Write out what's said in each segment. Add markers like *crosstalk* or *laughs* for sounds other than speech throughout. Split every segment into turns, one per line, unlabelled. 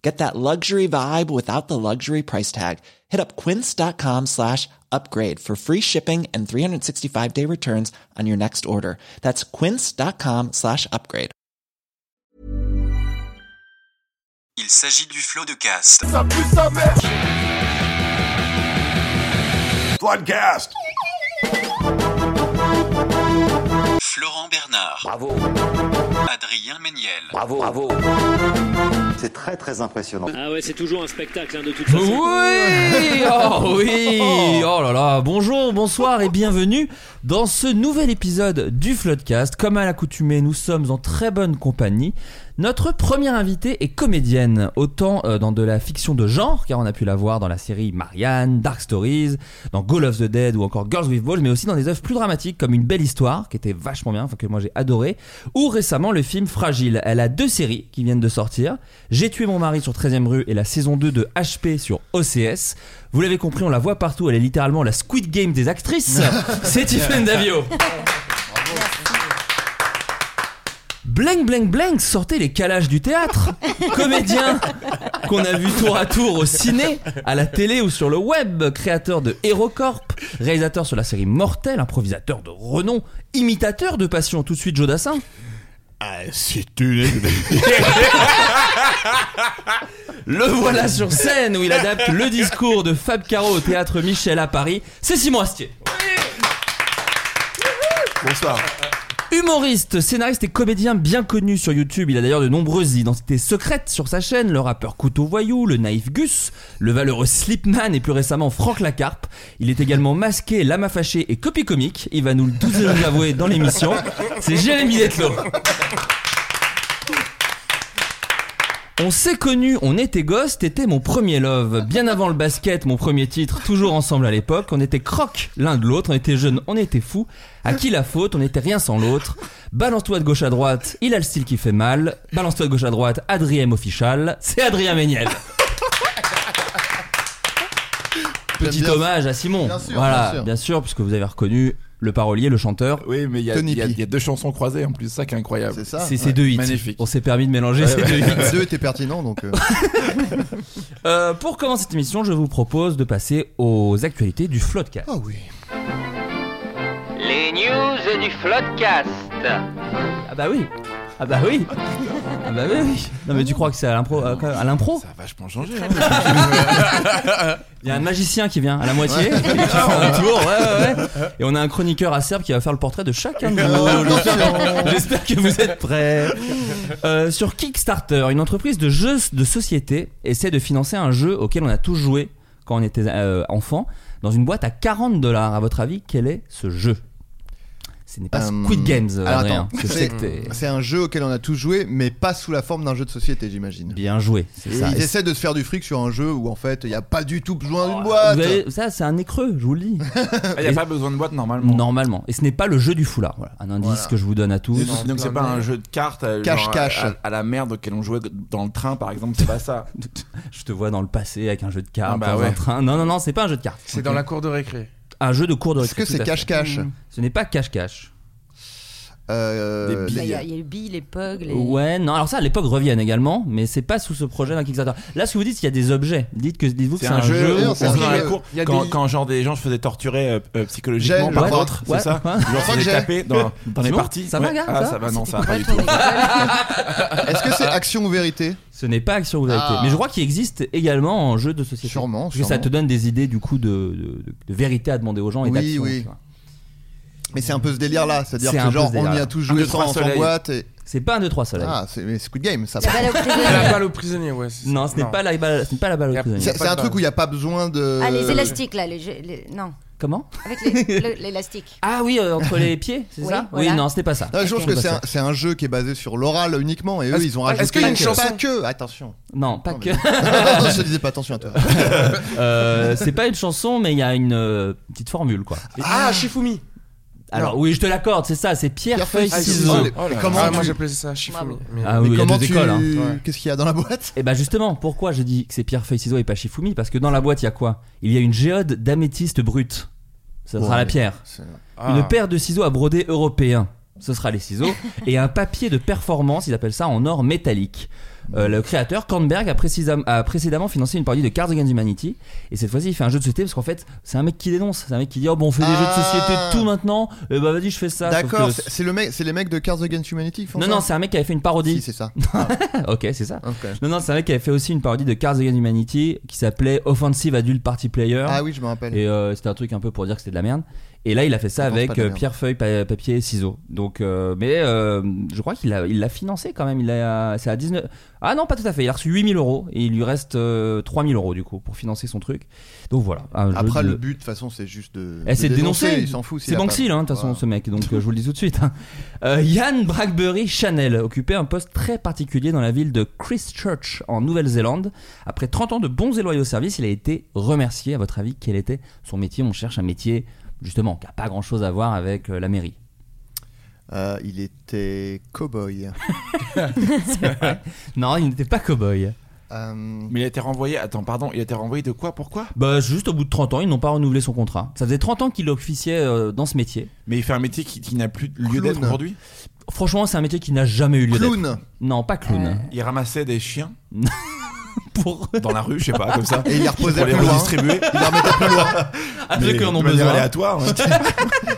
Get that luxury vibe without the luxury price tag. Hit up quince.com slash upgrade for free shipping and 365-day returns on your next order. That's quince.com slash upgrade.
Il s'agit du flot de
*laughs*
cast.
Floodcast.
Florent Bernard,
Bravo,
Adrien Méniel,
bravo, bravo.
C'est très très impressionnant.
Ah ouais, c'est toujours un spectacle hein, de toute
Oui
façon.
*laughs*
Oh oui
*laughs*
Oh là là Bonjour, bonsoir et bienvenue dans ce nouvel épisode du Floodcast. Comme à l'accoutumée, nous sommes en très bonne compagnie. Notre première invitée est comédienne, autant euh, dans de la fiction de genre, car on a pu la voir dans la série Marianne, Dark Stories, dans Goal of the Dead ou encore Girls with Balls, mais aussi dans des œuvres plus dramatiques comme Une belle histoire, qui était vachement bien, enfin que moi j'ai adoré, ou récemment le film Fragile. Elle a deux séries qui viennent de sortir, J'ai tué mon mari sur 13ème rue et la saison 2 de HP sur OCS. Vous l'avez compris, on la voit partout, elle est littéralement la Squid Game
*laughs*
des actrices. C'est Tiffany Davio. Blank Blank Blank sortait les calages du théâtre. Comédien qu'on a vu tour à tour au ciné, à la télé ou sur le web, créateur de HeroCorp, réalisateur sur la série Mortel, improvisateur de renom, imitateur de passion tout de suite Jodassin.
Ah, C'est une.
*laughs* Le voilà sur scène où il adapte le discours de Fab Caro au théâtre Michel à Paris. C'est Simon Astier.
Bonsoir.
Humoriste, scénariste et comédien bien connu sur YouTube, il a d'ailleurs de nombreuses identités secrètes sur sa chaîne, le rappeur Couteau Voyou, le naïf Gus, le valeureux Slipman et plus récemment Franck Lacarpe. Il est également masqué, lama fâché et copie comique, il va nous le tous nous avouer dans l'émission. C'est Jérémy Detlo. On s'est connus, on était gosses, t'étais mon premier love. Bien avant le basket, mon premier titre, toujours ensemble à l'époque. On était crocs l'un de l'autre, on était jeunes, on était fous. À qui la faute On était rien sans l'autre. Balance-toi de gauche à droite, il a le style qui fait mal. Balance-toi de gauche à droite, Adrien Official, c'est Adrien Méniel. Petit
bien.
hommage à Simon.
Bien sûr,
voilà,
bien sûr.
puisque vous avez reconnu le parolier, le chanteur.
Oui, mais il y, a-
Tony
il y a-
P.
il y a deux chansons croisées en plus, ça qui est incroyable.
C'est ça
c'est ces deux hits.
magnifique.
On s'est permis de mélanger ces deux hits.
Les deux étaient pertinents donc. euh,
Euh, pour commencer cette émission, je vous propose de passer aux actualités du Floodcast.
Ah oui.
Les news du Floodcast.
Ah bah oui Ah bah oui Ah bah oui, oui. Non mais tu crois que c'est à l'impro euh, quoi, À l'impro
Ça a vachement changé. hein.
*laughs* Il y a un magicien qui vient à la moitié, et *laughs* qui fait un tour, ouais, ouais, ouais. Et on a un chroniqueur acerbe qui va faire le portrait de chacun de vous. J'espère- J'espère que vous êtes prêts. Euh, sur Kickstarter, une entreprise de jeux de société essaie de financer un jeu auquel on a tous joué quand on était euh, enfant, dans une boîte à 40 dollars. À votre avis, quel est ce jeu Ce n'est pas
Euh,
Squid Games,
alors
Adrien,
attends,
parce que je sais que t'es-
C'est un jeu auquel on a tous joué, mais pas sous la forme d'un jeu de société, j'imagine.
Bien joué, c'est ça.
Ils essaient de se faire du fric sur un jeu où en fait il n'y a pas du tout besoin d'une
Vous
boîte.
avez- ça, Oh, Ah, c'est un nez creux, je vous
*laughs*
le dis.
Ah, Il n'y a pas besoin de boîte normalement.
Normalement. Et ce n'est pas le jeu du foulard. Voilà, un indice
Voilà.
que je vous donne à tous.
Donc donc c'est pas un jeu de cartes euh,
Cache,
genre, à-
cache.
À, à la merde auquel on jouait dans le train par exemple, c'est pas ça.
*laughs* Je te vois dans le passé avec un jeu de cartes,
Ah bah
dans un
ouais.
train. Non, non, non, c'est pas un jeu de cartes.
C'est dans la cour de récré.
Un jeu de cours de
Est-ce que
récré,
c'est
tout à fait.
cache-cache
Ce n'est pas cache-cache.
Euh,
Des
la-
billes.
bah, Il y, a il y a les billes, les pugs, les.
Ouais, non, alors ça à l'époque reviennent également, mais c'est pas sous ce projet d'un Kickstarter. Là, ce que vous dites, il y a des objets. Dites que, dites-vous que
C'est un, jeu où on
c'est un
faisait dans
jeu.
la cour.
Il y a
Quand,
des-
quand genre des gens se faisaient torturer euh, euh, psychologiquement
J'ai-
par
ouais.
d'autres,
Ouais.
c'est ça
Ouais.
Genre se
crois que
faisaient
j'ai-
taper
*laughs*
dans, dans les
Simon,
parties.
ça va, gars,
Ah,
ça
ça va, non, ça va pas
Ouais,
du
ton
tout.
école.
Est-ce que c'est action ou vérité
Ce n'est pas action ou vérité.
Ah.
Mais je crois qu'il existe également en jeu de société.
Sûrement,
Parce que ça
sûrement.
te donne des idées du coup de, de- de vérité à demander aux gens et
Oui,
d'action.
oui.
tu vois.
Mais c'est un peu ce délire là, c'est-à-dire
C'est
que
un peu
genre
ce
on y
délire-là.
a tous
Un, deux,
joué
trois
sans, sans
soleils.
boîte et.
C'est pas un 2-3 soleil.
Ah, c'est mais Squid Game ça.
La balle
*laughs*
au
La
prisonnier.
balle au prisonnier, ouais. c'est-
non, ce n'est pas la balle, ce n'est pas la balle au
Yep.
prisonnier.
C'est c'est un truc où il n'y a pas besoin de. Euh,
Ah, les élastiques là, les, jeux- les- non,
Comment
avec *laughs* les- le- l'élastique.
Ah oui, euh, entre les pieds, c'est
Oui,
ça
voilà.
Oui, non, ce n'est pas ça.
Ah, je pense
C'est
que
pas
c'est
ça.
un, c'est un jeu qui est basé sur l'oral uniquement et eux
Est-ce-
ils ont rajouté.
est-ce qu'il y a une
que-
chanson
Pas que, attention.
Non, pas
Non,
que. *laughs*
mais- *laughs* Non, je disais pas attention à toi.
Euh, c'est pas une chanson, mais il y a une euh, petite formule, quoi.
Ah, Shifumi.
Alors, oui, je te l'accorde, c'est ça, c'est pierre,
Pierre,
feuille,
feuille,
ciseaux.
ciseaux.
Oh là là.
Comment
Ah, moi
tu-
j'appelais ça Shifumi.
Bravo.
Mais-
Ah oui, il y a
Comment
deux
tu.
écoles. hein.
Ouais.
Qu'est-ce qu'il y a dans la boîte
Et bah justement, pourquoi je dis que c'est pierre, feuille, ciseaux et pas Shifumi Parce que dans la boîte, il y a quoi Il y a une géode d'améthyste brute. Ça sera
Ouais.
la pierre.
C'est-
Ah.
Une paire de ciseaux à broder européens, ce sera
*laughs*
les ciseaux, et un papier de performance, ils appellent ça en or métallique. Euh, le créateur Kornberg a, précisam- a précédemment financé une parodie de Cards Against Humanity et cette fois-ci il fait un jeu de société parce qu'en fait c'est un mec qui dénonce, c'est un mec qui dit oh bon on fait des
Ah.
jeux de société tout maintenant, et bah vas-y je fais ça. Sauf
D'accord,
que-
c'est c'est le mec, c'est les mecs de Cards Against Humanity qui font
Non
ça
non c'est un mec qui avait fait une
Si,
parodie.
c'est
*laughs*
ça.
Ah, ok c'est ça.
Ok.
Non non c'est un mec qui avait fait aussi une parodie de Cards Against Humanity qui s'appelait Offensive Adult Party Player.
Ah oui, je me rappelle.
Et euh, c'était un truc un peu pour dire que c'était de la merde. Et là, il a fait ça
Je pense pas
avec
de la
euh,
merde.
pierre, feuille, pa- papier et ciseaux. Donc, euh, mais euh, je crois qu'il a- il l'a financé quand même. Il a, c'est à 19. Ah non, pas tout à fait. Il a reçu 8000 euros et il lui reste 3000 euros du coup pour financer son truc. Donc voilà. Ah, un jeu
Après,
de-
le but, de toute façon, c'est juste de.
Eh,
de
c'est de dénoncer.
Il s'en fout. s'il
C'est
a pas-
Banksy, là, hein, de toute façon,
Voilà.
ce mec. Donc, euh, je vous le dis tout de suite. hein. Euh, Yann Brackberry Chanel occupait un poste très particulier dans la ville de Christchurch, en Nouvelle-Zélande. Après 30 ans de bons et loyaux services, il a été remercié. À votre avis, quel était son métier On cherche un métier, justement, qui n'a pas grand-chose à voir avec euh, la mairie.
Euh, il était cowboy.
*laughs* Non, il n'était pas cow-boy.
Euh,
Mais il a été renvoyé. Attends, pardon, il a été renvoyé de quoi Pourquoi
Bah, juste au bout de 30 ans, ils n'ont pas renouvelé son contrat. Ça faisait 30 ans qu'il officiait euh, dans ce métier.
Mais il fait un métier qui, qui n'a plus
Clown.
lieu d'être aujourd'hui.
Franchement, c'est un métier qui n'a jamais eu lieu d'être.
Clown.
Non, pas clown.
Euh, Il ramassait des chiens
*laughs* Pour
dans la rue, je sais pas, comme ça.
Et il les reposait
Pour les
plus loin.
redistribuer.
Il les remettait plus
*laughs*
loin.
à ceux qui en ont
de manière
besoin.
aléatoire. hein.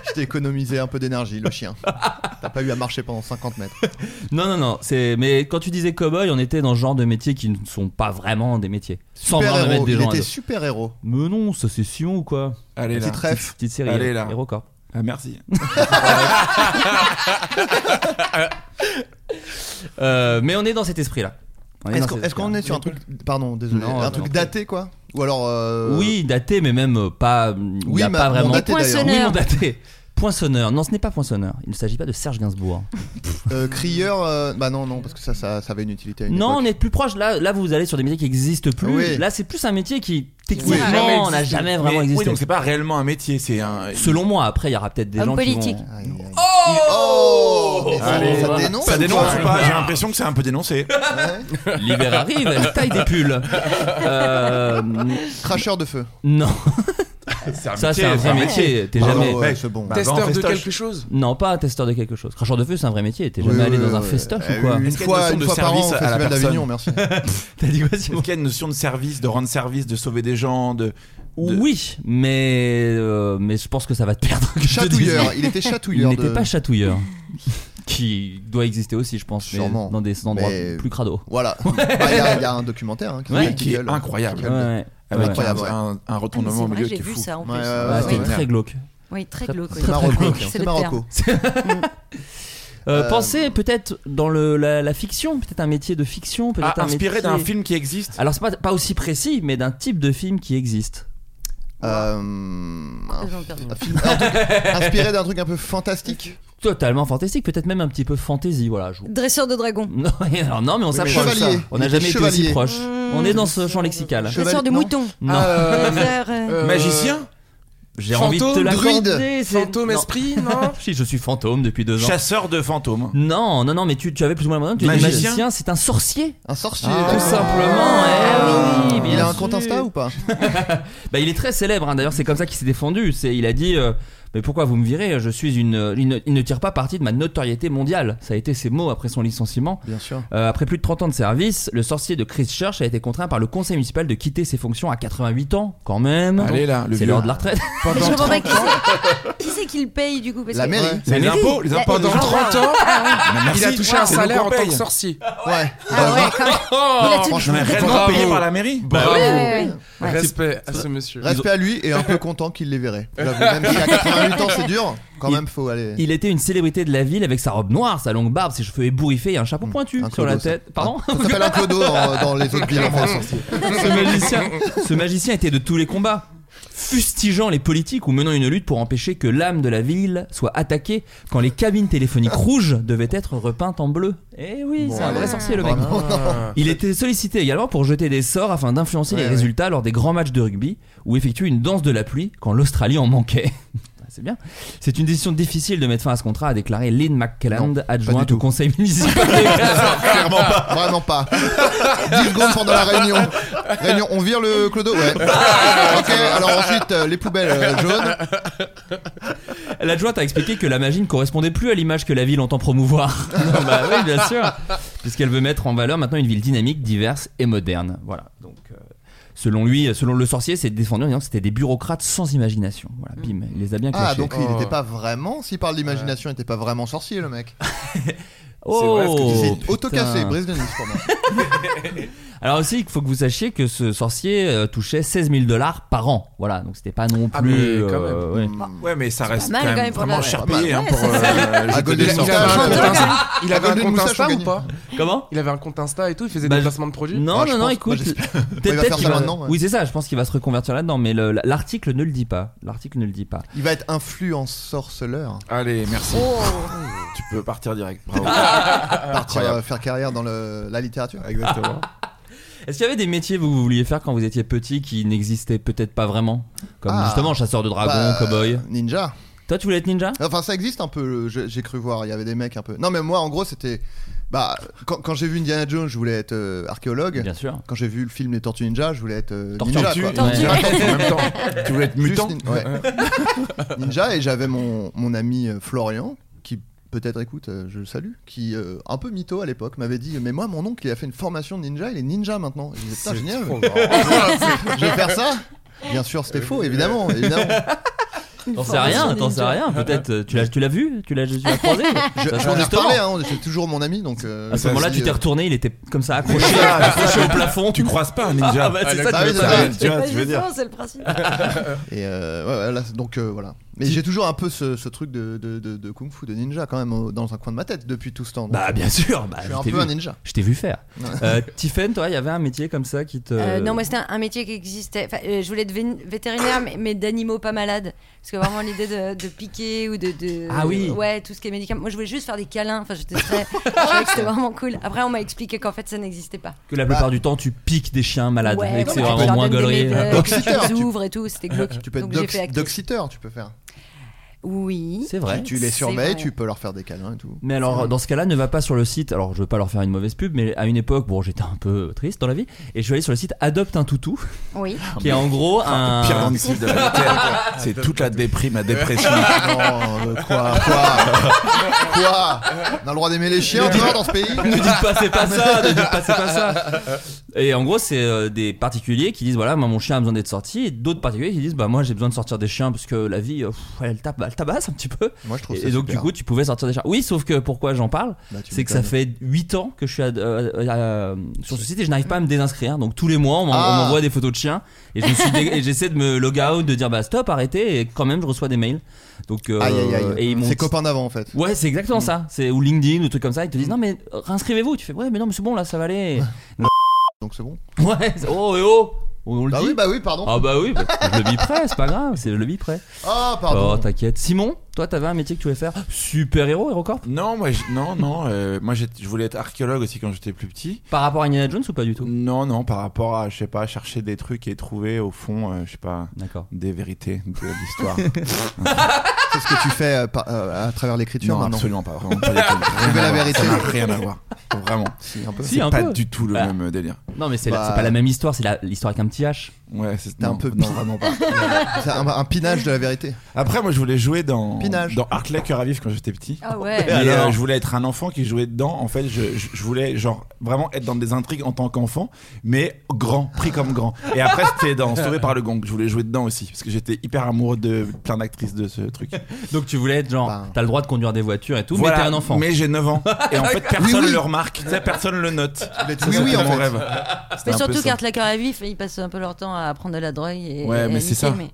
Je t'ai économisé un peu d'énergie, le chien. T'as pas eu à marcher pendant 50 mètres.
Non, non, non. C'est mais quand tu disais cowboy, on était dans ce genre de métiers qui ne sont pas vraiment des métiers. Sans
Super
vraiment
héros.
mettre des
Il
gens. à
était
dos.
super héros.
Mais non, *laughs* ça c'est Sion ou quoi
Allez là.
Petite ref.
Petite série.
Allez,
hein,
là.
HeroCorp.
Ah, merci.
*laughs* Euh, mais on est dans cet esprit-là. On est
Est-ce
dans
qu'on
cet
est-ce qu'on est sur un truc. Pardon, désolé.
Non,
un
non,
truc
non.
daté, quoi Ou alors. euh,
esprit-là. Oui, daté, mais même euh, pas. Il
Oui,
y a
mais
pas
on
vraiment.
datait d'ailleurs.
Poinçonnet.
Oui, non, daté. Poinçonneur. Non, ce n'est pas poinçonneur. Il ne s'agit pas de Serge Gainsbourg.
Euh, crieur. euh, Bah non, non, parce que ça, ça, ça avait une utilité. à une
Non, on
époque.
est plus proche. Là, là, vous allez sur des métiers qui n'existent plus.
Oui.
Là, c'est plus un métier qui
Qui n'a
jamais
techniquement n'a
existé.
jamais vraiment
Mais- Oui,
existé.
donc c'est pas réellement un métier, c'est un.
Selon moi, après, il y aura peut-être des
Homme
gens qui
politique.
vont.
Aïe, aïe, aïe.
Oh,
Mais ça-
Allez.
ça dénonce
Ça dénonce
Ouais.
ou pas J'ai l'impression que c'est un peu dénoncé.
L'hiver arrive, elle taille des
*laughs*
pulls. Euh, *laughs*
Cracheur de feu.
non,
C'est un
ça c'est un vrai métier. T'es
Pardon,
jamais.
ouais,
Ouais.
c'est bon.
Bah,
Testeur de
festoche.
quelque chose
Non, pas un testeur de quelque chose. Cracheur de feu, c'est un vrai métier. T'es
Oui,
jamais allé
oui,
dans un
oui.
festoche
Euh,
ou quoi
Une
Est-ce qu'il y a
fois,
une
une
notion
fois
de
par an au
service à la
Festival
personne
d'Avignon,
*laughs*
merci.
T'as dit quoi Simon
Est-ce qu'il y a une notion de service, de rendre service, de sauver des gens, de. de-
Oui, mais euh, mais je pense que ça va te perdre. que je
*laughs*
te
Chatouilleur,
dise.
il était
Il
chatouilleur.
n'était
de-
pas
*laughs*
chatouilleur. Qui doit exister aussi, je pense, mais
Sûrement.
dans des endroits
Mais-
plus crado. *laughs*
Voilà. Bah, Il y, a- il y a un documentaire hein, qui
Ouais.
s'appelle
Qui est
Gueule.
incroyable. Ah
Quel-
Avec
Ouais.
Incroyable,
un-
ouais.
un, un
Ah, mais
retournement
c'est
au
vrai,
milieu
j'ai
qui est
vu
fou.
ça en
Ouais,
plus.
ouais,
Ouais,
ouais,
Ah, c'était
ouais.
très glauque.
Oui, très
Très-
glauque.
très
oui.
C'est
très
Marocco.
glauque.
C'est
C'est
le terme.
Marocco.
*laughs* Euh,
Euh,
Pensez peut-être dans le, la, la fiction, peut-être un métier de fiction, peut-être
Ah,
un
inspiré
métier-
d'un film qui existe.
Alors c'est pas, pas aussi précis, mais d'un type de film qui existe.
Euh, un
Ils ont perdu.
film- un truc-
*laughs*
inspiré d'un truc un peu fantastique.
Totalement fantastique, peut-être même un petit peu fantasy, voilà. Je...
Dresseur de dragon.
*laughs* Non, alors non, mais on s'approche.
Chevalier.
On n'a
Il était
jamais été aussi
chevalier.
proche.
Mmh.
On est dans ce champ lexical.
Chevalier,
Dresseur de
non
mouton.
Ah.
Ah.
Non,
Euh,
Dresseur, euh,
euh,
Magicien
j'ai
fantôme,
envie de te
druide,
l'accorder. c'est-
Fantôme
non.
esprit,
*laughs*
non
Si je suis fantôme depuis deux ans.
Chasseur de fantômes.
Non, non, non, mais tu, tu avais plus ou moins la même. Tu dis
Magicien. Ah.
magicien, c'est un sorcier.
Un sorcier.
Tout
d'accord.
simplement. eh oui, bien
Il a un
sûr.
compte Insta ou pas
Bah, il est très célèbre, hein. d'ailleurs, c'est comme ça qu'il s'est défendu. C'est, il a dit euh, Mais pourquoi vous me virez Je suis une, une- Il ne tire pas parti de ma notoriété mondiale. Ça a été ses mots après son licenciement.
Bien sûr.
Euh, après plus de 30 ans de service, le sorcier de Christchurch a été contraint par le conseil municipal de quitter ses fonctions à 88 ans, quand même.
Allez là, le
c'est
vieux.
l'heure de la retraite.
mais je comprends pas qui c'est. Qui c'est qui le paye du coup parce
La
que-
mairie.
C'est les
Mais oui,
impôts, les
la-
impôts
Pendant
des gens.
30 ans.
Mais Bah, merci,
Il a touché
voilà,
un
c'est nous
salaire
qu'on
en tant que
paye.
sorcier. *laughs*
Ouais.
Ah ouais, quand même. Il a tout-
Non, mais réellement
Bravo.
payé par la mairie.
Bah
Ouais, ouais, ouais.
Respect à ce monsieur.
Respect à lui et un peu content qu'il les verrait. J'avoue, Même s'il a 88 En même Ah, temps, c'est dur. Quand
Il-
même, faut aller.
Il était une célébrité de la ville avec sa robe noire, sa longue barbe, ses cheveux ébouriffés et un chapeau pointu
Mmh. un
sur la
clodo, ça.
tête. Pardon
Ça s'appelle un clodo dans, dans les autres villes en France aussi.
ce, magicien, ce magicien était de tous les combats, fustigeant les politiques ou menant une lutte pour empêcher que l'âme de la ville soit attaquée quand les cabines téléphoniques rouges devaient être repeintes en bleu. Eh oui,
Bon,
c'est un vrai
allez.
sorcier le mec. Ah.
Vraiment, non.
Il était sollicité également pour jeter des sorts afin d'influencer
Ouais,
les
ouais.
résultats lors des grands matchs de rugby ou effectuer une danse de la pluie quand l'Australie en *laughs* manquait. Ah, C'est bien. C'est une décision difficile de mettre fin à ce contrat, a déclaré Lynn
Non,
McCalland,
pas
adjointe
du
au
tout.
conseil municipal. *laughs*
Ah.
Clairement
Vraiment pas. 10 secondes pendant la réunion. Réunion, on vire le clodo Ouais.
Ah.
Ok, alors ensuite, euh, les poubelles euh, jaunes.
L'adjointe a expliqué que la magie ne correspondait plus à l'image que la ville entend promouvoir. *laughs* Non, bah oui, bien sûr. Puisqu'elle veut mettre en valeur maintenant une ville dynamique, diverse et moderne. Voilà. Donc, euh, selon lui, selon le sorcier, c'est défendu en disant que c'était des bureaucrates sans imagination. Voilà, bim, il les a bien clashés.
Ah, donc
Oh.
il n'était pas vraiment. S'il parle d'imagination, il n'était pas vraiment sorcier, le mec.
vrai ce que
*laughs* oh,
tu dis.
C'est
putain.
autocassé, brise de Nice pour moi.
Alors aussi, il faut que vous sachiez que ce sorcier euh, touchait 16 000 dollars par an. Voilà, donc c'était pas non
Ah, mais
plus.
quand
euh, ouais.
même.
Ah.
Mm. Ouais, mais ça reste
mal
quand
quand
même
même pour
vraiment
la-
cher
Ouais,
payé hein,
ouais,
pour.
ça-
euh, le
À
jeu
Golden
des
Moustache,
sorciers.
on gagne.
Il avait
À
un
Golden
compte
Moustache, on
Insta ou
gagne.
pas
Comment
Il avait un compte Insta et tout, il faisait
Bah,
des
je-
placements de produits
Non,
Ah, je
non, non,
pense-
écoute.
moi, j'espère.
peut-être-
Il va
peut-être
faire
qu'il
ça maintenant, ouais.
Oui, c'est ça, je pense qu'il va se reconvertir là-dedans, mais le- l'article ne le dit pas. L'article ne le dit pas.
Il va être influenceurceleur.
Allez, merci.
Oh.
Oh.
Tu peux partir direct.
*laughs*
Bravo.
Partir
Incroyable.
euh, faire carrière dans le- la littérature.
Exactement.
*laughs* Est-ce qu'il y avait des métiers que vous vouliez faire quand vous étiez petit qui n'existaient peut-être pas vraiment Comme
Ah.
justement chasseur de dragons,
Bah,
cowboy.
Ninja.
Toi, tu voulais être ninja
Enfin, ça existe un peu, je- j'ai cru voir. Il y avait des mecs un peu. Non, mais moi, en gros, c'était. Bah, quand, quand j'ai vu Indiana Jones, je voulais être euh, archéologue.
Bien sûr.
Quand j'ai vu le film Les Tortues Ninja, je voulais être euh,
Tortue.
ninja.
Tortue,
quoi.
Tortue.
Ninja,
En même temps, tu voulais être
Juste
mutant
nin-
*laughs*
ouais. *laughs* Ninja et j'avais mon, mon ami euh, Florian qui peut-être écoute, euh, je le salue, qui euh, un peu mytho à l'époque m'avait dit mais moi mon oncle il a fait une formation de ninja, il est ninja maintenant. Je disais putain génial. *laughs* je vais faire ça. Bien sûr c'était faux évidemment évidemment.
T'en sais rien, t'en
*laughs*
sais rien. Peut-être. euh, Tu l'as, tu l'as vu Tu l'as, tu l'as croisé
Je,
Ça,
je m'en ai
justement.
reparlé, hein, c'est toujours mon ami donc. euh,
À ce moment-là,
si,
tu t'es
euh,
retourné, il était comme
*laughs*
ça accroché, accroché au plafond.
Tu croises pas un ninja.
Ah, bah, c'est ça,
bah. Ah, oui, c'est ça.
tu veux pas.
Tu vois, tu veux dire.
c'est le principe.
*laughs* Et euh, ouais, ouais, là, c'est- donc euh, voilà. Mais j'ai toujours un peu ce, ce truc de, de, de- de kung-fu, de ninja quand même au- dans un coin de ma tête depuis tout ce temps. donc, euh,
Bah, bien sûr. Bah,
je suis un
t'ai
peu
vu.
un ninja.
Je t'ai vu faire. Euh,
*laughs*
Tiffen, toi, il y avait un métier comme ça qui te.
Euh, non, moi c'était un, un métier qui existait. Enfin, euh, je voulais être vén- vétérinaire, mais, mais d'animaux pas malades. Parce que vraiment l'idée de, de piquer ou de, de-
Ah oui.
Ouais, tout ce qui est médicament. Moi je voulais juste faire des câlins. Enfin, j'étais très. je trouvais que c'était vraiment cool. Après, on m'a expliqué qu'en fait ça n'existait pas.
que la plupart du temps, tu piques des chiens malades
ouais,
et que c'est
voilà, tu
vraiment
leur
moins
donnes des
gaulerie.
médocs,
Doxiteur,
Tu
euh, tu-
les ouvres et tout, c'était glauque.
Tu peux être
Donc j'ai
dox-
fait actif.
doxiteur, tu peux faire.
Oui.
C'est vrai.
Tu les
C'est
surveilles,
vrai.
tu peux leur faire des câlins et tout.
Mais alors, dans ce cas-là, ne va pas sur le site. Alors, je veux pas leur faire une mauvaise pub, mais à une époque, bon, j'étais un peu triste dans la vie, et je suis allé sur le site Adopte un toutou,
Oui.
*laughs* qui est en gros
Enfin,
un.
le Ah, Pire handicap de
*laughs*
la terre. C'est toute la déprime, la dépression.
*laughs*
Ah,
Ah,
Non, euh, quoi, quoi, *laughs* quoi On a le droit d'aimer les chiens toi, dans ce pays
*laughs* ne dites pas c'est pas ça, ne dites pas c'est pas ça. Et en gros, c'est euh, des particuliers qui disent voilà, moi mon chien a besoin d'être sorti, et d'autres particuliers qui disent bah moi j'ai besoin de sortir des chiens parce que la vie, euh, pff, elle, tape, elle tabasse un petit peu.
Moi, je trouve ça
Et, et donc
super.
du coup, tu pouvais sortir des chiens. Oui, sauf que pourquoi j'en parle,
Bah, tu
c'est que ça
m'étonnes.
fait 8 ans que je suis à- euh, euh, euh, sur ce site et je n'arrive pas à me désinscrire. Donc tous les mois, on m'en-
Ah.
on m'envoie des photos de chiens et je me suis dé- et j'essaie de me log out, de dire bah stop, arrêtez, et quand même je reçois des mails. Donc euh,
Aïe, aïe, aïe.
et ils m'ont
C'est copain d'avant en fait.
Ouais, c'est exactement ça. C'est ou LinkedIn ou trucs comme ça. Ils te disent
Mm.
non mais euh, réinscrivez-vous. Tu fais ouais mais non mais c'est bon là ça va aller.
Ah, Donc c'est bon.
ouais. c'est- Oh et oh. On, on le
Ah
dit.
oui, bah oui, pardon.
Ah bah oui. bah, je le vis près. C'est pas grave. C'est je le vis près.
Ah,
Oh
pardon.
t'inquiète. Simon, toi t'avais un métier que tu voulais faire. Super héros, hérocorp.
Non, moi, je- non, non. euh, moi, j'ai- je voulais être archéologue aussi quand j'étais plus petit.
Par rapport à Indiana Jones ou pas du tout.
Non, non, par rapport à, je sais pas, chercher des trucs et trouver au fond, euh, je sais pas,
D'accord.
des vérités de
*laughs*
*laughs*
l'histoire.
C'est ce que tu fais euh, par- euh, à travers l'écriture
non,
maintenant.
absolument pas. Vraiment
*laughs*
pas du tout. Rien
Trouver
à
la
voir,
vérité.
Ça n'a rien à voir. Vraiment.
Si, un peu.
Si,
C'est
un
pas
peu.
du tout le
Ah.
même euh, délire.
Non mais c'est la-
Bah-
c'est pas la même histoire. C'est la- l'histoire avec un petit H.
Ouais, c'est
T'as
non,
un peu-
non, vraiment pas.
C'est un, un pinage de la vérité.
Après, moi, je voulais jouer dans
Pinage.
dans Hartley Cœur à vif quand j'étais petit.
Ah ouais.
Mais,
alors
euh, je voulais être un enfant qui jouait dedans. En fait, je, je- je voulais genre vraiment être dans des intrigues en tant qu'enfant, mais grand, pris comme grand. Et après, c'était dans Sauvé par le Gong. Je voulais jouer dedans aussi parce que j'étais hyper amoureux de plein d'actrices de ce truc.
Donc tu voulais être genre
Bah.
t'as le droit de conduire des voitures et tout.
Voilà,
mais t'es un enfant. *laughs* Ah,
Mais j'ai 9 ans. Et en fait, personne
Oui, oui.
le remarque. Tu sais, personne le note.
Oui,
Ça,
oui,
c'était
en
mon
fait.
rêve. C'était
Mais
un peu
surtout
ça.
qu'Artlacker et Vif, ils passent un peu leur temps à prendre de la drogue et.
Ouais,
et à
mais c'est
niquer,
ça.
mais-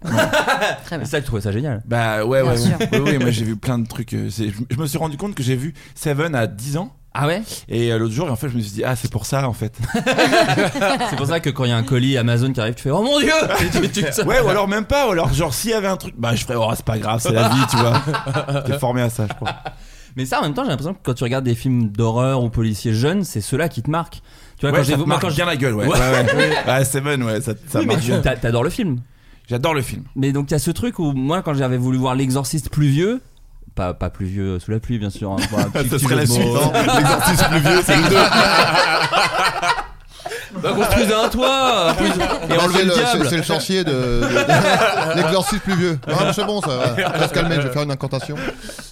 Très bien.
Ça, tu trouvais ça génial.
Bah ouais,
Bien
ouais,
sûr.
ouais. Oui, oui, moi j'ai vu plein de trucs. euh, c'est- Je je me suis rendu compte que j'ai vu Seven à 10 ans.
Ah ouais
Et euh, l'autre jour, en fait, je me suis dit, ah, c'est pour ça, en fait.
*laughs*
*laughs*
C'est pour ça que quand il y a un colis Amazon qui arrive, tu fais Oh mon dieu Et tu- tu-
ouais, ou alors même pas, ou alors genre s'il y avait un truc, bah je ferais, oh, c'est pas grave, c'est la vie, tu vois.
*laughs*
T'es formé à ça, je crois.
Mais ça, en même temps, j'ai l'impression que quand tu regardes des films d'horreur ou policiers jeunes, c'est ceux-là qui te marquent. Tu vois,
Ouais,
quand
ça
j'ai
te
moi,
marque
quand
bien la gueule, ouais.
Ouais.
Ouais, ouais.
*laughs*
Ouais, Seven, ouais, ça, ça
Oui, mais
marque
tu-
bien.
t'a- t'adores le film.
J'adore le film.
Mais donc, il y a ce truc où, moi, quand j'avais voulu voir L'Exorciste plus vieux, pas, pas plus vieux sous la pluie, bien sûr, hein,
*laughs*
pour un petit-
Ça
petit
serait
jeu
la
de mots.
suite. hein.
*laughs*
L'exorciste plus vieux, c'est le 2.
*laughs* Bah, construisez un toit en plus, Et
Bah,
enlevez
c'est
le
le- c'est-
diable
c'est le chantier de, de- de- l'exorciste plus vieux. Non, mais c'est bon, ça va. Je vais se calmer, je vais faire une incantation.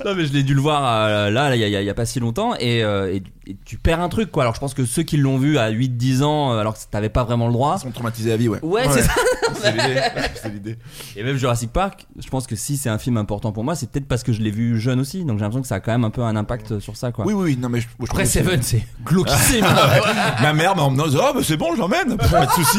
Non mais je l'ai dû le voir euh, là, il y, a- y a pas si longtemps, et, euh, et- et tu perds un truc quoi. Alors je pense que ceux qui l'ont vu à 8-10 ans, euh, alors que t'avais pas vraiment le droit,
Ils sont traumatisés à vie, ouais.
Ouais, c'est ça.
*laughs* C'est l'idée. C'est l'idée.
et même Jurassic Park, je pense que si c'est un film important pour moi, c'est peut-être parce que je l'ai vu jeune aussi, donc j'ai l'impression que ça a quand même un peu un impact sur ça quoi.
Oui, oui, oui, non, mais je, je
Après
trouve que
Seven, c'est
*laughs*
glauquissime. hein.
c'est- Ma mère m'a emmené, elle dit, ah, bah c'est bon, je l'emmène, pas de soucis.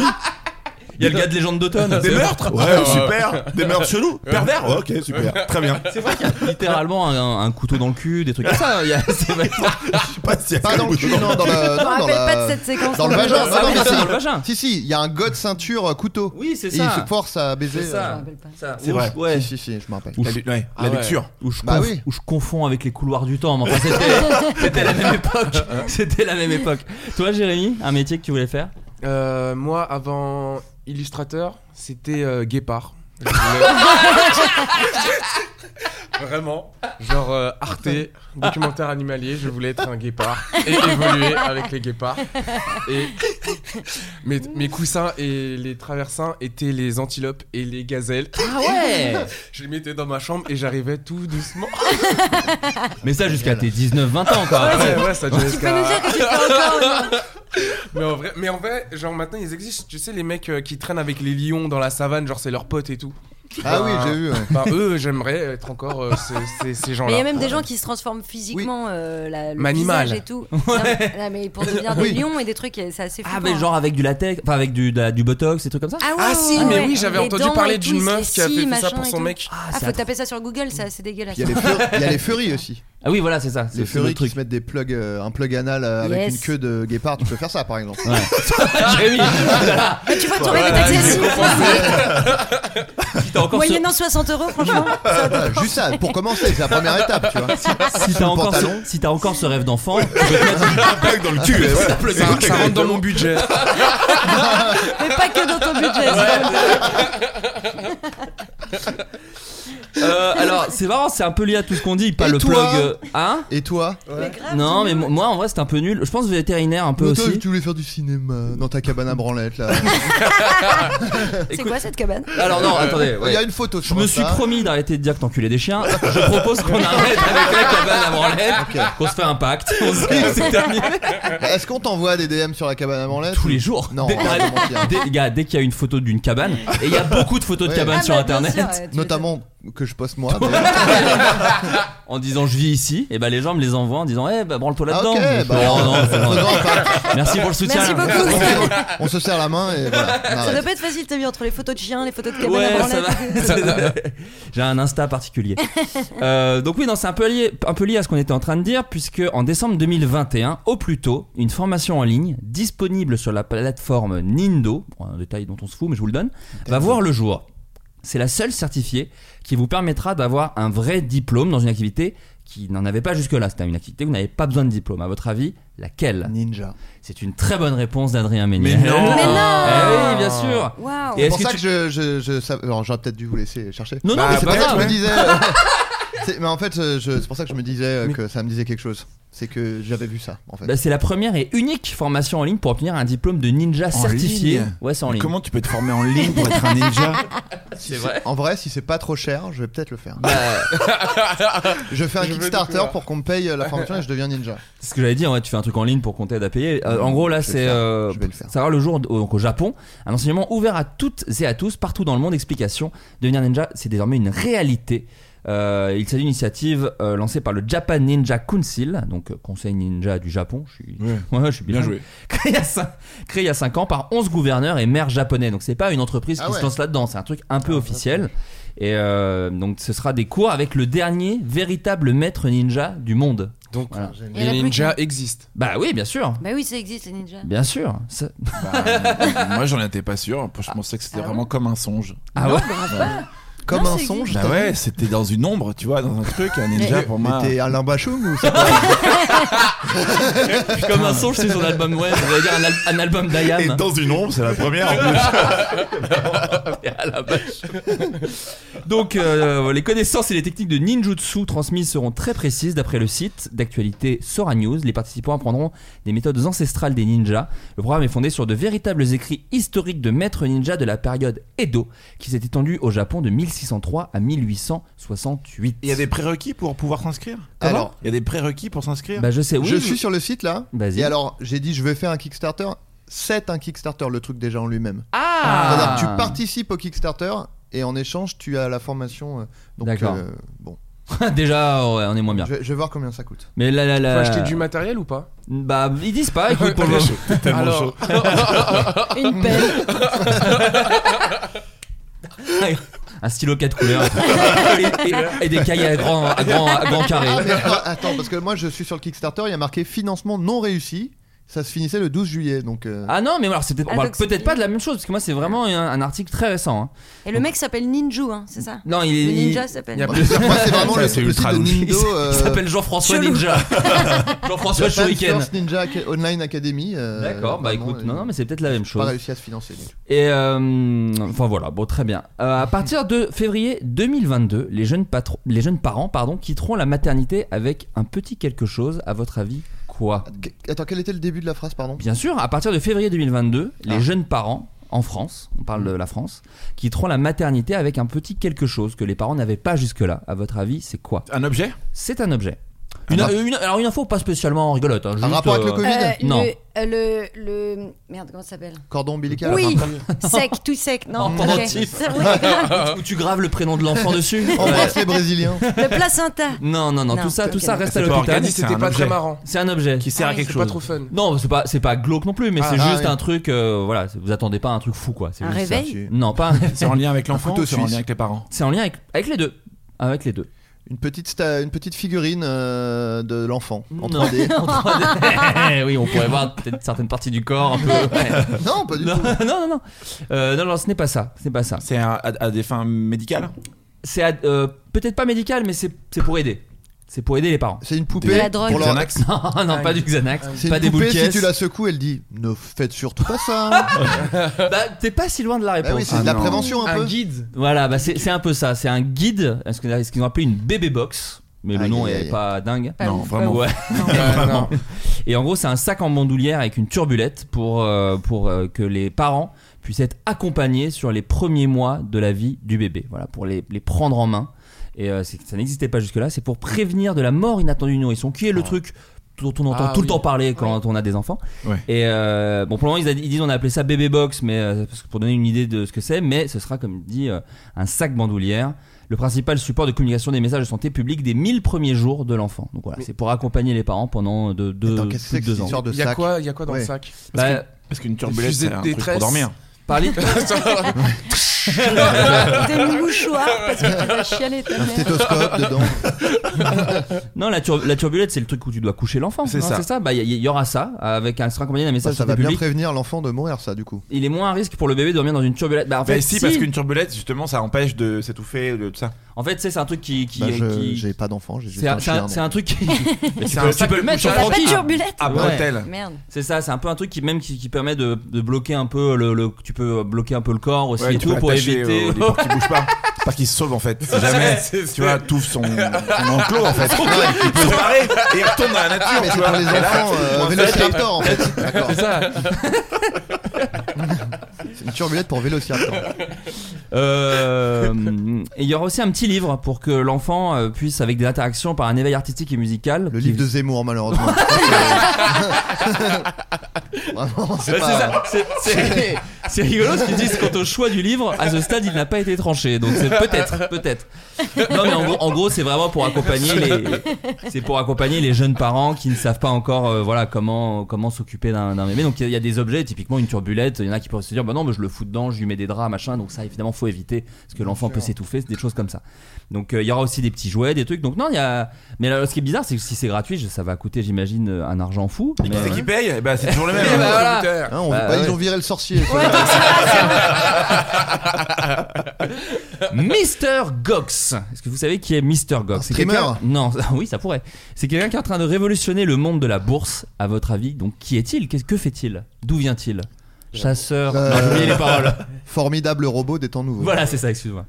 Il y a le gars de Légende d'automne.
Des meurtres Ouais, super. Des meurtres chelous. Pervers Ouais, Ok, super. Très bien.
C'est vrai qu'il y a littéralement un, un couteau dans le cul, des trucs comme ça. hein. Il y a- c'est vrai.
*laughs* Je sais pas s'il y a
Pas dans le cul, non, dans la.
Je me
non, dans
rappelle
la-
pas de cette séquence.
Dans le
Je me
vagin,
Ah
non,
oui,
non,
c'est
mais
dans le vagin.
Si, si, il y a un god ceinture euh, couteau.
Oui, c'est
Et il
ça.
se force à baiser.
C'est ça.
euh,
rappelle pas.
Ça,
C'est
ou-
vrai.
Ouais.
Si, si, si, je me rappelle.
La, lu- ouais,
Ah
la lecture.
Ou je,
Bah
conf-
oui.
ou je confonds avec les couloirs du temps. mais enfin,
*laughs*
c'était, c'était la même époque.
Euh,
C'était la même époque. Toi, Jérémy, un métier que tu voulais faire
Euh, moi, avant illustrateur, c'était euh, guépard. Je voulais- *laughs*
*laughs*
Vraiment, genre euh, Arte, documentaire animalier, je voulais être un guépard et évoluer avec les guépards. Et mes, mes coussins et les traversins étaient les antilopes et les gazelles.
Ah ouais
*laughs* Je les mettais dans ma chambre et j'arrivais tout doucement.
Mais ça, jusqu'à tes 19-20 ans, quoi. Après.
Ouais, ouais, ça durait
Tu peux nous
jusqu'à-
dire que tu fais encore
*laughs*
aujourd'hui
Mais en vrai, mais en vrai, genre maintenant ils existent. Tu sais les mecs euh, qui traînent avec les lions dans la savane, genre c'est leurs potes et tout.
Ah oui,
Ben,
j'ai vu. ouais.
ben, eux, j'aimerais être encore euh, ces- ces, ces gens-là.
Mais il y a même des gens qui se transforment physiquement, euh, la, le
Manimal.
visage et tout. Non, mais- non, mais pour devenir des
Oui.
lions et des trucs, c'est assez fou.
Ah, mais genre avec du latex, enfin avec du, de la- du botox, des trucs comme ça
Ah, ouais,
Ah
ouais,
si,
ouais,
mais
ouais.
oui, j'avais
Les
entendu
dents
parler
et tout,
d'une
il se
meuf qui a
scie,
fait ça
machin
pour
et
son
tout.
mec.
Ah,
c'est
faut
attra-
taper ça sur Google, ça, c'est dégueulasse.
Il
*laughs*
y a les fur- il y a les furies aussi.
Ah oui, voilà, c'est ça.
Les
C'est, c'est le
furies qui
truc.
se mettent des plugs, euh, un plug anal euh, avec
Yes.
une queue de guépard. Tu peux faire ça par exemple.
Jérémy,
Ah, tu vois, ton rêve est
Voilà,
accessible.
si t'as encore ce-
Moyennant 60 euros,
*laughs*
franchement. ça va.
Voilà, Euh, juste ça, pour
*laughs*
commencer, c'est la première étape, tu vois.
si t'as
le
encore ce-
pantalon.
si t'as encore ce rêve d'enfant, tu peux te
*laughs*
mettre
Un plug dans le cul. ouais.
un plug
Ça, ça rentre dans mon budget.
Mais pas que dans ton budget.
Euh, alors, c'est marrant, c'est un peu lié à tout ce qu'on dit, pas
Et
le
toi
plug. euh, Hein
Et toi
Non, mais mo- moi en vrai, c'est un peu nul. Je pense vétérinaire un peu
Mais toi,
aussi.
tu voulais faire du cinéma *laughs* dans ta cabane à branlette là.
C'est
Écoute-
quoi cette cabane
Alors, non,
Euh,
attendez.
Il y
ouais.
a une photo.
Je me suis
promis
promis d'arrêter de dire que t'enculais des chiens. Je propose qu'on arrête avec la cabane à branlette, qu'on se fait un pacte. On se dit que c'est terminé.
Est-ce qu'on t'envoie des DM sur la cabane à branlette
Tous les jours.
Non,
Dès-
on va pas mentir.
Dès, gars, dès qu'il y a une photo d'une cabane, et il y a beaucoup de photos de
Ouais.
cabanes
Ah,
sur
bah, bien
internet,
sûr, ouais, tu
Notamment que je poste moi. d'ailleurs.
en disant je vis ici, et bah les gens me les envoient en disant eh bah branle-toi
Ah,
là-dedans.
ok,
Je fais,
bah,
Oh, non, c'est bon.
faisons un pacte.
Merci pour le soutien.
Merci beaucoup.
On se- On se serre la main et
*laughs*
voilà. on
Ça doit
arrête.
pas être facile, t'as vu, entre les photos de chiens, les photos de cabane à
Ouais, ça
branlette.
va. *laughs* C'est- J'ai un Insta particulier.
*laughs*
*laughs* Euh, donc oui, non, c'est un peu lié, un peu lié à ce qu'on était en train de dire, puisque en décembre 2021, au plus tôt, une formation en ligne disponible sur la plateforme Nindo, bon, un détail dont on se fout, mais je vous le donne, va voir le jour. C'est la seule certifiée qui vous permettra d'avoir un vrai diplôme dans une activité qui n'en avait pas jusque-là. C'était une activité où vous n'avez pas besoin de diplôme. À votre avis, laquelle
Ninja.
C'est une très bonne réponse d'Adrien Méniel.
Mais non.
Mais non.
Eh oui, bien sûr
Waouh.
Et-
C'est
Est-ce
pour
que
ça
tu-
que je. je, je sav- Alors, j'aurais peut-être dû vous laisser chercher.
Non, non,
Bah,
mais c'est
bah,
pas
je
grave. hein.
me disais. euh,
*laughs*
c'est- mais en fait, euh, je- c'est pour ça que je me disais euh, que ça me disait quelque chose. C'est que j'avais vu ça, en fait.
Bah, c'est la première et unique formation en ligne pour obtenir un diplôme de ninja certifié.
ligne
ouais, c'est en ligne.
Comment tu peux te former en ligne pour être un ninja
Si c'est- En vrai, si c'est pas trop cher, je vais peut-être le faire.
Bah,
Je fais un
Je veux
Kickstarter
découvrir.
pour qu'on me paye euh, la formation et je deviens
*laughs*
ninja.
c'est ce que j'allais dire, ouais, tu fais un truc en ligne pour qu'on t'aide à payer. Euh, en gros, là,
Je vais le
c'est.
faire.
euh,
Je vais le faire.
Ça va le jour au- donc, au Japon. Un enseignement ouvert à toutes et à tous, partout dans le monde. Explication devenir ninja, c'est désormais une réalité. Euh, il s'agit d'une initiative euh, lancée par le Japan Ninja Council, donc euh, Conseil Ninja du Japon. Je
*laughs*
suis,
Ouais.
je suis
Bien
bilingue.
joué.
*laughs* Créé il y a cin- créé il y a 5 ans par 11 gouverneurs et maires japonais. Donc c'est pas une entreprise
Ah
qui
ouais.
se lance là-dedans, c'est un truc un peu officiel. Et euh, donc ce sera des cours avec le dernier véritable maître ninja du monde.
Donc
Il y en a
les
plus ninjas
ninjas existent. Bah oui,
*laughs*
bien sûr.
Bah oui, ça existe les ninjas.
Bien sûr. Ça-
Bah, euh, Moi, j'en étais pas sûr. Je pensais que c'était vraiment comme un songe.
Ah ouais
Comme
Non,
un
ça
songe
Bah
t'as
ouais,
dit
c'était dans une ombre, tu vois, dans un truc, un ninja
Mais-
pour
mais
moi.
t'es Alain Bachung ou c'est
*laughs*
pas
Comme un songe, c'est son album, ouais, j'allais dire un, al- un album d'Ayam.
Et dans une ombre, c'est la première en
*laughs*
plus.
Et à Ah,
*laughs*
la vache. Donc, euh, les connaissances et les techniques de ninjutsu transmises seront très précises d'après le site d'actualité Sora News. Les participants apprendront des méthodes ancestrales des ninjas. Le programme est fondé sur de véritables écrits historiques de maîtres ninjas de la période Edo, qui s'est étendue au Japon de 1603 à 1868.
Il y a des prérequis pour pouvoir s'inscrire
Alors,
Il y a des prérequis pour s'inscrire
Bah, je sais, oui.
je suis sur le site là.
Vas-y.
Et alors, j'ai dit, je vais faire un Kickstarter. C'est un Kickstarter, le truc déjà en lui-même.
Ah
C'est-à-dire, tu participes au Kickstarter et en échange, tu as la formation. euh, Donc,
D'accord.
euh, bon,
*laughs* Déjà, ouais, on est moins bien.
je, vais- je vais voir combien ça coûte.
Mais là, là,
Faut
là.
acheter du matériel ou pas
Bah, ils disent pas, écoute, pour le
*laughs*
moment.
tellement
Alors, *laughs*
chaud.
Une pelle.
*laughs* un stylo 4 couleurs et, euh, et- et des cahiers à grand, à grand, à grand carré.
Ah, mais attends, attends, parce que moi, je suis sur le Kickstarter, il y a marqué financement non réussi. Ça se finissait le 12 juillet, donc. euh,
Ah non, mais alors c'est peut-être
Ah,
bah,
donc c'est-
peut-être pas de la même chose parce que moi c'est vraiment un, un article très récent. hein.
Et le mec s'appelle Ninju, hein, c'est ça
Non, il
Le
il-
ninja s'appelle.
il y a-
Moi, c'est vraiment
Ça,
le,
c'est
le site
ultra
de
louche.
il s-
Nindo.
il
euh,
s'appelle Jean-François Ninja. Jean-François
Japan
Shuriken.
First Ninja Ac- Online Academy. euh,
D'accord, bah
vraiment,
écoute,
euh,
non, non, mais c'est peut-être la même
Pas
chose.
réussi à se financer. donc.
Et euh, enfin voilà, bon très bien. Euh, à partir de février 2022, les jeunes, patro- les jeunes parents pardon, quitteront la maternité avec un petit quelque chose. À votre avis, quoi
Qu- Attends, quel était le début de la phrase, pardon
Bien sûr, à partir de février 2022,
Ah.
les jeunes parents en France, on parle de la France, quitteront la maternité avec un petit quelque chose que les parents n'avaient pas jusque-là. À votre avis, c'est quoi
Un objet
C'est un objet. Une, euh,
rap-
une- alors une info pas spécialement rigolote. hein,
Un
juste,
rapport avec le
euh,
Covid
Euh,
Non.
Le, euh, le, le- Merde, comment ça
*laughs*
s'appelle
Cordon ombilical
Oui Sec, tout sec, non
Oh,
ok. *laughs*
mentif.
C'est vrai.
*laughs* Où tu graves le prénom de l'enfant dessus Ouais.
Embrasse les Brésiliens.
Le placenta
Non, non, non,
Non,
tout ça,
ok,
tout ça
non. Ah
reste à
C'est pas
l'hôpital.
organisé,
Vas-y, c'était
un
pas
objet.
très marrant.
C'est un objet.
Qui sert à quelque
C'est pas trop
chose.
fun.
Non, c'est pas, c'est pas glauque non plus, mais
Ah,
c'est
ah,
juste
oui.
un truc. euh, voilà, c'est- vous attendez pas un truc fou quoi. c'est
Un
juste ça.
réveil
Non, pas. un-
C'est en lien avec l'enfant
couteau
ou c'est en
suisse.
lien avec les parents
C'est en lien avec, avec les deux. Avec les deux.
Une petite, sta- une petite figurine euh, de l'enfant en
Non.
3D.
*laughs*
*laughs* En
Eh
3D. *laughs* oui, on pourrait voir peut-être certaines parties du corps un peu. ouais.
non, pas du
Non,
tout.
*laughs* non, non, non. Euh, non, non, ce n'est pas ça. C'est pas ça.
C'est un- à, à des fins médicales
C'est à- euh, peut-être pas médical, mais c'est c'est pour aider. C'est pour aider les parents.
C'est une
De
*laughs* poupée.
la drogue.
pour leur- Ah
Xanax
*laughs* Non, non, pas du Xanax,
C'est
pas
une
des boules
poupée, si
de *laughs*
tu la secoues, elle dit Ne faites surtout pas ça. hein.
Bah, t'es pas si *laughs* loin de la réponse.
bah oui, c'est de la
Ah non.
prévention un peu.
Un guide
Voilà, bah c'est c'est un peu ça. C'est un guide, ce que- ce qu'ils ont appelé une bébé box, mais le
Aïe,
nom
aïe,
est
aïe.
pas dingue.
Pas
Non,
ouf,
vraiment.
pas ouf.
Ouais. *laughs*
Ouais, non.
Et en gros, c'est un sac en bandoulière avec une turbulette pour, euh, pour euh, que les parents puissent être accompagnés sur les premiers mois de la vie du bébé. Voilà, pour les, les prendre en main. Et euh, c'est- ça n'existait pas jusque-là. C'est pour prévenir de la mort inattendue du nourrisson, qui est le truc dont on entend
Ah
tout le
oui.
temps parler quand on a des enfants.
Ouais.
Et euh, bon, pour le moment, ils, a- ils disent on a appelé ça bébé box, mais euh, parce que pour donner une idée de ce que c'est, mais ce sera comme dit euh, un sac bandoulière. Le principal support de communication des messages de santé publique des 1000 premiers jours de l'enfant. Donc voilà, c'est pour accompagner les parents pendant euh, de, de,
Attends,
plus
qu'est-ce que c'est
de
que
deux
cette
ans.
histoire de
Il y a
sac
quoi, il y a quoi dans
Ouais.
le sac
Bah,
Parce qu'une turbulette,
fusées
c'est
de
un truc pour
détresse.
dormir. *laughs*
parler-
*laughs*
Des
*laughs*
mouchoirs parce que tu vas chialer ta
Un
mère.
stéthoscope
*laughs*
dedans.
non, la, tur- la turbulette, c'est le truc où tu dois coucher l'enfant.
C'est
non,
ça.
C'est ça. Bah, il y, il y aura ça avec un sera accompagné d'un
Ah, Ça,
message
Bah,
de
ça va
santé
bien
publique.
prévenir l'enfant de mourir, ça, du coup.
Il est moins à risque pour le bébé de dormir dans une turbulette. Bah, en fait,
Bah si, parce qu'une turbulette, justement, ça empêche de s'étouffer, de tout ça.
En fait, c'est c'est un truc qui, qui,
Bah, je-
qui-
J'ai pas d'enfant, j'ai juste
c'est
un
un, c'est un-
chien.
c'est un
donc. *laughs*
truc qui. Mais tu
un
peux, tu
sac
peux le mettre sur
Elle a pas de
Francky.
turbulette
À
Ouais.
bretelles.
Merde.
C'est ça, c'est un peu un truc qui même qui, qui permet de, de bloquer un peu le, le- tu peux bloquer un peu le corps aussi
Ouais,
et
tu
tout
peux
pour
l'attacher
éviter.
au-
*laughs*
Pour qu'il bouge pas. Pas qu'il se sauve en fait. Si jamais, tu vois, tout son, son
Ah, bah,
enclos en fait. Il peut se barrer et il retourne dans la
Ah,
nature.
mais
tu
c'est
vois.
pour les
Et là,
enfants, euh, Vélociraptor en fait. D'accord.
*laughs* C'est ça.
Une turbulette pour Vélociraptor.
Euh, et il y aura aussi un petit livre pour que l'enfant euh, puisse avec des interactions par un éveil artistique et musical.
Le
qui-
livre de Zemmour,
*laughs*
malheureusement. Vraiment, c'est
Ouais, c'est
pas.
ça, c'est- c'est- C'est rigolo ce qu'ils disent quant au choix du livre. À ce stade, il n'a pas été tranché. Donc
*laughs*
c'est peut-être, peut-être. Non, mais en gros, en gros, c'est vraiment pour accompagner les, c'est pour accompagner les jeunes parents qui ne savent pas encore, euh, voilà, comment, comment s'occuper d'un, d'un bébé. Donc il y a- il y, a des objets, typiquement une turbulette. Il y en a qui peuvent se dire, bah non, mais je le fous dedans, je lui mets des draps, machin. Donc ça, évidemment, faut éviter parce que l'enfant peut s'étouffer, des choses comme ça. Donc euh, il y aura aussi des petits jouets, des trucs. Donc non, il y a. Mais là, ce qui est bizarre, c'est que si c'est gratuit, je- ça va coûter, j'imagine, euh, un argent fou. Mais
C'est qui paye Eh ben,
*laughs*
C'est toujours le même.
Eh ben, voilà.
Hein, on veut
Bah,
pas,
ouais.
Ils ont viré le sorcier.
*laughs* Mister Gox. Est-ce que vous savez qui est Mister Gox C'est
streamer
quelqu'un- Non, *laughs* oui, ça pourrait. C'est quelqu'un qui est en train de révolutionner le monde de la bourse. À votre avis, donc qui est-il Qu'est-ce que fait-il D'où vient-il Chasseur.
Euh,
Non, j'ai oublié les paroles.
Formidable robot des temps nouveaux.
Voilà, c'est ça. Excuse-moi.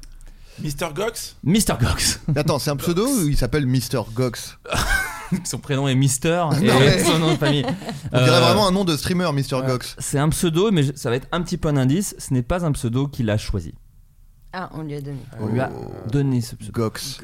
Mr. Gox
Mister Gox.
Mais Attends, c'est un pseudo ou il s'appelle Mr. Gox
*laughs* Son prénom est
*laughs*
Mister et
Non, mais-
son nom de famille.
*laughs* On dirait
Euh,
vraiment un nom de streamer, Mr. Gox.
C'est un pseudo, mais je- ça va être un petit peu un indice. Ce n'est pas un pseudo qu'il a choisi.
Ah, on lui a donné.
On lui a
Oh.
donné ce pseudo.
Gox.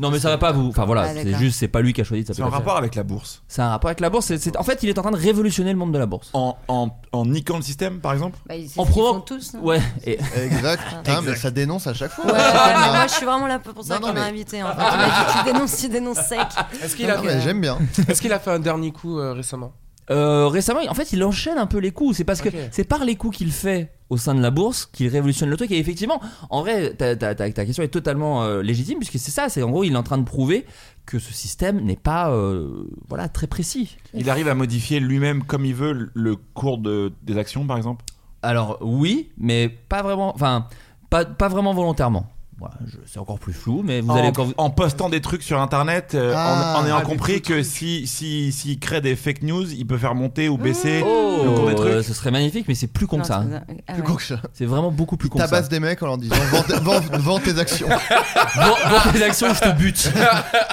Non, mais ça va pas vous. Enfin
Ah,
voilà, c'est
d'accord.
juste, c'est pas lui qui a choisi. de
C'est en
s'appeler comme ça.
rapport avec la bourse.
C'est un rapport avec la bourse. c'est- c'est- En fait, il est en train de révolutionner le monde de la bourse.
En, en, en niquant le système, par exemple
Bah, ils- c'est
En
ce qu'ils
provoque-
font tous. non *laughs*
Ouais. et-
Exact. Putain, Ah, mais ça dénonce à chaque fois.
Ouais, mais moi je suis vraiment là pour ça
Non,
qu'on
non,
m'a
mais-
invité. En fait. On m'a dit, tu dénonces, tu dénonces sec.
Est-ce qu'il a,
Non, mais Ah J'aime bien.
hein est-ce qu'il a fait un dernier coup euh, récemment
Euh, récemment, en fait, il enchaîne un peu les coups. C'est parce que
Ok.
c'est par les coups qu'il fait au sein de la bourse qu'il révolutionne le truc. Et effectivement, en vrai, ta, ta- ta- ta question est totalement euh, légitime puisque c'est ça. C'est en gros, il est en train de prouver que ce système n'est pas, euh, voilà, très précis.
Il arrive à modifier lui-même comme il veut le cours de, des actions, par exemple
Alors oui, mais pas vraiment. Enfin, pas, pas vraiment volontairement. Voilà, je- c'est encore plus flou, mais vous
en,
allez quand vous-
en postant des trucs sur internet, euh, en-
Ah.
en, ayant
Ah, des
compris
faux
que
trucs.
s'il si, si, s'il crée des fake news, il peut faire monter ou baisser
Mmh.
Oh,
le cours des trucs.
euh, ce serait magnifique, mais c'est plus con
Non,
que ça. hein.
c'est- ah
Plus
ouais.
con que ça.
C'est vraiment beaucoup plus con que ça.
Tabasse des mecs en leur disant vends, vends- vends tes actions.
*laughs* Vends vends *laughs* tes Ah, actions ou je te bute.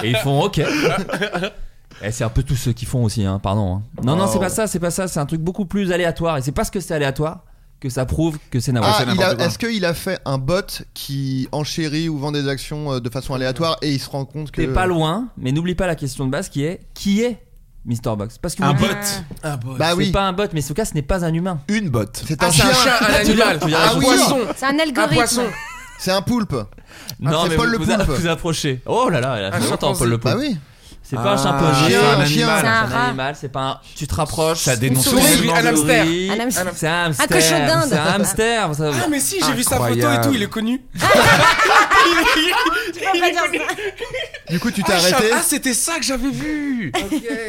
Et ils font ok. Et Eh, c'est un peu tous ceux qui font aussi, hein, pardon. hein. Non, non,
Oh.
c'est pas ça, c'est pas ça, c'est un truc beaucoup plus aléatoire. Et c'est parce que c'est aléatoire que ça prouve que c'est
Ah,
navrant.
il a- Est-ce qu'il a fait un bot qui enchérit ou vend des actions euh, de façon
Mmh.
aléatoire et il se rend compte que.
T'es pas loin, mais n'oublie pas la question de base qui est qui est Mr. Box Parce que
Un
vous-
bot
Un bot.
Bah
c'est
oui,
pas un bot, mais ce cas, ce n'est pas un humain.
Une botte.
c'est un Ah,
Ah, c'est
chien,
un chien, un animal.
Tu viens
Un
de-
poisson.
C'est un
Un
algorithme.
poisson.
c'est un poulpe.
non,
c'est
mais
Paul
vous,
le
vous, a-
Poulpe.
vous approchez. Oh là là, elle a fait
Un
longtemps, Paul le Poulpe.
Bah oui,
C'est pas un
Ah,
chimpanzé,
c'est
c'est un
un chien.
animal.
C'est un
C'est
rat.
animal, c'est pas un. Tu te rapproches.
Ça dénonce
Une souris,
tellement de
souris.
Un hamster.
C'est un hamster.
Un cochon d'Inde.
C'est un hamster. ça-
Ah mais si, j'ai vu sa photo et
Incroyable.
tout, il est connu.
Tu peux pas dire ça.
du coup tu t'es
Ah, je savais-
arrêté.
Ah, c'était ça que j'avais vu.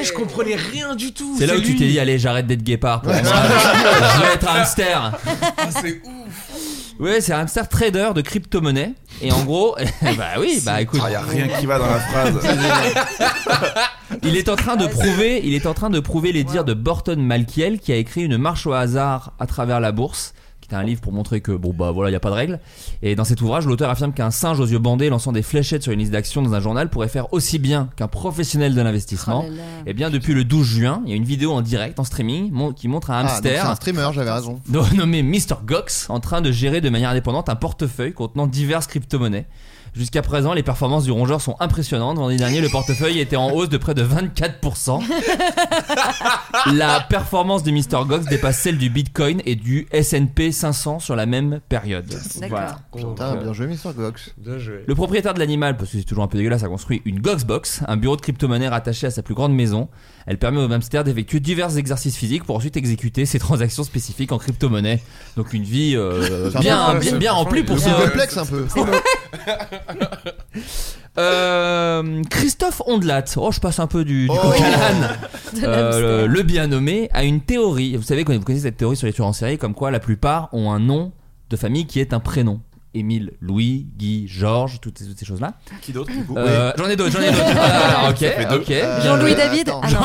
Je comprenais rien du tout.
C'est là où tu
lui.
t'es dit, allez, j'arrête d'être guépard. Pour moi.
*laughs*
je vais être un hamster.
Ah, c'est ouf.
Ouais, c'est un hamster trader de crypto-monnaie. Et en gros, *laughs* bah oui, bah écoute,
Il Ah, y a rien qui va dans la phrase.
*laughs* il est en train de prouver, il est en train de prouver les dires de Burton Malkiel qui a écrit une marche au hasard à travers la bourse. qui est Un livre pour montrer que bon bah voilà il y a pas de règle et dans cet ouvrage l'auteur affirme qu'un singe aux yeux bandés lançant des fléchettes sur une liste d'actions dans un journal pourrait faire aussi bien qu'un professionnel de l'investissement
Oh là là.
et bien depuis le 12 juin il y a une vidéo en direct en streaming mon- qui montre un
Ah, donc c'est
hamster
un streamer, j'avais raison.
dont- *laughs* nommé Mr. Gox, en train de gérer de manière indépendante un portefeuille contenant diverses crypto-monnaies. Jusqu'à présent, les performances du rongeur sont impressionnantes. Vendredi dernier, le portefeuille était en hausse de près de 24%.
Ah.
*laughs*
La performance de Mr. Gox dépasse celle du Bitcoin et du S&P 500 sur la même période.
D'accord.
Putain, bien joué Mr. Gox.
Bien joué.
Le propriétaire de l'animal, parce que c'est toujours un peu dégueulasse, a construit une Goxbox, un bureau de crypto-monnaie rattaché à sa plus grande maison. Elle permet au hamster d'effectuer divers exercices physiques pour ensuite exécuter ses transactions spécifiques en crypto-monnaie. Donc une vie euh,
C'est un
bien,
peu-
bien,
c'est-
bien remplie pour
c'est-
ce.
Ouais, ouais,
complexe un peu.
Euh, Christophe Ondelat, oh je passe un peu du, du
Oh.
coq à l'âne.
*laughs*
De
Euh,
l'hamster.
le bien nommé a une théorie. Vous savez, vous connaissez cette théorie sur les tueurs en série, comme quoi la plupart ont un nom de famille qui est un prénom. Émile, Louis, Guy, Georges, toutes, ces- toutes ces choses-là.
qui d'autre, du coup
Euh, J'en ai d'autres, j'en ai
*laughs*
d'autres. Ah, ok, ok.
Euh,
Jean-Louis
euh,
David
attends.
Ah non,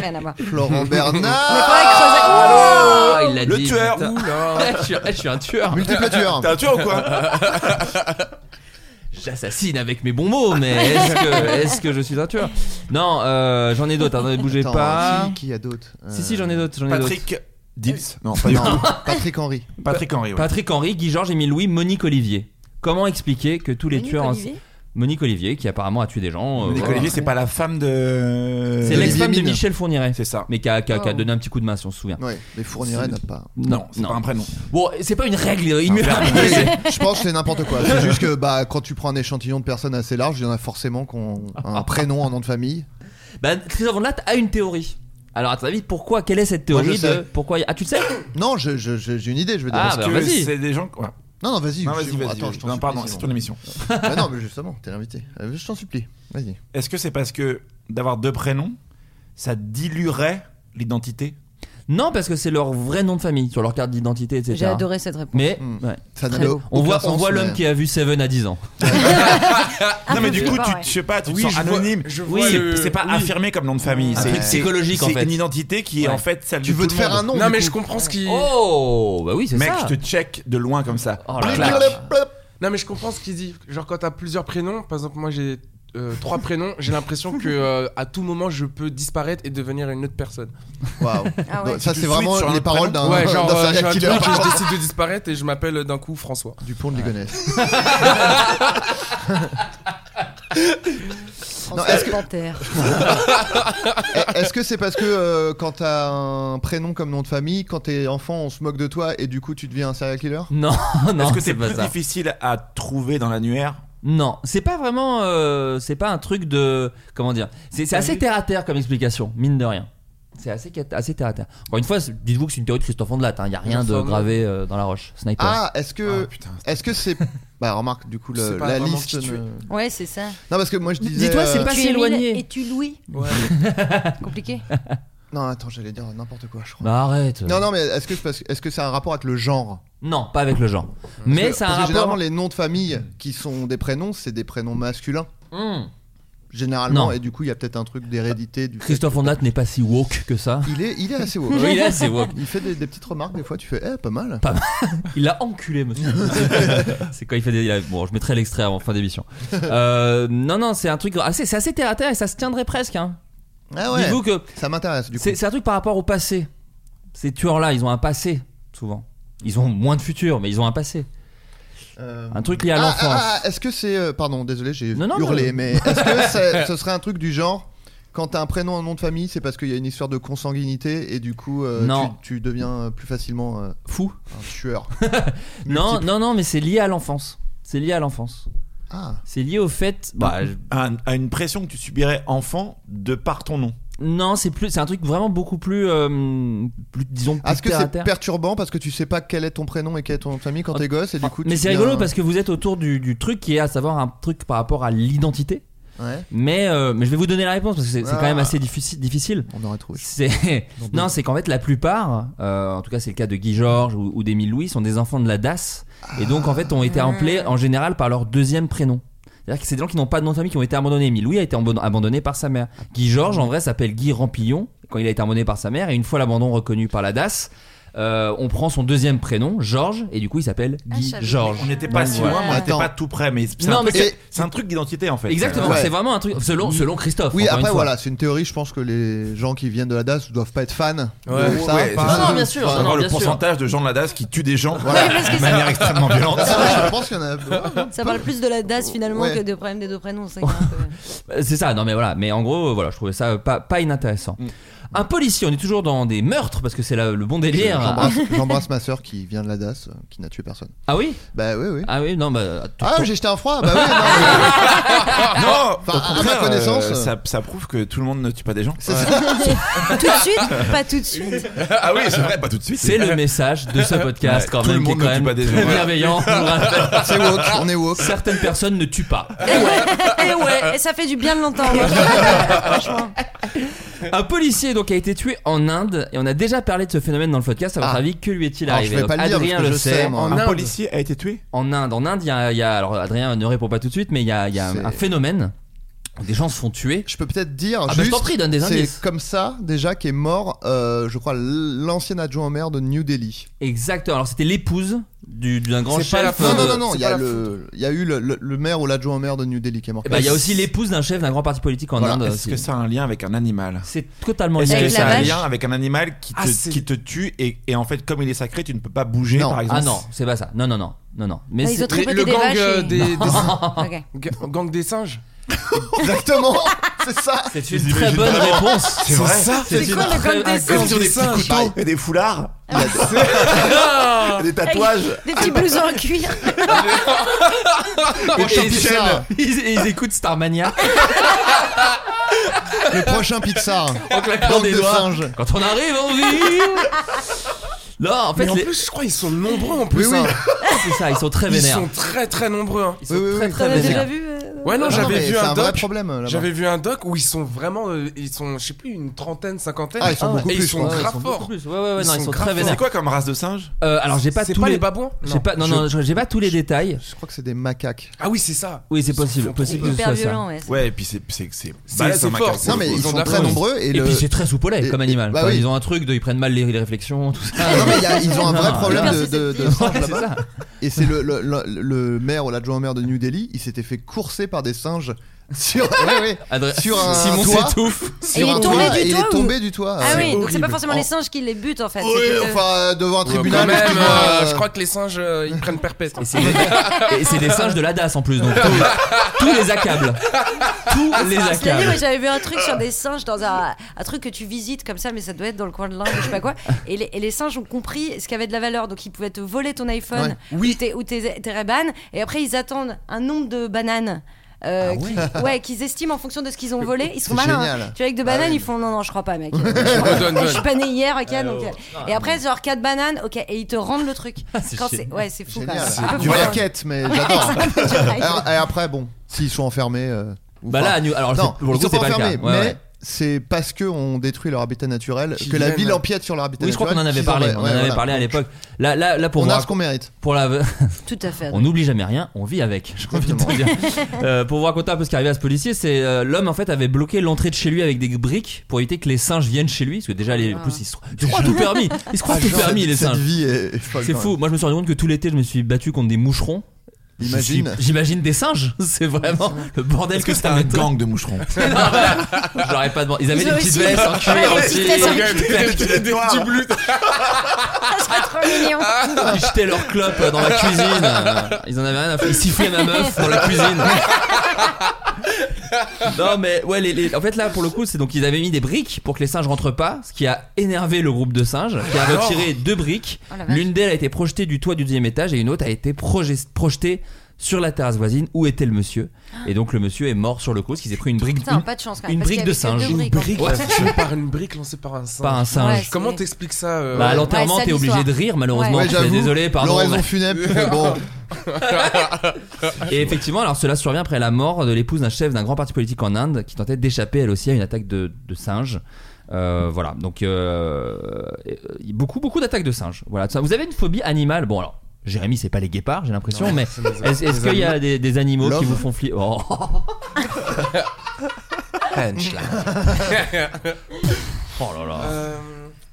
rien à voir.
Florent Bernard.
Faudrait creuser-
Ah, il l'a
Le
dit,
tueur.
putain. *laughs* je, suis, je suis un tueur.
Multiple tueur.
T'es un tueur ou quoi
J'assassine avec mes bons mots, mais
*laughs*
est-ce que, est-ce que je suis un tueur Non, euh, j'en ai d'autres. Attendez, bougez
Attends,
pas.
qui- Qui y a d'autres
Si
Euh,
si, j'en ai d'autres, j'en ai d'autres.
Patrick Dils *laughs* Non, pas du
Non,
tout.
Patrick Henry.
Patrick Henry, ouais.
Patrick Henry, Guy Georges, Émile Louis, Monique Olivier. Comment expliquer que tous les
Monique
tueurs en-
Olivier
Monique Olivier qui apparemment a tué des gens. euh,
Monique
voilà. Euh,
Olivier, c'est pas la femme de.
C'est l'ex-femme de
Mine.
Michel Fourniret.
C'est ça.
Mais qui a, qui a- qui a
Oh.
donné un petit coup de main, si on se souvient.
Ouais, mais Fourniret n'a pas.
Non,
c'est pas un prénom.
Bon, c'est pas une règle euh, immuable.
Je pense que c'est n'importe quoi. C'est juste que bah, quand tu prends un échantillon de personnes assez large, il y en a forcément qui ont un prénom, un nom de famille.
Bah, Christophe Van Latte a une théorie. Alors, à ton avis, pourquoi Quelle est cette théorie
Moi, je sais.
de pourquoi Ah, tu le sais
Non, je- je- je- j'ai une idée, je veux dire.
Ah,
Parce
bah,
que
vas-y.
C'est des gens. ouais.
Non, non, vas-y.
Non,
je-
vas-y, vas-y,
attends,
vas-y.
je t'en
Non,
supplie,
pardon,
sinon.
c'est ton émission.
Bah non, mais justement, t'es l'invité. Euh, Je t'en supplie. Vas-y.
Est-ce que c'est parce que d'avoir deux prénoms, ça diluerait l'identité
Non, parce que c'est leur vrai nom de famille sur leur carte d'identité, etc.
J'ai adoré cette réponse.
Mais
Mm.
Hmm.
ouais.
Ça
Très-
n'avait
on
aucun
voit, on
sens,
voit l'homme
mais-
qui a vu Seven à 10 ans. *laughs*
Non, mais du
je
coup,
sais
tu,
pas, ouais.
je sais pas, tu te
Oui,
sens
je vois-
anonyme.
je
Oui,
vois
c'est-
le-
c'est pas
oui.
affirmé comme nom de famille.
Un
C'est
truc
c'est-
psychologique, en
C'est
fait.
une identité qui est
Ouais.
en fait celle
Tu
de
veux te
tout le
faire
monde.
un nom
Non,
du
mais
coup.
je comprends ce qui.
Oh, bah oui, c'est
Mec,
ça.
je te check de loin comme ça.
Oh là
Clac.
là.
Non, mais je comprends ce qu'il dit. Genre, quand t'as plusieurs prénoms, par exemple, moi j'ai euh, trois prénoms, j'ai l'impression que euh, à tout moment je peux disparaître et devenir une autre personne. *laughs*
Waouh.
Ah ouais.
Donc, Ça,
Tu
c'est
switches
vraiment
sur un
les
autre
paroles d'un
prénom
ouais, genre,
d'un
euh, j'ai
serial
un truc
killer.
et je décide de disparaître et je m'appelle euh, d'un coup François.
Du pont de Ligonnès.
François Panthère.
Eh, *laughs* Est-ce que c'est parce que euh, quand t'as un prénom comme nom de famille, quand t'es enfant, on se moque de toi et du coup tu deviens un serial killer
Non, non,
Est-ce que c'est
c'est pas
plus
ça.
difficile à trouver dans l'annuaire
Non, c'est pas vraiment. euh, c'est pas un truc de. Comment dire C'est c'est assez terre à terre comme explication, mine de rien. C'est assez, cat- assez terre à terre. Encore une fois, c'est- dites-vous que c'est une théorie de Christophe Andelat. Il n'y a rien de
Christophe
gravé euh, dans la roche. Sniper.
Ah, est-ce que
Ah, putain.
est-ce
*laughs*
que c'est bah remarque du coup le-
C'est pas
la
vraiment
liste
qui tu
ne-
es.
Non
Ouais, c'est ça.
parce que moi je disais
Dis-toi, c'est
euh,
pas
tu
si
es Mille
éloigné.
et tu Louis.
Ouais.
*laughs* Compliqué.
Non, attends, j'allais dire n'importe quoi, je crois.
Bah arrête.
Non non, mais est-ce que c'est parce- est-ce que c'est un rapport avec le genre
Non, pas avec le genre. Mais
Parce
c'est un
que généralement
rapport.
les noms de famille qui sont des prénoms, c'est des prénoms masculins
Hmm.
généralement
Non.
et du coup, il y a peut-être un truc d'hérédité du fait
Christophe
que-
Ondat n'est pas si woke que ça.
Il est il est assez woke.
*laughs* Oui, là, c'est woke.
Il fait des, des petites remarques des fois, tu fais eh pas mal.
Il l'a enculé, monsieur.
*laughs*
c'est quoi il fait des. il a- Bon, je mettrai l'extrait en fin d'émission. Euh, non, non, c'est un truc. assez- *laughs* C'est assez terre à terre et ça se tiendrait presque. Hein.
Ah ouais.
Dites-vous que
Ça m'intéresse du coup.
C'est c'est un truc par rapport au passé. Ces tueurs-là, ils ont un passé, souvent. Ils ont moins de futur, mais ils ont un passé.
Euh,
Un truc lié à
Ah,
l'enfance.
ah, ah, est-ce que c'est. euh, pardon, désolé, j'ai
Non, non,
hurlé,
non.
mais est-ce que c'est- ce serait un truc du genre. Quand t'as un prénom, un nom de famille, c'est parce qu'il y a une histoire de consanguinité et du coup, euh,
Non.
Tu, tu deviens euh, plus facilement euh,
Fou.
un tueur.
*laughs* Non,
Multiple.
non, non, mais c'est lié à l'enfance. C'est lié à l'enfance.
Ah,
C'est lié au fait. Bah, je-
à, à une pression que tu subirais enfant de par ton
Ah,
nom.
non, c'est plus. C'est un truc vraiment beaucoup plus, euh, plus disons, plus
Ah, est-ce que
terre à
c'est
terre. Ah,
perturbant parce que tu sais pas quel est ton prénom et quel est ton nom de famille quand t'es gosse et du coup. euh,
mais c'est rigolo parce que vous êtes autour du, du truc qui est à savoir un truc par rapport à l'identité.
que. Ouais,
Mais, euh, mais je vais vous donner la réponse parce que c'est c'est quand
Ah.
même assez difficile. difficile.
on aurait trouvé. *laughs*
C'est *laughs* non, c'est qu'en fait la plupart, euh, en tout cas c'est le cas de Guy Georges ou, ou d'Émile Louis, sont des enfants de la DAS et donc en fait ont été appelés en général par leur deuxième prénom. C'est-à-dire que c'est des gens qui n'ont pas de nom de famille qui ont été abandonnés. Émile Louis a été abandon- abandonné par sa mère. Guy Georges en vrai s'appelle Guy Rampillon quand il a été abandonné par sa mère et une fois l'abandon reconnu par la DAS. euh, on prend son deuxième prénom, Georges, et du coup il s'appelle
Ah, je
Guy
savais.
Georges.
On n'était pas si
Ouais.
loin, mais on n'était
Attends.
pas tout près. Mais c'est
Non,
un,
mais
truc- Mm.
c'est-
c'est un truc d'identité en fait.
Exactement,
Ouais.
c'est vraiment un truc. Selon, selon Christophe.
Oui,
encore une
après
fois.
voilà, c'est une théorie. Je pense que les gens qui viennent de la DAS doivent pas être fans.
Ouais.
de ça,
Ouais,
par-
c'est ça.
Non, non, bien sûr.
Faut
non,
savoir
non,
le
bien sûr.
pourcentage de gens de la DAS qui tuent
*laughs*
des gens de
ça-
manière extrêmement violente.
Je pense qu'il y en a.
Ça parle plus de la DAS finalement
Ouais.
que de problème des deux prénoms. c'est quand même un peu-
Euh, C'est ça, non mais voilà, mais en gros, euh, voilà, je trouvais ça euh, pas, pas inintéressant.
Mm.
Un policier, on est toujours dans des meurtres parce que c'est la- le bon délire. Ah, *laughs*
J'embrasse- *laughs* J'embrasse ma soeur qui vient de la DAS, euh, qui n'a tué personne.
ah oui
Bah oui, oui.
Ah oui, non, bah. tout-
Ah,
tout-
j'ai jeté un froid Bah oui, non, mais-
Non,
Enfin, à ma connaissance, euh,
ça, ça prouve que tout le monde ne tue pas des gens.
c'est ça.
*laughs*
*laughs*
tout de suite Pas tout de suite.
ah oui, c'est vrai, pas tout de suite.
c'est le message de
*laughs*
ce podcast
Ouais,
quand
tout
même
le monde
qui est quand
ne
même
tue pas des gens,
très
voilà.
bienveillant. on le
*laughs*
rappelle.
C'est woke, on est woke.
Certaines personnes ne tuent pas.
Et Eh ouais, et ça fait du bien de l'entendre.
Un policier donc a été tué en Inde et on a déjà parlé de ce phénomène dans le podcast. À votre
Ah.
avis, que lui est-il
Alors,
arrivé
je vais pas
Donc,
le dire,
Adrien
parce que
le
je
sait.
sais, moi.
En
Un
Inde.
policier a été tué
En Inde, en Inde, il y a, il y a- alors Adrien ne répond pas tout de suite, mais il y a, il y a
C'est-
un phénomène Des gens se font tuer.
Je peux peut-être dire.
Ah bah, je
juste,
t'en prie, donne des indices.
C'est comme ça, déjà, qu'est mort, euh, je crois, l'ancien adjoint au maire de New Delhi.
Exactement. Alors c'était l'épouse du- d'un grand
C'est pas
chef.
la
euh,
Non, non, non,
c'est
il y, a
pas la
le- il y a eu le, le- le maire ou l'adjoint au maire de New Delhi qui est mort.
Eh ben, il y a aussi l'épouse d'un chef d'un grand parti politique en
Voilà.
Inde.
Est-ce
aussi.
que ça a un lien avec un animal
C'est totalement
Est-ce
lié.
que
Avec la
ça a un
vache
lien avec un animal qui te,
Ah, c'est-
qui te tue et, et en fait, comme il est sacré, tu ne peux pas bouger,
Non.
par exemple
Ah non, c'est pas ça. Non, non, non. Non, non. Mais
Ah,
c'est-
ils ont trop
Le
pété des
gang
vaches.
euh,
et-
des, des-
*laughs* Ok.
ga- gang des singes.
Exactement, c'est ça.
*laughs* C'est
Ils
une très
imaginent
bonne
vraiment.
réponse.
C'est vrai
ça.
C'est quoi le gang des
Est-ce qu'ils
singes Ah.
ont des petits couteaux et des foulards Il y a
*laughs*
des- Des tatouages
Des petits blousons en cuir.
Le prochain
Et-
Pixar.
Ils, ils écoutent Starmania
Le prochain Pixar.
en claquant
Bande
des
de
doigts.
singes.
Quand on arrive, on vit. Non, en fait,
Mais en
les-
plus, je crois qu'ils sont nombreux en plus.
Oui, oui.
hein.
c'est ça. Ils sont très
Ils
vénères.
sont très très nombreux. hein.
Ils sont
Oui, oui,
très
oui.
très
T'en as déjà
vénères.
vu euh,
Ouais, non,
Ah
j'avais
mais
vu
c'est
un
un vrai
doc.
problème. là-bas.
J'avais vu un doc où ils sont vraiment, euh, ils sont, je sais plus, une trentaine, cinquantaine.
Ah, ils sont
Et
beaucoup plus,
Ils
je
sont
pense.
Ouais, ils sont
grave
beaucoup
forts.
plus. Ouais, ouais, ouais, non,
Ils
ils
sont
sont
grave
très
C'est
vénères.
quoi
*laughs*
comme race de singe
Euh, alors j'ai pas
C'est
tous
pas
les,
les babouins
j'ai pas non
Je-
non j'ai pas tous les détails.
Je crois que c'est des macaques.
Ah oui, c'est ça.
Oui c'est
Ils
possible
sont
possible
trop
que ce
Hyper
soit ça.
violent, ouais.
Ouais, et puis c'est c'est c'est
C'est-
Bah
balèze,
c'est
un macaque,
fort,
pour
c'est
Non,
le
mais
coup.
ils
Ils ont de
sont
la
très
force.
nombreux. Et,
Et,
le-
puis c'est très soupolé
et-
comme
et-
animal.
bah
quoi.
oui.
Ils ont un truc de ils prennent mal les, les réflexions tout ça.
Non, mais il y a- ils ont un vrai
Non,
problème
hyper
de, de,
susceptible.
de singes
Ouais, *laughs* c'est
là-bas.
ça.
Et c'est le, le, le, le maire ou l'adjoint au maire de New Delhi, il s'était fait courser par des singes sur, ouais, ouais,
Adrien-
*laughs* sur un
Simon
toit.
s'étouffe.
sur
il est
un
tombé
toit,
du
et il
toit
est
ou-
tombé du toit.
Ah
euh,
oui, donc c'est pas
horrible.
forcément les
En-
singes qui les butent en fait.
Oui,
c'est que-
enfin, euh, devant un
Quand
tribunal.
même,
excuse-moi,
euh,
euh,
je crois que les singes, euh, ils prennent perpète.
Et c'est des, et c'est des singes de la DAS en plus donc
Ah
tous, tous les accablent. Tous
Ah,
les
Cela dit,
accablent.
moi, j'avais vu un truc sur des singes dans un, un truc que tu visites comme ça, mais ça doit être dans le coin de l'Inde, je sais pas quoi. Et les, et les singes ont compris ce qui avait de la valeur, donc ils pouvaient te voler ton iPhone
Ouais.
ou tes, ou tes, tes Ray-Ban, et après ils attendent un nombre de bananes. euh, qui- ouais. qu'ils estiment en fonction de ce qu'ils ont volé, ils sont
Ah C'est
malins.
génial. Ah
hein. Tu vois, avec deux bananes,
oui.
ils font non, non, je crois pas,
*laughs*
mec.
donne,
je
donne.
suis pas né hier, ok. donc,
oh.
euh, et
Ah,
après, genre quatre bananes, ok, et ils te rendent le
*laughs*
truc.
Ah, c'est
Quand
génial.
Ouais, c'est fou quand
Génial.
même.
C'est
Un peu
du
fou, hein. *laughs*
racket, mais j'adore.
Ouais,
Et et après, bon, s'ils sont enfermés. euh, ou
Bah
pas.
là à New- alors
non,
c'est- pour le
ils
coup
sont
c'est
pas
pas le cas.
enfermés,
Ouais,
mais
ouais.
c'est parce qu'on détruit leur habitat naturel
Qu'ils
que la
viennent.
ville empiète sur leur habitat
euh, Oui, je crois
naturel.
qu'on en avait
qu'ils en-
parlé, on en
ouais,
avait
voilà.
parlé à l'époque. Là, là, là, pour
On
vous
a
rac-
ce qu'on mérite.
pour la,
Tout à fait.
*laughs* On n'oublie jamais rien, on vit avec. J'ai envie de te *laughs* dire.
*laughs*
Euh, pour vous raconter un peu ce qui est arrivé à ce policier, c'est euh, l'homme en fait avait bloqué l'entrée de chez lui avec des briques pour éviter que les singes viennent chez lui, parce que déjà
Ah.
les en plus ils se, ils se croient tout permis, ils se croient tout
Ah, Genre,
permis
cette-
les
Cette
singes.
vie est est folle,
C'est
quand
fou.
même.
Moi je me suis rendu compte que tout l'été je me suis battu contre des moucherons. Je
Imagine.
suis- J'imagine des singes. *laughs* C'est vraiment le
*laughs*
bordel
Est-ce que
que
c'était
ça
un
mettrait.
gang
*laughs*
de moucherons
Je leur ai pas demandé. Ils avaient
Ils
des
ont
petites
aussi-
vestes en cuir
Ouais, des
aussi.
petites vestes en
Des- des- des- des- des petits
*laughs*
bleus.
Ça serait trop mignon.
Ils jetaient leur clope euh, dans la cuisine. Euh, Ils en avaient rien à foutre. Ils sifflaient ma meuf dans la cuisine. Non mais ouais les- les- en fait là pour le coup c'est donc ils avaient mis des briques pour que les singes rentrent pas ce qui a énervé le groupe de singes qui a retiré deux briques
Oh la vache.
l'une d'elles a été projetée du toit du deuxième étage et une autre a été proje- projetée sur la terrasse voisine où était le monsieur et donc le monsieur est mort sur le coup parce qu'il s'est pris une brique
Putain,
une-
pas de chance quand
une
même. parce
brique
qu'il y
de
avait que
singe.
deux
Une
briques, en
brique,
fait.
ouais.
Lancé par une brique lancée par un singe.
pas un singe
Ouais,
Comment
c'est-
t'expliques ça euh,
bah à l'enterrement
Ouais, sale
t'es obligé
histoire.
de rire malheureusement
Ouais,
tu fais,
j'avoue,
désolé pardon
L'oraison
*laughs*
mais-
funèbre, mais bon.
Et effectivement, alors cela survient après la mort de l'épouse d'un chef d'un grand parti politique en Inde qui tentait d'échapper elle aussi à une attaque de, de singes. Euh, voilà, donc euh, euh, beaucoup beaucoup d'attaques de singes. Voilà, ça. vous avez une phobie animale. Bon alors, Jérémy, c'est pas les guépards, j'ai l'impression, mais est-ce est-ce qu'il y a des, des animaux qui
L'homme.
vous font flipper Oh. *laughs* Oh là là.
Euh,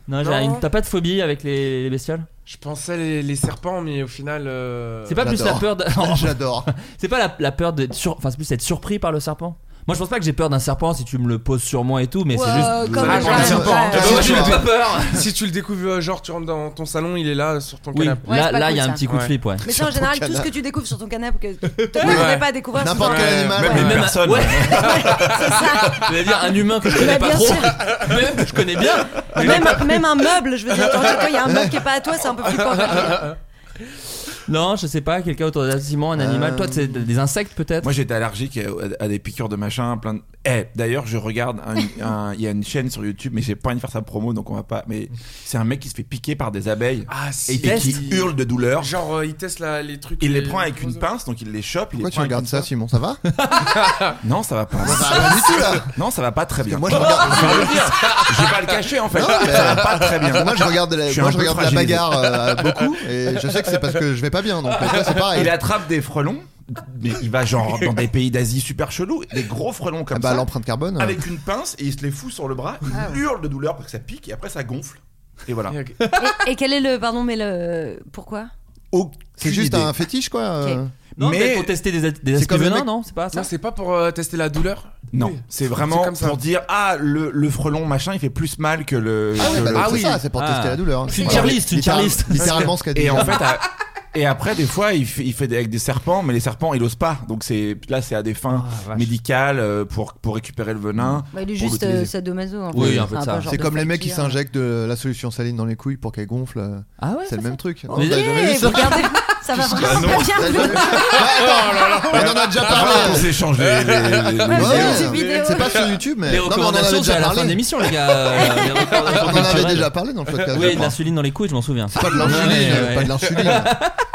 Non, Jérémy, t'as pas de phobie avec les, les bestioles
Je pensais les, les serpents, mais au final. euh,
C'est pas plus la
j'adore. *laughs*
*laughs* peur. De...
J'adore.
C'est pas la, la peur de sur... enfin c'est plus d'être surpris par le serpent. Moi je pense pas que j'ai peur d'un serpent si tu me le poses sur moi et tout mais c'est juste
Ouais, euh, comme
Ah,
les
quand
gens,
les serpents,
ouais.
hein.
Ah bah
Si
moi
tu
j'ai
le
pas peur.
*laughs*
Si tu le découvres, euh, genre tu rentres dans ton salon, il est là sur ton
Oui,
canapé.
Ouais,
là
c'est pas
là il
cool,
y a un
ça.
petit coup de
Ouais.
flip ouais.
Mais ça, en général, tout ce que tu découvres sur ton canapé, que tu ne
Ouais.
pas à découvrir sur
N'importe
ton
quel
Ouais.
animal.
Même une
Même un-
*laughs*
personne.
ouais.
C'est ça.
Je vais dire un humain que je connais
Bah,
pas
bien
trop. *laughs*
sûr.
Même que je connais bien. mais
Même, même un meuble, je veux dire, quand quand il y a un meuble qui est pas à toi, c'est un peu plus compliqué.
Non, je sais pas, quelqu'un autour d'un ciment, un animal,
Euh,
toi c'est des insectes peut-être
Moi j'étais allergique à, à des piqûres de machin, plein de. Eh, d'ailleurs, je regarde,
*laughs*
un- un- il y a une chaîne sur YouTube, mais j'ai pas envie de faire sa promo donc on va pas. Mais c'est un mec qui se fait piquer par des abeilles
Ah, si.
et, qui hurle de douleur.
Genre, euh, il teste la- les trucs.
Il les prend avec une pince, donc il les chope. il les
Euh, Pourquoi tu
prend avec
regardes
une
ça,
pince.
Simon Ça va
Non, ça va pas.
Pas du tout, là.
Non, ça va pas très bien.
Moi, je regarde.
Je vais le dire. Je vais pas le cacher en fait.
Non, mais- euh,
Ça va pas très bien.
Moi je regarde
Je
la,
suis
moi,
un
je
peu
regarde la
fragilisé.
bagarre euh, beaucoup et je sais que c'est parce que je vais pas bien donc euh, ça, c'est pareil.
Il attrape des frelons mais il va genre dans des pays d'Asie super chelous, des gros frelons comme
Ah bah,
ça.
l'empreinte carbone, ouais.
Avec une pince et il se les fout sur le bras, il
Ah ouais.
hurle de douleur parce que ça pique et après ça gonfle. Et voilà.
Et, et quel est le. Pardon, mais le. Pourquoi
C'est juste un fétiche quoi. euh.
Non, mais pour tester des, des
C'est comme le
aspivenins,
mec-
non C'est pas ça
Non, c'est pas pour euh, tester la douleur
Non,
Oui.
c'est vraiment
comme ça.
pour dire ah le, le frelon machin il fait plus mal que le.
Ah oui,
que
bah,
le-
donc c'est ça, c'est pour
Ah.
tester la douleur.
C'est une
Voilà.
tier list, une tier
Littéral-
list.
Littéralement ce qu'a dit.
Et en
Jean.
fait, à- et après, des fois, il fait, il fait des- avec des serpents, mais les serpents, il ose pas. Donc c'est là, c'est à des fins
Ah, vache.
médicales euh, pour pour récupérer le venin.
Bah, Il est
pour
juste
l'utiliser.
euh, sadomaso. en
Oui,
fait.
un peu de
Enfin,
ça.
pas genre
C'est
de
comme les mecs qui
fakir.
s'injectent de la solution saline dans les couilles pour qu'elles gonflent. euh,
Ah ouais
C'est le même truc. Non,
Mais-
t'as jamais vu
Eh,
ça
vous regardez, ça va
Ah, non.
vraiment pas bien.
T'as jamais vu- Ouais, attends, On en a déjà
Ah, on
parlé.
s'échange les- les- les-
Ouais,
Ouais,
j'ai vu
ouais,
cette
mais
vidéo.
C'est pas sur YouTube, mais
Les
non, mais on en avait
recommandations, c'est
déjà
à la fin de
parlé.
l'émission, les
*laughs*
gars. euh, les recommandations
On en avait
culturelles.
déjà parlé dans le podcast. je
Oui, de
crois.
l'insuline dans les couilles, je m'en souviens.
Pas de
Ouais,
l'insuline,
ouais.
pas de l'insuline.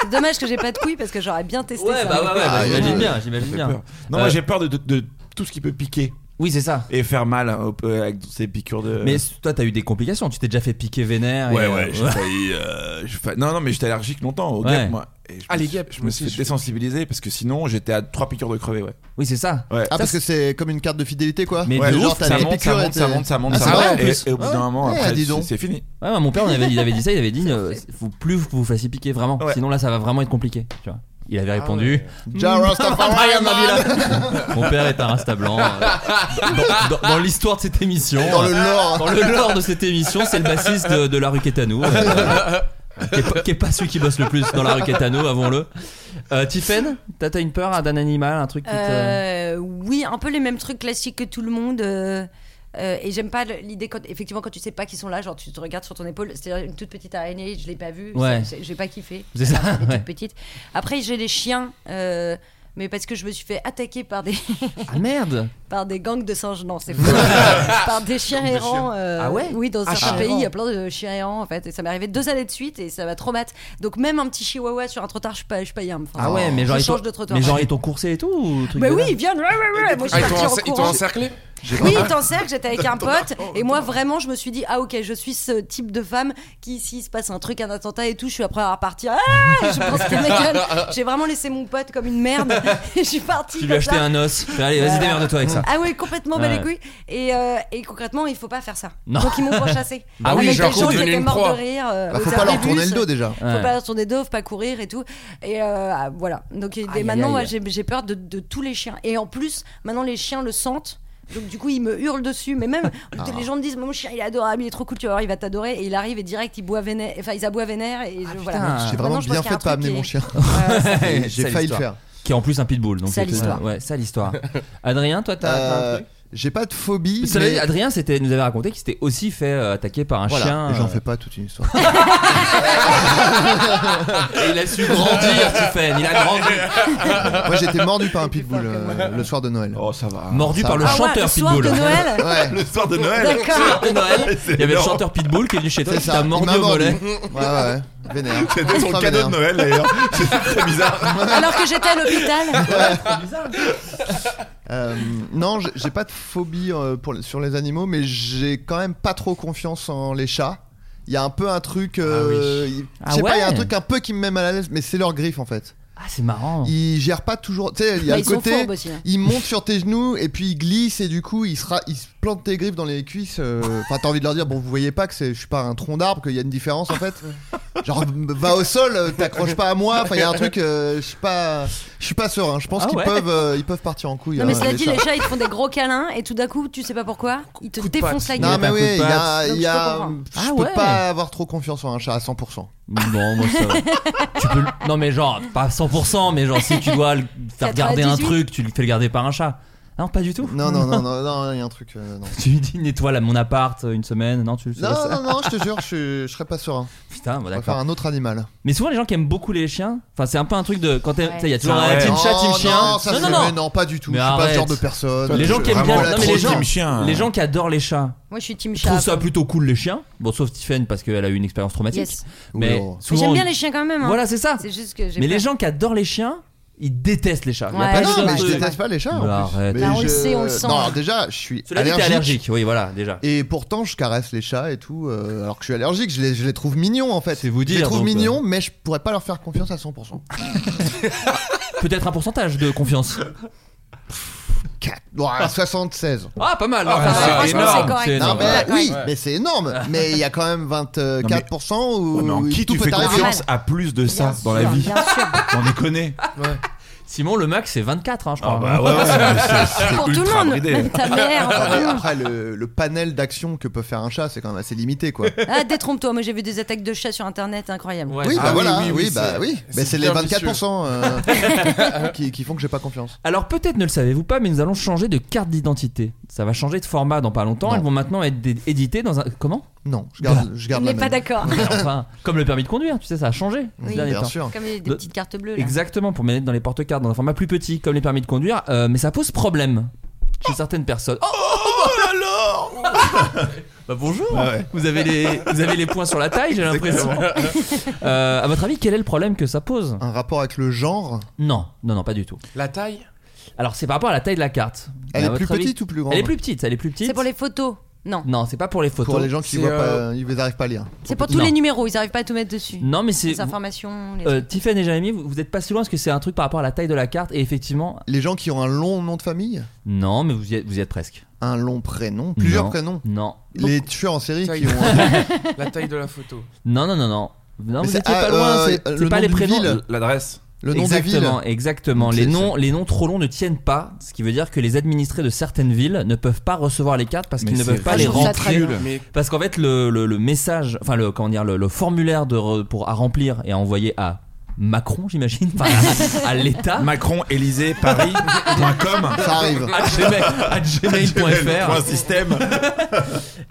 C'est dommage que j'ai pas de couilles parce que j'aurais bien testé
Ouais,
ça.
bah ouais, ouais, bah,
Ah,
j'imagine
ouais.
bien, j'imagine
J'ai
bien.
peur. Non, moi
Euh,
j'ai peur de, de- de tout ce qui peut piquer
Oui, c'est ça.
et faire mal hein, au- euh, avec ces piqûres de.
Mais toi, t'as eu des complications. Tu t'es déjà fait piquer vénère.
ouais,
et,
ouais, j'ai
euh, *laughs*
failli. euh, j'ai failli- Non, non, mais j'étais allergique longtemps aux
Ouais.
guêpes, moi. Et je
Ah,
me
les
suis-
guêpes,
je me suis
aussi, je-
désensibilisé parce que sinon j'étais à trois piqûres de crever, ouais.
Oui, c'est ça.
Ouais.
Ah, parce que
*laughs*
c'est comme une carte de fidélité, quoi.
Mais
Ouais,
de
genre,
ouf,
t'as
ça,
des
monte, ça
piqûres et
monte, ça monte, ça monte,
Ah,
ça
c'est
monte,
vrai, en
et-
plus.
Et, au bout d'un moment,
Ouais,
après,
dis
c'est-
donc.
c'est fini.
Ouais, ouais, mon père, on avait, il avait dit ça, il avait
*laughs*
dit, euh, faut plus que vous vous fassiez piquer, vraiment.
Ouais. Ah
Sinon là, ça va vraiment être compliqué. Tu vois. Il avait répondu,
Ja Rastafari,
Brian Davila. *laughs* mon père est un rasta blanc. euh, dans dans- dans l'histoire de cette émission,
Dans
euh,
le lore.
dans le lore de cette émission, c'est le bassiste de, de la rue Quétanou. euh,
*laughs*
euh, qui, est pas, qui est pas celui qui bosse le plus dans la rue Quétanou, avons-le. Euh, Tiffen, t'as t'as une peur hein, d'un animal, un truc qui te.
Euh, oui, un peu les mêmes trucs classiques que tout le monde. euh, euh, et j'aime pas le- l'idée quand effectivement quand tu sais pas qu'ils sont là, genre tu te regardes sur ton épaule, c'est-à-dire une toute petite araignée, je l'ai pas vue,
Ouais.
c'est- j'ai pas kiffé.
C'est ça,
Elle est toute
ouais.
petite. Après j'ai les chiens, euh, mais parce que je me suis fait attaquer par des
Ah merde
*laughs* par des gangs de singes,
*laughs*
non c'est faux, par des chiens errants. euh,
Ah ouais
Oui, dans
Ah,
certains
chiens
pays il y a
errants.
plein de chiens errants en fait, et ça m'est arrivé deux années de suite et ça m'a traumatisé. Donc même un petit chihuahua sur un trottoir, je suis pas, je suis pas yam. Enfin,
Ah ouais, mais genre,
je
ils t'ont-
change de trottoir.
mais genre ils t'ont coursé et tout ou truc
Bah
de
oui,
là
ils viennent. ouais, ouais, ouais. Moi, je
Ah,
suis
ils t'ont
partie en
encer- ils t'ont
courant.
encerclé
Oui, ils t'encerclent. J'étais
*laughs*
avec un pote. Et moi, vraiment, je me suis dit, ah, ok, je suis ce type de femme qui, s'il se passe un truc, un attentat et tout, je suis après à repartir. Ah, je pense que ma
*laughs*
gueule. J'ai vraiment laissé mon pote comme une merde. *laughs* Et je suis partie.
Tu lui
comme
as acheté
ça.
un os. Fais, Allez, vas-y,
Voilà.
démerde-toi avec ça.
Ah ouais, complètement bas les
Ouais.
couilles. Et, euh, et concrètement, il faut pas faire ça.
Non. Bah
Donc ils m'ont
*laughs*
rechassé.
Ah oui,
Avec
genre,
les gens,
devenu
j'étais
une
mort
proie.
de rire. euh,
Bah,
aux
Faut pas leur tourner
arbustes.
le dos déjà.
Faut
Ouais.
pas sur des dos, faut pas courir et tout. Et euh, voilà. Donc et
Aïe, aïe,
maintenant,
aïe.
moi, j'ai j'ai peur de, de tous les chiens. Et en plus, maintenant, les chiens le sentent. Donc du coup, ils me hurlent dessus. Mais
*laughs*
même, les
Ah.
gens me disent, mon chien, il est adorable, il est trop cool, tu vas voir, il va t'adorer. Et il arrive et direct, il boit vénère. Enfin, ils aboient vénère. Et je- voilà.
Ah, putain.
J'ai vraiment
Maintenant, je pense
bien
qu'il y a
fait
un
de pas
truc
amener
qui est-
mon chien.
Ouais,
J'ai
sale
failli le
histoire.
faire.
Qui est en plus un pitbull. Donc
Sale
c'était-
histoire.
Ouais,
*laughs*
sale histoire. Adrien, toi, t'as t'as un
Euh,
truc
J'ai pas de phobie.
Cela dit,
mais-
Adrien c'était, nous avait raconté qu'il s'était aussi fait euh, attaquer par un
Voilà,
chien.
j'en
euh,
fais pas toute une
*laughs*
histoire.
*laughs* Et il a su grandir, Tiffen. Il a grandi.
*laughs* Moi j'étais mordu par un pitbull euh, le soir de Noël.
Oh, ça va.
Mordu
ça
par le
Ah ouais,
chanteur
le soir
Pitbull.
de
*laughs*
*laughs*
Noël.
Ouais.
Le soir de Noël.
D'accord.
De Noël,
C'est
il y avait le
énorme.
chanteur Pitbull qui est venu chez toi,
C'est
qui
ça.
t'a
il
mordu
m'a
au mollet.
Ouais, ouais. Vénère.
*laughs* C'était son
Ultra
cadeau de
vénère.
Noël d'ailleurs. *laughs* C'était très bizarre.
*laughs* Alors que j'étais à l'hôpital.
Euh, non, j'ai- j'ai pas de phobie euh, pour, sur les animaux, mais j'ai quand même pas trop confiance en les chats. Il y a un peu un truc. euh, il-
Ah
je sais pas, il y a un
ouais.
truc un peu qui me met mal à l'aise, mais c'est leur griffe en fait.
Ah, c'est marrant.
Ils gèrent pas toujours. Tu sais, il y a
Mais
le
ils sont
côté.
fourbes aussi. hein.
Ils montent sur tes genoux et puis ils glissent et du coup ils, se ra- ils se plantent tes griffes dans les cuisses. euh, Enfin, t'as envie de leur dire, bon, vous voyez pas que c'est- je suis pas un tronc d'arbre, qu'il y a une différence en fait. Genre, m- va au sol, euh, t'accroches pas à moi. Enfin, il y a un truc, euh, je suis pas, je suis pas serein. Je pense
Ah
qu'ils
ouais.
peuvent, euh, ils peuvent partir en couille.
Non, mais
euh,
cela
les
dit,
chats.
les chats, ils te font des gros câlins. Et tout d'un coup, tu sais pas pourquoi, ils te
Coup de patte.
défoncent la gueule.
Non, mais
un coup
oui,
de
il y a,
patte.
il y a-
Donc,
je
comprends. Ah
peux
ouais.
pas avoir trop confiance en un chat à 100%.
Bon, moi ça va. tu peux le- Non, mais genre, pas 100%, mais genre, si tu dois le faire garder un
98.
truc, tu le fais le garder par un chat. Non, pas du tout.
Non, non,
*laughs*
non, non, non, il y a un truc. euh, non.
Tu lui dis nettoie la- mon appart euh, une semaine, non tu le
Non, non, non, je te jure, je, suis- je serais pas serein.
Putain,
On
bon,
va faire
d'accord.
un autre animal.
Mais souvent les gens qui aiment beaucoup les chiens, enfin c'est un peu un truc de quand t'aimes-
Ouais.
tu sais, il y a toujours
Ah
un
ouais.
team
Une
chat,
Non,
team chien.
Oh, Non, ça,
non,
c'est-
non,
mais non, pas du tout.
Mais
je suis pas
arrête.
ce genre de personne.
Les gens qui aiment
Vraiment,
bien, non, mais
trop
les gens,
team chien.
les gens qui adorent les chats,
Moi, je suis team
ils
chat.
trouvent ça plutôt cool les chiens. Bon, sauf Tiffen parce qu'elle a eu une expérience traumatique.
Yes.
Mais
Oui, oh.
Mais
souvent,
j'aime bien
ils-
les chiens quand même. hein.
Voilà, c'est ça.
C'est juste que j'ai.
Mais les
peur.
gens qui adorent les chiens, ils détestent les chats. Il y a
Ouais.
pas
Ah
Ah,
ce
non, mais je
truc.
déteste pas les chats.
Bah,
en plus.
arrête.
Mais
Bah, on le
je-
sait, on le sent.
Non, alors déjà, je suis
Cela dit, t'es
allergique.
allergique, oui, voilà, déjà.
Et pourtant, je caresse les chats et tout. euh, alors que je suis allergique, je les, je les trouve mignons en fait.
C'est vous
je les
dire, euh.
trouve
donc,
mignons, mais je pourrais pas leur faire confiance à 100%.
Peut-être un pourcentage de confiance.
*laughs* Quatre- Ouah, 76.
Ah, pas mal.
Ah,
enfin,
ouais,
c'est
franchement,
énorme.
c'est correct.
C'est
Non,
énorme.
mais
Ouais.
oui,
Ouais.
mais c'est énorme. Mais il y a quand même 24% où.
Ouais, mais en qui
tout
tu
peut
fais
arriver.
confiance à plus de ça dans la vie Bah, On les connaît.
Simon, le max, c'est 24, hein, je crois.
bah ouais, ouais,
*laughs*
c'est-
c'est
Pour tout
ultra
le monde,
bridé.
même ta mère.
Non, Ah, mais
vraiment.
après, le, le panel d'actions que peut faire un chat, c'est quand même assez limité, quoi.
Ah, détrompe-toi, moi j'ai vu des attaques de chats sur internet, incroyable.
oui, bah
Ah oui,
voilà,
oui,
oui,
oui,
bah
c'est-
oui.
c'est
Mais c'est les
bien
24% euh, qui, qui font que j'ai pas confiance.
Alors peut-être ne le savez-vous pas, mais nous allons changer de carte d'identité. Ça va changer de format dans pas longtemps.
Non.
Elles vont maintenant être dé- éditées dans un comment
Non, je garde, je
On
garde la
n'est pas
même.
d'accord.
Mais enfin, comme le permis de conduire, tu sais, ça a changé. ces
Oui.
derniers
Bien
temps.
sûr.
Comme des
De-
petites cartes bleues. Là.
Exactement, pour mettre dans les porte-cartes dans un format plus petit, comme les permis de conduire. Euh, mais ça pose problème chez certaines personnes. Oh, bah bonjour.
Ah ouais.
Vous avez les vous avez les points sur la taille,
*laughs*
j'ai l'impression. Euh, à votre avis, quel est le problème que ça pose
Un rapport avec le genre,
Non, non, non, pas du tout.
La taille
Alors c'est par rapport à la taille de la carte.
elle
Mais à
est plus
votre avis-
petite ou plus grande
Elle est plus petite, elle est plus petite.
C'est pour les photos. Non.
Non, c'est pas pour les photos.
Pour les gens qui
C'est,
voient
euh,
pas, ils vous arrivent pas à lire.
C'est pour tous
Non.
les numéros, ils arrivent pas à tout mettre dessus.
Non, mais c'est.
Les informations. les-
Euh, Tiffany et Jérémy, vous, vous êtes pas si loin parce que c'est un truc par rapport à la taille de la carte et effectivement.
Les gens qui ont un long nom de famille,
Non, mais vous y êtes, vous y êtes presque.
un long prénom, plusieurs
Non.
prénoms.
Non.
Les tueurs en série
Taille.
qui ont. un-
*laughs*
*laughs*
*laughs*
La taille de la photo.
Non, non, non, non. Non,
Mais
vous
c'est-
étiez pas
ah,
loin,
euh,
c'est-
le
c'est pas
nom
les
d'une
prénoms.
ville.
L'adresse.
Le nom des villes.
exactement, exactement.
Donc,
Les
c'est-
noms, les noms trop longs ne tiennent pas, ce qui veut dire que les administrés de certaines villes ne peuvent pas recevoir les cartes parce qu'ils
Mais
ne
c'est
peuvent pas
Ah,
les
je trouve ça très
remplir.
bien.
Mais
Parce qu'en fait, le, le- le message, enfin, le, comment dire, le, le formulaire de re- pour, à remplir et à envoyer à Macron, j'imagine, enfin, à, à l'État,
Macron, Élysée,
*laughs*
Paris.com.
Ça arrive.
à gmail- à gmail.fr.
Un système.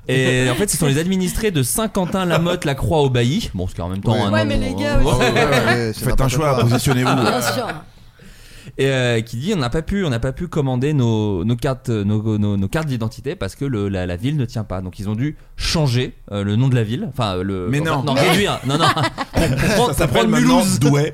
Et en fait, ce sont les administrés de Saint-Quentin, Lamotte, La Croix, Aubailly. Bon, ce qui est en même temps.
Ouais.
hein, un
Ouais,
nom-
mais les gars,
Ah
Ouais, ouais, ouais, c'est
Faites un
n'importe
choix,
quoi. Ah,
positionnez-vous.
Bien sûr.
Et euh, qui dit on n'a pas pu, on n'a pas pu commander nos, nos cartes, nos, nos- nos cartes d'identité parce que le- la, la ville ne tient pas. Donc ils ont dû changer euh, le nom de la ville. Enfin, euh, le.
Mais
enfin,
non.
non, réduire. Non,
*laughs*
non. Pour, pour prendre-
Ça
pour prendre
s'appelle maintenant
Mulhouse.
Douai.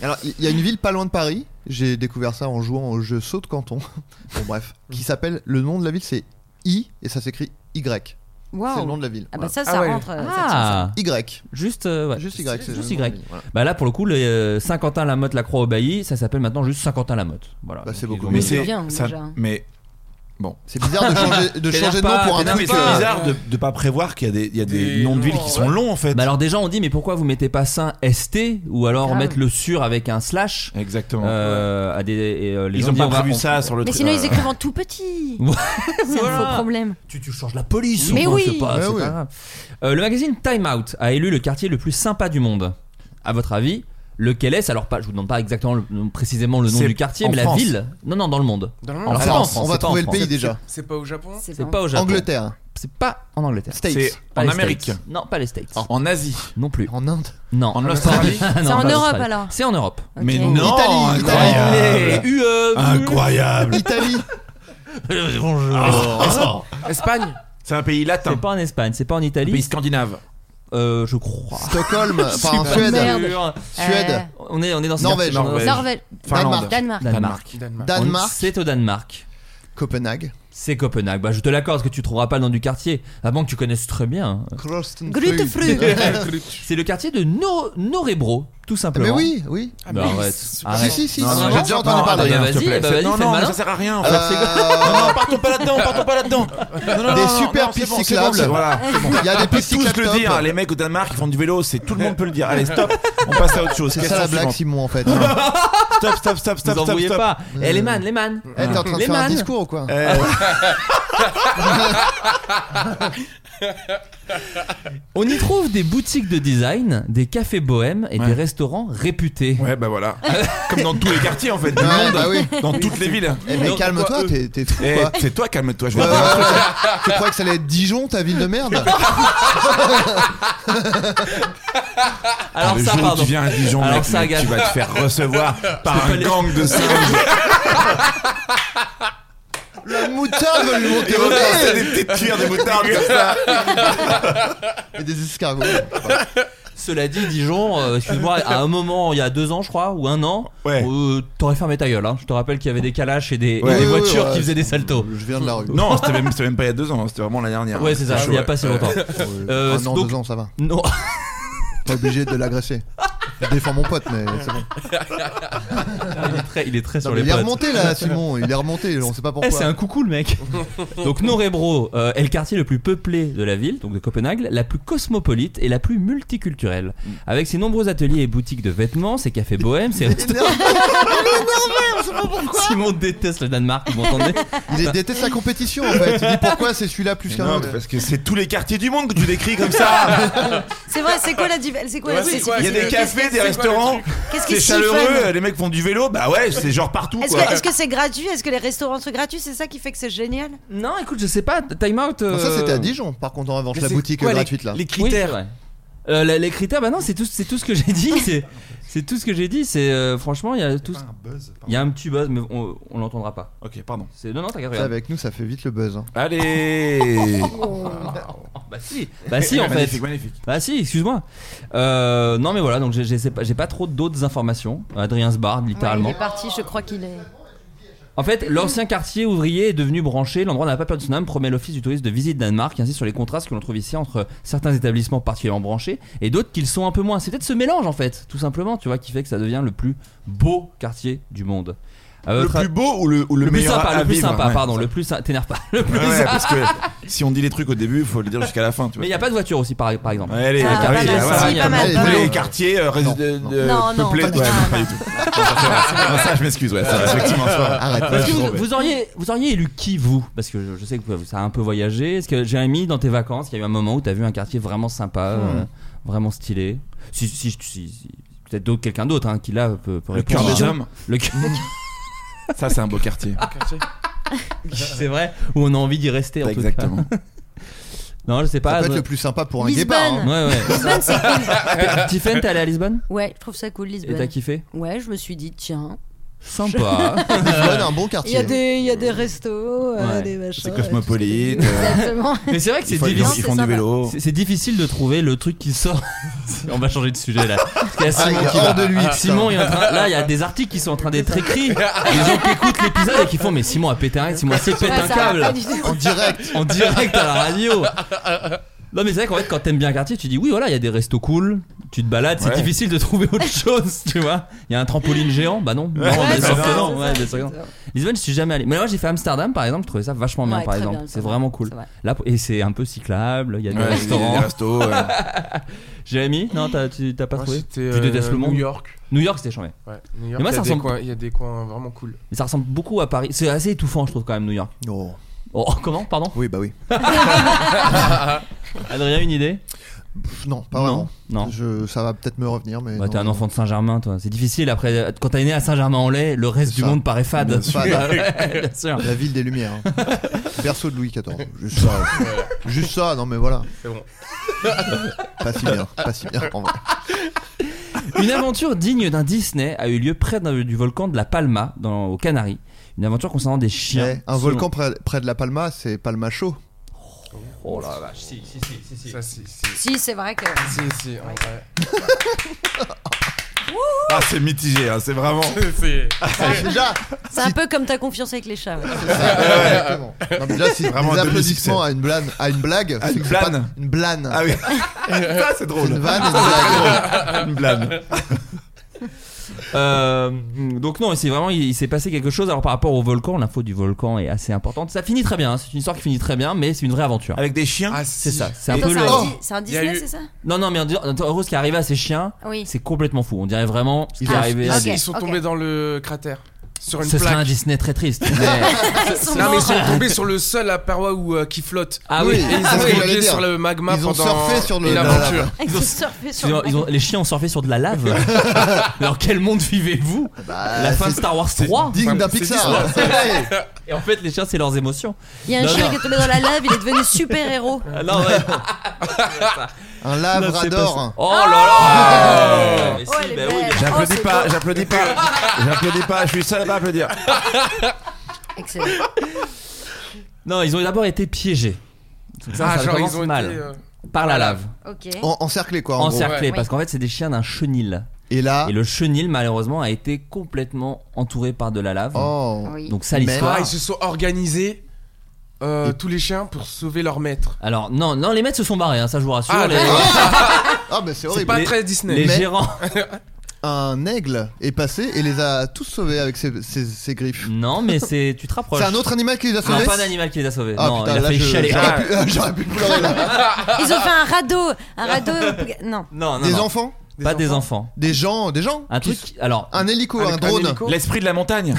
Alors, il y a une ville pas loin de Paris, j'ai découvert ça en jouant au jeu Saut de Canton, *laughs* bon bref, qui s'appelle, le nom de la ville c'est I, et ça s'écrit Y. C'est le nom
Waouh.
de la ville.
Ah bah
Voilà.
ça,
Ah
ça
ouais.
rentre. euh, ça tient, ça.
Ah.
Y.
Juste. euh, ouais.
Juste Y. c'est
Juste
le nom de la
Y.
ville, voilà.
Bah là pour le coup, les euh, Saint-Quentin, Lamotte, La Croix, Aubailly, ça s'appelle maintenant juste Saint-Quentin, Lamotte. Voilà.
Bah, c'est
Donc, ils
beaucoup
ont
mieux.
Mais
mis-
c'est.
bien,
ça-
déjà.
Mais
C'est bizarre de
*laughs*
changer de,
T'énerve
changer de nom
pas,
pour un
t'énerve
Non,
truc.
mais c'est
euh,
bizarre de ne pas prévoir qu'il y a des, il y a des,
Des
noms de villes
noms,
qui sont longs en fait.
Bah alors déjà on dit mais pourquoi vous mettez pas Saint ST ou alors
Grave.
mettre le sur avec un slash
Exactement.
euh, à des, et, euh, les
ils
gens
ont
disent,
pas
on va-
prévu
on-
ça sur le
Mais
truc.
sinon, ils
Euh,
écrivent en tout petit.
Ouais.
C'est un
Voilà.
faux problème.
tu, tu changes la police.
Mais
ou quoi,
oui.
c'est pas-
Mais
c'est
oui.
pas grave. Euh, le magazine Time Out a élu le quartier le plus sympa du monde. À votre avis, lequel est-ce Alors pas, je vous demande pas exactement le- précisément le nom
C'est
du quartier,
en
mais
France.
la ville. Non, non, dans le monde.
dans le
En
monde
Alors,
France,
on
c'est
va
pas en
trouver le
France.
pays déjà.
C'est pas au Japon
C'est pas au Japon.
Angleterre,
C'est pas en Angleterre.
States,
C'est
Pas
en
les
Amérique,
States. Non, pas les States.
en Asie,
Non plus.
en Inde.
Non.
en Australie.
Ah, non,
C'est en
pas en
Europe,
Australie.
alors
C'est en Europe.
Mais
Ok.
non,
Italie,
incroyable.
Allez, UE.
Incroyable. *laughs*
Italie,
Ah,
Bonjour.
Espagne
C'est un pays latin,
C'est pas en Espagne, c'est pas en
un pays
Italie.
scandinave.
Euh, je crois.
Stockholm,
*laughs*
enfin en Suède,
Merde.
Suède,
Eh, On est, on est dans ce
Norvège.
quartier.
Euh, Norvège.
Finlande.
Danemark.
Danemark.
Danemark.
Danemark,
C'est au Danemark.
Copenhague,
C'est Copenhague. Bah, je te l'accorde, parce que tu trouveras pas le nom du quartier. Avant que tu connaisses très bien.
Grütefrüh.
C'est le quartier de No- Norebro, *laughs* tout simplement.
Mais oui, oui.
Ah,
Bah,
mais
arrête.
c'est-
Arrête.
Si, si, si,
Non, non,
j'ai déjà entendu
non,
parler.
bah,
Adrien, s'il te
vas-y,
plaît.
bah, vas-y,
non,
fais
Ah non,
malin.
mais ça sert à rien. en fait.
Euh,
Non, non, partons pas là-dedans, partons pas là-dedans. Non, non,
Des
non, non,
super
non, c'est
pistes
bon, c'est
cyclables.
bon, c'est- voilà.
Il y a des
Tous
pistes cyclables
le
top.
dire, les mecs au Danemark qui font du vélo, c'est tout le monde peut le dire. Allez, stop, on passe à autre chose.
C'est
Question
ça la blague,
suivante.
Simon, en fait.
*laughs* Stop, stop, stop,
Vous
stop, stop,
embrouillez
stop.
pas. Eh, les man, les man.
Eh, T'es en train de
les
faire un
man.
discours ou quoi
Euh,
*laughs*
On y trouve des boutiques de design, des cafés bohèmes et
Ouais.
des restaurants réputés.
Ouais,
*laughs*
bah voilà. Comme dans tous les quartiers en fait, du
Ouais,
monde,
bah oui.
dans toutes les villes.
Eh, mais
Non,
calme-toi, t'es t'es fou
Eh,
quoi
c'est toi, calme-toi. Je vais
Ouais,
te
ouais,
dire un truc.
ouais. Tu crois que ça allait être Dijon, ta ville de
*laughs*
merde
Alors
le
ça,
jour où
pardon.
tu viens à Dijon,
Alors
mec,
ça,
mec,
gars.
tu vas te faire recevoir
peux
par
pas
un
les-
gang de singes.
Le moutard veut lui monter
Et
au
on
nez.
a des petites cuillères, des moutardes comme ça.
Et des escargots.
*laughs* Cela dit, Dijon, euh, excuse-moi, à un moment, il y a deux ans, je crois, ou un an,
Ouais.
euh, t'aurais fermé ta gueule. hein. Je te rappelle qu'il y avait des calaches et des, et
Ouais.
des
Oui,
oui,
voitures
ouais.
qui faisaient des saltos.
Je viens de la rue.
Non, c'était même, c'était même pas il y a deux ans, hein, c'était vraiment la dernière.
Ouais, c'est ça, il
chaud,
y a
ouais.
pas si longtemps.
Euh,
Euh,
un an, *laughs*
donc-
deux ans, ça va.
Non.
T'es obligé de l'agresser. Je défends mon pote, mais c'est bon.
*laughs* il est très, il est très sur
Non, mais
les
il est
potes.
remonté là, Simon. Il est remonté, on sait pas pourquoi.
Eh, c'est un coucou
*laughs*
le mec. donc Norebro euh, est le quartier le plus peuplé de la ville, donc de Copenhague, la plus cosmopolite et la plus multiculturelle.
Mm.
Avec ses nombreux ateliers et boutiques de vêtements, ses cafés
*laughs*
bohèmes, ses restaurants. Simon déteste le Danemark, vous m'entendez
*laughs* Il déteste la compétition en fait. Il dit pourquoi c'est celui-là plus qu'un
Non,
autre.
parce que c'est tous les quartiers du monde que tu décris comme ça.
C'est vrai, c'est quoi la div- C'est quoi la
Oui,
spécificité
Il y a des cafés, des restaurants,
Qu'est-ce qui
c'est
s'y fait
chaleureux, les mecs font du vélo, bah ouais, c'est genre partout
Est-ce
quoi.
que est-ce que c'est gratuit Est-ce que les restaurants sont gratuits C'est ça qui fait que c'est génial
Non, écoute, je sais pas, time
*laughs*
out.
Non, ça c'était à Dijon, par contre en revanche,
Euh, Mais
la
c'est
boutique euh,
quoi, les-
gratuite là.
les critères Oui, Euh, les, les critères, bah non, c'est tout, c'est tout ce que j'ai dit. C'est, c'est tout ce que j'ai dit. C'est euh, franchement, il y a tout.
pas un buzz, pardon.
Il y a un petit buzz, mais on, on l'entendra pas.
Ok, pardon.
C'est non, non, t'as qu'à
Ça,
regarder.
avec nous, ça fait vite le buzz. hein. *laughs*
Allez
Bah si, bah si en
Oh. Magnifique,
fait.
magnifique.
Bah si, excuse-moi. Euh, non mais voilà, donc j'ai, j'ai- j'ai pas, j'ai pas trop d'autres informations. Adrien se barre littéralement.
Il est parti, je crois qu'il est.
En fait, l'ancien quartier ouvrier est devenu branché. L'endroit n'a pas perdu son âme, promet l'Office du tourisme de visite Danemark, ainsi sur les contrastes que l'on trouve ici entre certains établissements particulièrement branchés et d'autres qui le sont un peu moins. C'est peut-être ce mélange, en fait, tout simplement, tu vois, qui fait que ça devient le plus beau quartier du monde. À
Le
votre
plus
avis-
beau ou le, ou le
le plus
meilleur
sympa,
à
le plus
vivre,
sympa,
ouais.
pardon, le plus sy- t'énerve pas, *laughs* le plus.
Ouais, ouais, parce que si on dit les trucs au début, il faut le dire jusqu'à la fin. Tu vois.
Mais il y a pas de voiture aussi, par, par exemple.
Ouais, Allez,
Ah,
bah
pas mal,
oui, bah
si,
voilà.
pas
Tous
mal, pas
les
mal.
quartiers euh, rés-
Non,
de-
non.
de-
Non, non,
peuplés.
pas du
ouais,
tout.
non, *laughs* pas du tout. Non, Ah, ça, je m'excuse, ouais, ça, effectivement. ça.
*laughs*
Ah,
Arrête.
Ouais,
Est-ce que
je suis
vous,
tombé.
vous auriez, vous auriez élu qui, vous Parce que je, je sais que vous- ça a un peu voyagé. Est-ce que, Jérémy, dans tes vacances, il y a eu un moment où tu as vu un quartier vraiment sympa,
Hmm.
euh, vraiment stylé Si, si, si- si- si- peut-être d'autres, quelqu'un d'autre hein, qui là peut, peut
Le
répondre.
cœur des hommes,
*laughs* Le cœur-
ça, c'est un beau quartier.
*laughs* c'est vrai, où on a envie d'y rester en tout cas.
Exactement.
*laughs* Non, je sais pas.
Ça peut être
je-
le plus sympa pour un
Lisbonne.
guépard. hein.
Ouais, ouais.
Lisbonne, c'est
*laughs*
cool.
Tiffen, t'es allé à Lisbonne
Ouais, je trouve ça cool,
Et t'as
Lisbonne.
kiffé
Ouais, je me suis dit, tiens. *laughs*
Sympa.
Lisbonne, un
Il y
bon
a
quartier.
des, il y a des restos, euh,
Ouais.
des machins.
C'est
euh,
cosmopolite.
tout ça.
euh, *laughs*
Exactement.
Mais c'est vrai que c'est
ils font- ils font-
difficile.
Ils font
C'est
du
sympa.
vélo.
C'est c'est difficile de trouver le truc qui sort. *laughs* on va changer de sujet là. Parce qu'il y a
Ah,
Simon
il y a
qui
hors
va.
de lui,
Simon, il est en train- là, il y a des articles qui sont en train d'être
*laughs*
écrits. Les gens qui écoutent l'épisode et qui font Mais Simon a pété un, Simon a pété
Ouais,
un
ça va pas
câble
du tout.
En direct.
en direct à la radio. Non, mais c'est vrai qu'en fait, quand t'aimes bien un quartier, tu dis Oui, voilà, il y a des restos cool, tu te balades, c'est
Ouais.
difficile de trouver autre chose, tu vois. Il y a un trampoline géant, bah non. Non,
Ouais,
bien
c'est
sûr
ça,
que
c'est
non. Ouais,
ça,
bien
c'est
sûr que non.
ça.
Lisbonne, je suis jamais allé. Mais moi, j'ai fait Amsterdam par exemple, je trouvais ça vachement bien
Ouais,
par
très
exemple.
bien,
C'est
ça va.
vraiment cool.
C'est vrai.
Là, et c'est un peu cyclable, il y a des
Ouais,
restaurants.
des restos, ouais.
*laughs* Jérémy, non, t'as, tu t'as pas
Moi,
trouvé
c'était,
Tu
euh,
détestes le monde
New York.
New York, c'était chambé.
Ouais, New York.
Mais
il y
moi, ça
a des
ressemble-
coins- Il y a des coins vraiment cool.
Mais ça ressemble beaucoup à Paris. C'est assez étouffant, je trouve, quand même, New York.
Oh.
Oh, *laughs* comment Pardon
Oui, bah oui.
*laughs* Adrien, une idée
Pff, non, pas
Non.
vraiment.
Non.
Je, ça va peut-être me revenir, mais.
Bah,
non,
t'es un
non.
enfant de Saint-Germain, toi. C'est difficile après. Quand t'es né à Saint-Germain-en-Laye, le reste
C'est
du
ça.
monde paraît fade.
Bien sûr.
Bah *laughs* ouais, bien sûr.
La ville des lumières. hein. Berceau de Louis XIV. Juste
*laughs*
ça. Juste ça, non mais voilà.
C'est bon.
*laughs* Pas si bien. Pas si bien en vrai.
Une aventure digne d'un Disney a eu lieu près d'un- du volcan de la Palma, dans, aux Canaries. Une aventure concernant des chiens.
Eh, un
Selon-
volcan près, près de la Palma, c'est Palma chaud.
Oh la vache, si, si, si, si. si.
Ça, si, si.
Si, c'est vrai que.
Si, si,
*laughs*
en vrai.
Ah, c'est mitigé, hein, *laughs* c'est vraiment.
C'est-
déjà,
C'est un peu comme ta confiance avec les chats. ouais.
c'est ça, exactement. Non, mais déjà, si
Vraiment
des
un
applaudissements à une blague, à une blague,
À une
c'est que c'est pas-
blane.
une blane,
Ah oui. Ça, c'est
*laughs*
drôle.
une vanne, et une
Ah,
blague.
Une blague.
Euh, donc non, c'est vraiment il, il s'est passé quelque chose. Alors par rapport au volcan, l'info du volcan est assez importante. Ça finit très bien. hein. C'est une histoire qui finit très bien, mais c'est une vraie aventure.
Avec des chiens
Ah, si.
C'est ça. C'est un
Attends,
peu
c'est
le.
un,
Oh
Di- c'est un
Il y a
Disney,
eu-
c'est ça Ah
Non non, mais en disant- en disant, en gros, ce qui est arrivé à ces chiens,
Oui.
c'est complètement fou. On dirait vraiment ce qui
Ils
est
ont-
arrivé.
Ils,
à-
Ah, Ok,
ils sont
ok.
tombés dans le cratère. Sur une
Ce serait un
plaque. *laughs*
Disney très triste. mais-
Ils sont
Non, mais ils
morts.
sont tombés sur le seul à paroi où, euh, qui flotte.
Ah
Oui,
oui.
Et ils
c'est ce
ont
que j'allais
glissé
dire.
sur le magma
Ils ont
pendant
surfé sur le-
une
la-
aventure.
Ils ont surfé sur
Ils ont-
le
ils ont- les chiens ont surfé sur de
*laughs*
la lave. Dans quel monde vivez-vous
Bah,
La fin de
c'est-
Star Wars 3
Digne d'un Pixar. Hey.
Et en fait, les chiens, c'est leurs émotions.
Il y a un
Non,
chien
non.
qui est tombé dans la lave, il est devenu super héros.
*laughs* Ah, Non, ouais.
Un
Ah,
Non, c'est pas ça.
labrador.
Oh là là Mais si,
Oh, elle est
bah oui,
belle.
mais-
J'applaudis
Oh, c'est
pas,
beau.
j'applaudis pas, j'applaudis pas, je suis le seul à pas applaudir.
Excellent.
Non, ils ont d'abord été piégés. Donc ça,
Ah,
ça
genre,
commence
ils ont
mal.
été. euh,
Par la lave.
Ok.
En- encerclé quoi. En gros.
Encerclés,
Ouais.
parce qu'en fait, c'est des chiens d'un chenil.
Et là.
Et le chenil, malheureusement, a été complètement entouré par de la lave.
Oh.
Oui.
Donc, ça,
Mais-
Ah,
l'histoire.
ils se sont organisés, euh,
Et-
tous les chiens, pour sauver leur maître.
Alors, non, non, les maîtres se sont barrés, hein, ça je vous rassure.
Ah,
*laughs* les...
*laughs*
d'accord.
Ah, bah c'est
*laughs*
C'est
horrible.
pas très Disney. Les gérants.
Un aigle est passé et les a tous sauvés avec ses, ses- ses griffes.
Non, mais c'est tu te rapproches.
C'est un autre animal qui les a sauvés
Non, pas un animal qui les a sauvés.
Ah,
non,
putain,
il a
là,
fait
je-
chialer. Ah.
j'aurais pu- *laughs* j'aurais pu pleurer,
Ils ont fait un radeau. Un radeau. Non.
Non, non,
Des
non.
enfants
Pas des enfants.
Des gens, des gens.
Un truc. Alors.
Un hélico, un,
Avec un
drone.
hélico
L'esprit de
*laughs*
la montagne.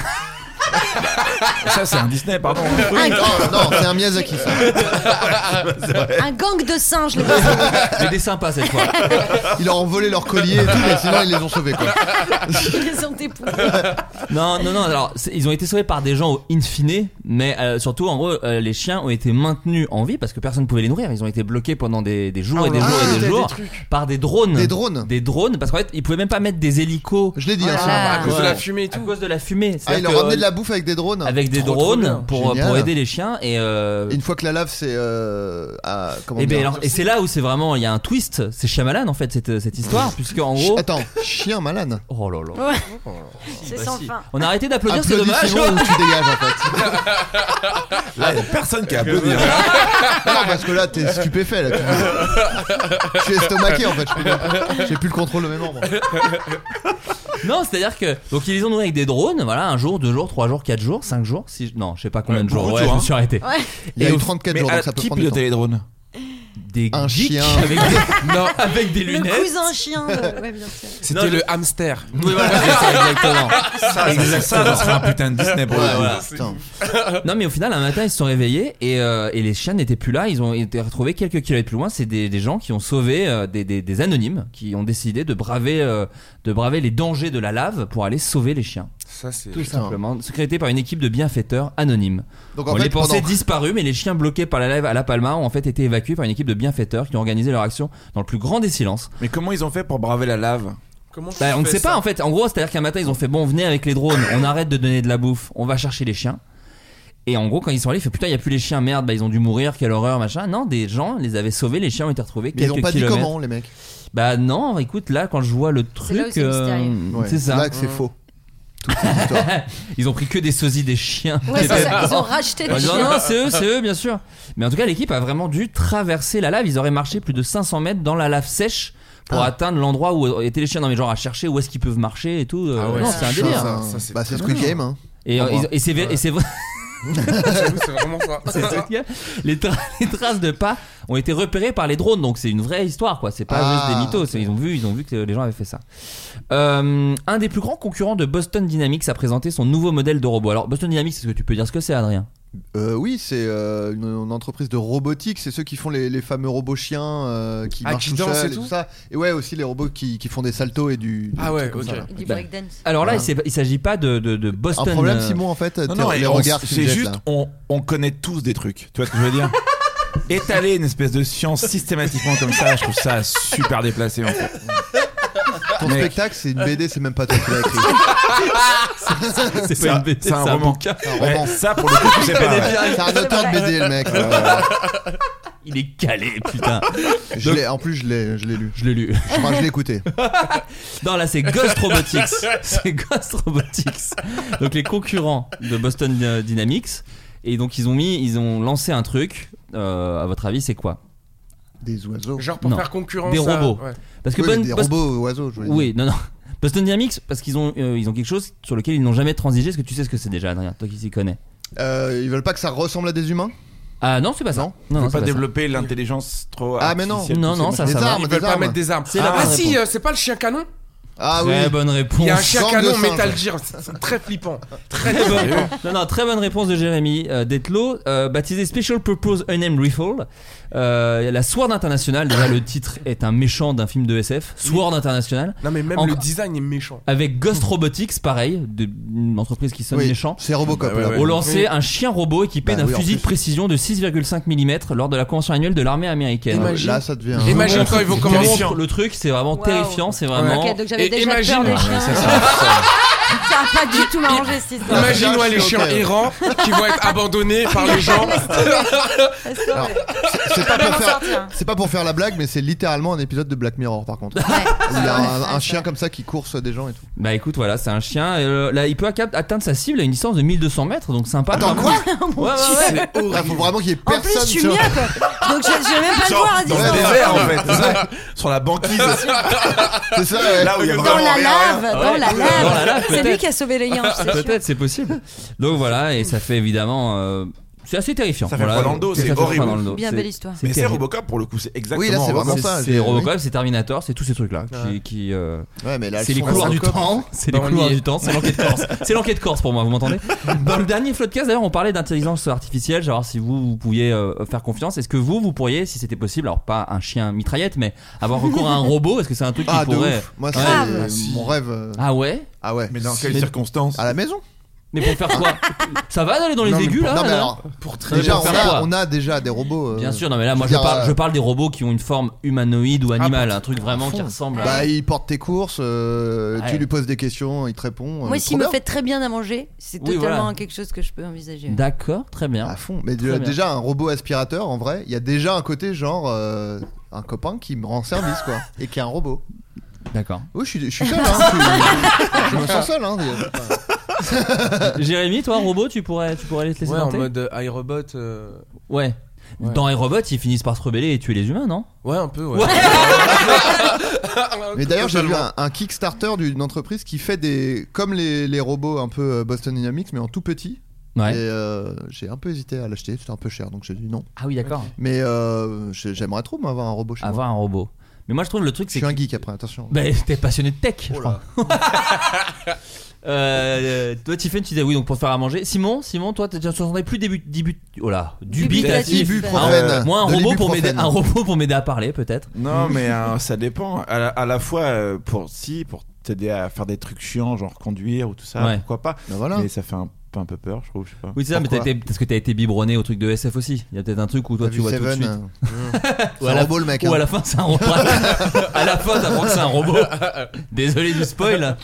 ça, c'est un Disney, pardon.
Oui, non, non, c'est un Miyazaki
*laughs*
ça.
Un gang de singes, les gars.
Mais des sympas cette fois.
*laughs* Ils leur ont volé leur collier et tout, mais sinon ils les ont sauvés quoi.
Ils les ont dépouillés.
Non, non, non. Alors, c'est- ils ont été sauvés par des gens au in fine, mais euh, surtout, en gros, euh, les chiens ont été maintenus en vie parce que personne ne pouvait les nourrir. Ils ont été bloqués pendant des, des jours
Ah,
et des
on a
jours
vu
et
des
des jours
trucs.
par des drones.
Des drones.
Des drones, parce qu'en fait, ils pouvaient même pas mettre des hélicos.
Je l'ai dit, hein, ça.
À cause de la
Ouais.
fumée et
À
tout.
cause de la fumée.
Ah, ils
*laughs* C'est-à-dire
leur
que, euh,
ramenaient de la bouffe avec des drones.
avec des
Trop, trop bien.
drones pour,
Génial.
pour aider les chiens et euh,
Une fois que la lave c'est euh, à- comment
et, ben
dire
alors- et c'est là où c'est vraiment il y a un twist c'est Shyamalan en fait cette, cette histoire puisque en gros
Attends, chien malade.
oh là là
Ouais. C'est sans fin.
on a arrêté d'applaudir c'est
Applaudis
dommage
sinon ou tu dégages en fait.
*laughs* Là, il y a personne qui a applaudi. hein.
*laughs* Non parce que là t'es stupéfait là. Tu, tu es estomaqué en fait. je peux dire. J'ai plus le contrôle de mes membres.
*laughs* non c'est à dire que donc ils les ont nourris avec des drones voilà un jour deux jours trois jours quatre jours cinq jours six non je sais pas combien de
Ouais,
jours
beaucoup de
ouais,
jours,
je me
hein.
suis arrêté
Ouais.
Il y a
Et
eu
au-
34
Mais
jours donc
à-
ça peut
qui
prendre du
pilote
temps.
les drones
des
Un
geeks
chien.
avec des, non avec des
Le
lunettes
cousin chien. de- Ouais, bien sûr.
C'était
Non, Ah,
le hamster.
oui voilà c'est ça, exactement
Ça, ça, ça *laughs* serait Ah, un putain de Disney pour
Ouais,
le coup.
voilà.
putain.
*laughs* Non mais au final un matin ils se sont réveillés et, euh, et les chiens n'étaient plus là, ils ont été retrouvés quelques kilomètres plus loin, c'est des, des gens qui ont sauvé euh, des, des- des anonymes, qui ont décidé de braver, euh, de braver les dangers de la lave pour aller sauver les chiens.
Ça, c'est.
Tout ça.
Simplement, secrété par une équipe de bienfaiteurs anonymes.
Donc
On
en
les
fait
pensait
pendant
disparus mais les chiens bloqués par la lave à La Palma ont en fait été évacués par une équipe de bienfaiteurs qui ont organisé leur action dans le plus grand des silences.
Mais comment ils ont fait pour braver la lave
Comment
Bah,
tu
on ne
fais
sait
ça
pas en fait. En gros, c'est-à-dire qu'un matin, ils ont fait bon, venez avec les drones, on arrête de donner de la bouffe, on va chercher les chiens. Et en gros, quand ils sont allés, ils fait putain, il y a plus les chiens, merde, bah ils ont dû mourir, quelle horreur, machin. Non, des gens les avaient sauvés, les chiens ont été retrouvés
mais ils
quelques
ont pas dit
kilomètres.
comment les mecs.
Bah non, écoute, là, quand je vois le truc, euh,
là où c'est mystérieux.
Ouais,
c'est ça.
Là que c'est faux. Toutes ces histoires.
*laughs* ils ont pris que des sosies des chiens.
Ouais,
qui
c'est
étaient
ça. Ils
dedans.
ont racheté
En
les
disant,
chiens.
non, c'est eux, c'est eux, bien sûr. Mais en tout cas, l'équipe a vraiment dû traverser la lave. Ils auraient marché plus de 500 mètres dans la lave sèche pour
Ah.
atteindre l'endroit où étaient les chiens. Non, mais genre à chercher où est-ce qu'ils peuvent marcher et tout. Euh,
Ah ouais,
non,
c'est
c'est un
chaud,
délire.
ça.
Bah,
c'est
bah, c'est Squid Game hein.
Et, euh,
Au revoir.
ils- et c'est vrai- et c'est vrai-
*laughs* J'avoue, c'est vraiment ça.
*laughs* c'est vrai que *laughs* les, tra- les traces de pas ont été repérées par les drones, donc c'est une vraie histoire, quoi. C'est pas
Ah,
juste des mythos.
ok.
c'est- Ils ont vu, ils ont vu que les gens avaient fait ça. Euh, un des plus grands concurrents de Boston Dynamics a présenté son nouveau modèle de robot. Alors Boston Dynamics, est-ce que tu peux dire ce que c'est, Adrien
Euh, oui, c'est euh, une, une entreprise de robotique. C'est ceux qui font les, les fameux robots chiens euh, qui
Ah,
marchent
qui
tout
dansent
seuls
et
et tout
tout
ça. Et ouais, aussi les robots qui, qui font des saltos et du. du
Ah ouais,
truc comme
ok.
ça, là.
Du
Bah,
breakdance.
Alors là,
Ah.
il s'est- il s'agit pas de, de- de
Un
Boston.
problème,
euh,
Simon, en fait.
Non,
t'es-
non,
les
et on-
regards. que tu
c'est
jettes,
juste,
là.
on, on connaît tous des trucs. Tu vois ce que je veux *laughs* dire Étaler une espèce de science systématiquement comme ça, je trouve ça super déplacé en fait.
Ton
Mec.
spectacle, c'est une BD, c'est même pas toi qui l'as écrit.
c'est
*laughs* C'est
pas
un-
une bêtise,
c'est un roman.
bouquin.
Ouais,
roman.
ça pour le
*laughs*
coup, je sais pas. ouais.
c'est un
C'est
auteur de
vrai.
BD, le mec.
Il est calé, putain.
Je l'ai- en plus, je l'ai je l'ai lu.
Je l'ai lu.
Je crois que je l'ai écouté.
Non, là, c'est Ghost Robotics. c'est Ghost Robotics. Donc, les concurrents de Boston euh, Dynamics. Et donc, ils ont mis, ils ont lancé un truc. Euh, à votre avis, c'est quoi
Des oiseaux.
Genre pour
Non.
faire concurrence.
Des
à-
robots.
ouais.
Parce que
Oui,
*laughs*
Bon-
des
Bos-
robots oiseaux, je voulais dire.
Oui, non, *laughs* non. Boston Dynamics, parce qu'ils ont, euh, ils ont quelque chose sur lequel ils n'ont jamais transigé. Est-ce que tu sais ce que c'est déjà, Adrien Toi qui s'y connais.
Euh, ils veulent pas que ça ressemble à des humains
Ah non, c'est pas ça.
Non.
non,
On peut
c'est
pas
pas ça.
développer l'intelligence trop.
Ah, mais non.
artificielle,
Non,
tous ces
non,
machins.
ça,
Des
ça va.
armes,
Ils veulent
des
pas
armes.
mettre des armes.
C'est la
ah,
bonne
si,
réponse.
euh, c'est pas le chien canon
Ah oui.
Très bonne réponse.
Il y a un chien
Sangle
canon
de singe.
Metal Gear, c'est- c'est très flippant.
Très
*laughs* Eh
bonne, non, non, très bonne réponse de Jérémy euh, Detlo, euh, baptisé Special Purpose Unnamed Rifle. Euh, la Sword International, déjà le titre est un méchant d'un film de SF. Sword International.
Non, mais même
En-
le design est méchant.
Avec Ghost Robotics, pareil, de- une entreprise qui sonne
Oui,
méchant.
C'est Robocop.
Bah ouais,
là.
ouais.
Ont lancé un chien robot équipé
Bah
d'un
oui, en
fusil de
plus.
précision de 6,5 mm lors de la convention annuelle de l'armée américaine.
Imagine.
Ah, Là, ça devient.
Imagine quand ils vont
Je vous
commencer.
montre le truc, c'est vraiment
Wow.
terrifiant, c'est vraiment.
Ok, donc j'avais
Et
déjà
imagine-
peur des
Ah,
chiens.
Ça, ça-
Ça a pas du tout m'arrangé cette histoire.
Imagine-moi
Ouais,
les
je suis
chiens
ok.
errants qui vont être abandonnés par
*laughs*
les gens.
*laughs*
Est-ce que-
Alors,
Ouais.
c'est- c'est pas
Comment
pour faire.
sortir
C'est pas pour faire la blague, mais c'est littéralement un épisode de Black Mirror par contre. Où Il y a un, un chien comme ça qui course des gens et tout.
*laughs* Bah écoute, voilà, c'est un chien. euh, là, il peut acca- atteindre sa cible à une distance de 1200 mètres, donc sympa.
Attends,
vraiment.
quoi
*laughs*
Ouais, ouais, ouais.
Là, faut vraiment qu'il y ait
En
personne
plus, je suis
sur-
myope. Donc, je, je vais même pas le
Genre,
voir à
dans le
Ouais,
distance.
désert en fait. sur la banquise. c'est ça, là
Oh,
où il y a
Dans
vraiment
la
rien,
lave,
rien.
dans la
Dans
lave.
la lave,
C'est lui
peut-être.
qui a sauvé les liens, je sais.
Peut-être, c'est possible. Donc voilà, et ça fait évidemment. euh, c'est assez terrifiant.
Ça fait
Voilà.
froid dans le dos,
Ça
c'est
fait froid
horrible.
dans le dos.
Bien
C'est-
belle histoire.
Mais c'est
terrible.
Robocop pour le coup, c'est exactement.
Oui, là, c'est vraiment
Robocop.
ça.
C'est
j'ai-
Robocop, c'est Terminator, c'est tous ces trucs-là
Ouais.
qui. qui, euh,
Ouais, mais là,
c'est les
elles sont
couloirs du
Robocop.
temps. C'est les
Bah, on y
couloirs
est.
du temps. C'est l'enquête corse. C'est l'enquête corse pour moi. Vous
*laughs*
m'entendez Dans le dernier Floodcast, d'ailleurs, on parlait d'intelligence artificielle. Genre, si vous, vous pouviez euh, faire confiance, est-ce que vous, vous pourriez, si c'était possible, alors pas un chien mitraillette, mais avoir recours
*laughs*
à un robot Est-ce que c'est un truc
Ah,
qui
de
pourrait
ouf. Moi,
Ouais.
c'est
Grave.
mon rêve. euh,
Ah ouais
Ah ouais.
Mais dans
Si.
quelles circonstances
À la maison
Mais pour faire
*laughs*
quoi Ça va d'aller dans les
Non, mais
aigus
pour-
là
Non, mais
là
alors,
Pour
mais
déjà,
pour
on
faire
a,
quoi
on a déjà des robots. euh,
Bien sûr, non mais là moi
veux
je,
dire,
parle,
euh,
je parle des robots qui ont une forme humanoïde ou animale,
Ah,
un truc vraiment qui ressemble à...
Bah, il porte tes courses, euh,
Ouais.
tu lui poses des questions, il te répond. euh,
Moi,
trop
s'il me
bien.
fait très bien à manger, c'est
Oui,
totalement
voilà.
quelque chose que je peux envisager.
D'accord, très bien.
À fond. Mais
Très bien.
déjà, un robot aspirateur, en vrai, il y a déjà un côté genre euh, un copain qui me rend service, quoi. et qui est un robot.
D'accord.
Oh, je suis, je suis seul, hein. je, je me sens seul, hein.
*laughs* Jérémy, toi robot, tu pourrais, tu pourrais aller te laisser
Ouais, en
tenter
mode euh, iRobot. euh,
ouais.
Ouais.
Dans les robots, ils finissent par se rebeller et tuer les humains, non
Ouais, un peu, ouais. *laughs*
Mais d'ailleurs, j'ai vu
Totalement.
un, un Kickstarter d'une entreprise qui fait des. comme les, les robots un peu euh, Boston Dynamics, mais en tout petit. Et
Ouais.
euh, j'ai un peu hésité à l'acheter, c'était un peu cher, donc j'ai dit non.
Ah oui, d'accord.
Mais euh, j'ai- j'aimerais trop moi, avoir un robot chez moi.
Avoir un robot. Mais moi je trouve le truc
Je
c'est
suis
que...
un geek après, attention.
Bah, t'es passionné de tech, je
Oh là.
crois. *laughs* Euh, toi, Tiffany, tu disais oui, donc pour faire à manger. Simon, Simon, toi, tu sentais plus début, début, oh là, dubitatif.
Dubitatif.
Ibuprofène.
Ah,
Moi, un
De
robot pour m'aider,
l'ibuprofène.
un robot pour m'aider à parler, peut-être.
Non, mais euh, ça dépend. À la, à la fois, euh, pour si, pour t'aider à faire des trucs chiants, genre conduire ou tout ça,
Ouais.
pourquoi pas.
Ben voilà.
Mais ça fait un, peu- un peu peur, je trouve. Je sais pas.
Oui, c'est ça, mais t'as
Pourquoi
été, parce que t'as été biberonné au truc de SF aussi. Il y a peut-être un truc où toi,
T'as
tu
vu
vois tout de
Seven,
*laughs* suite.
euh, C'est
Ou à
un
la-
robot le mec.
Ou à
hein.
la fin, c'est un robot. *laughs*
*laughs*
à la fin, t'apprends que c'est un robot. Désolé du spoil.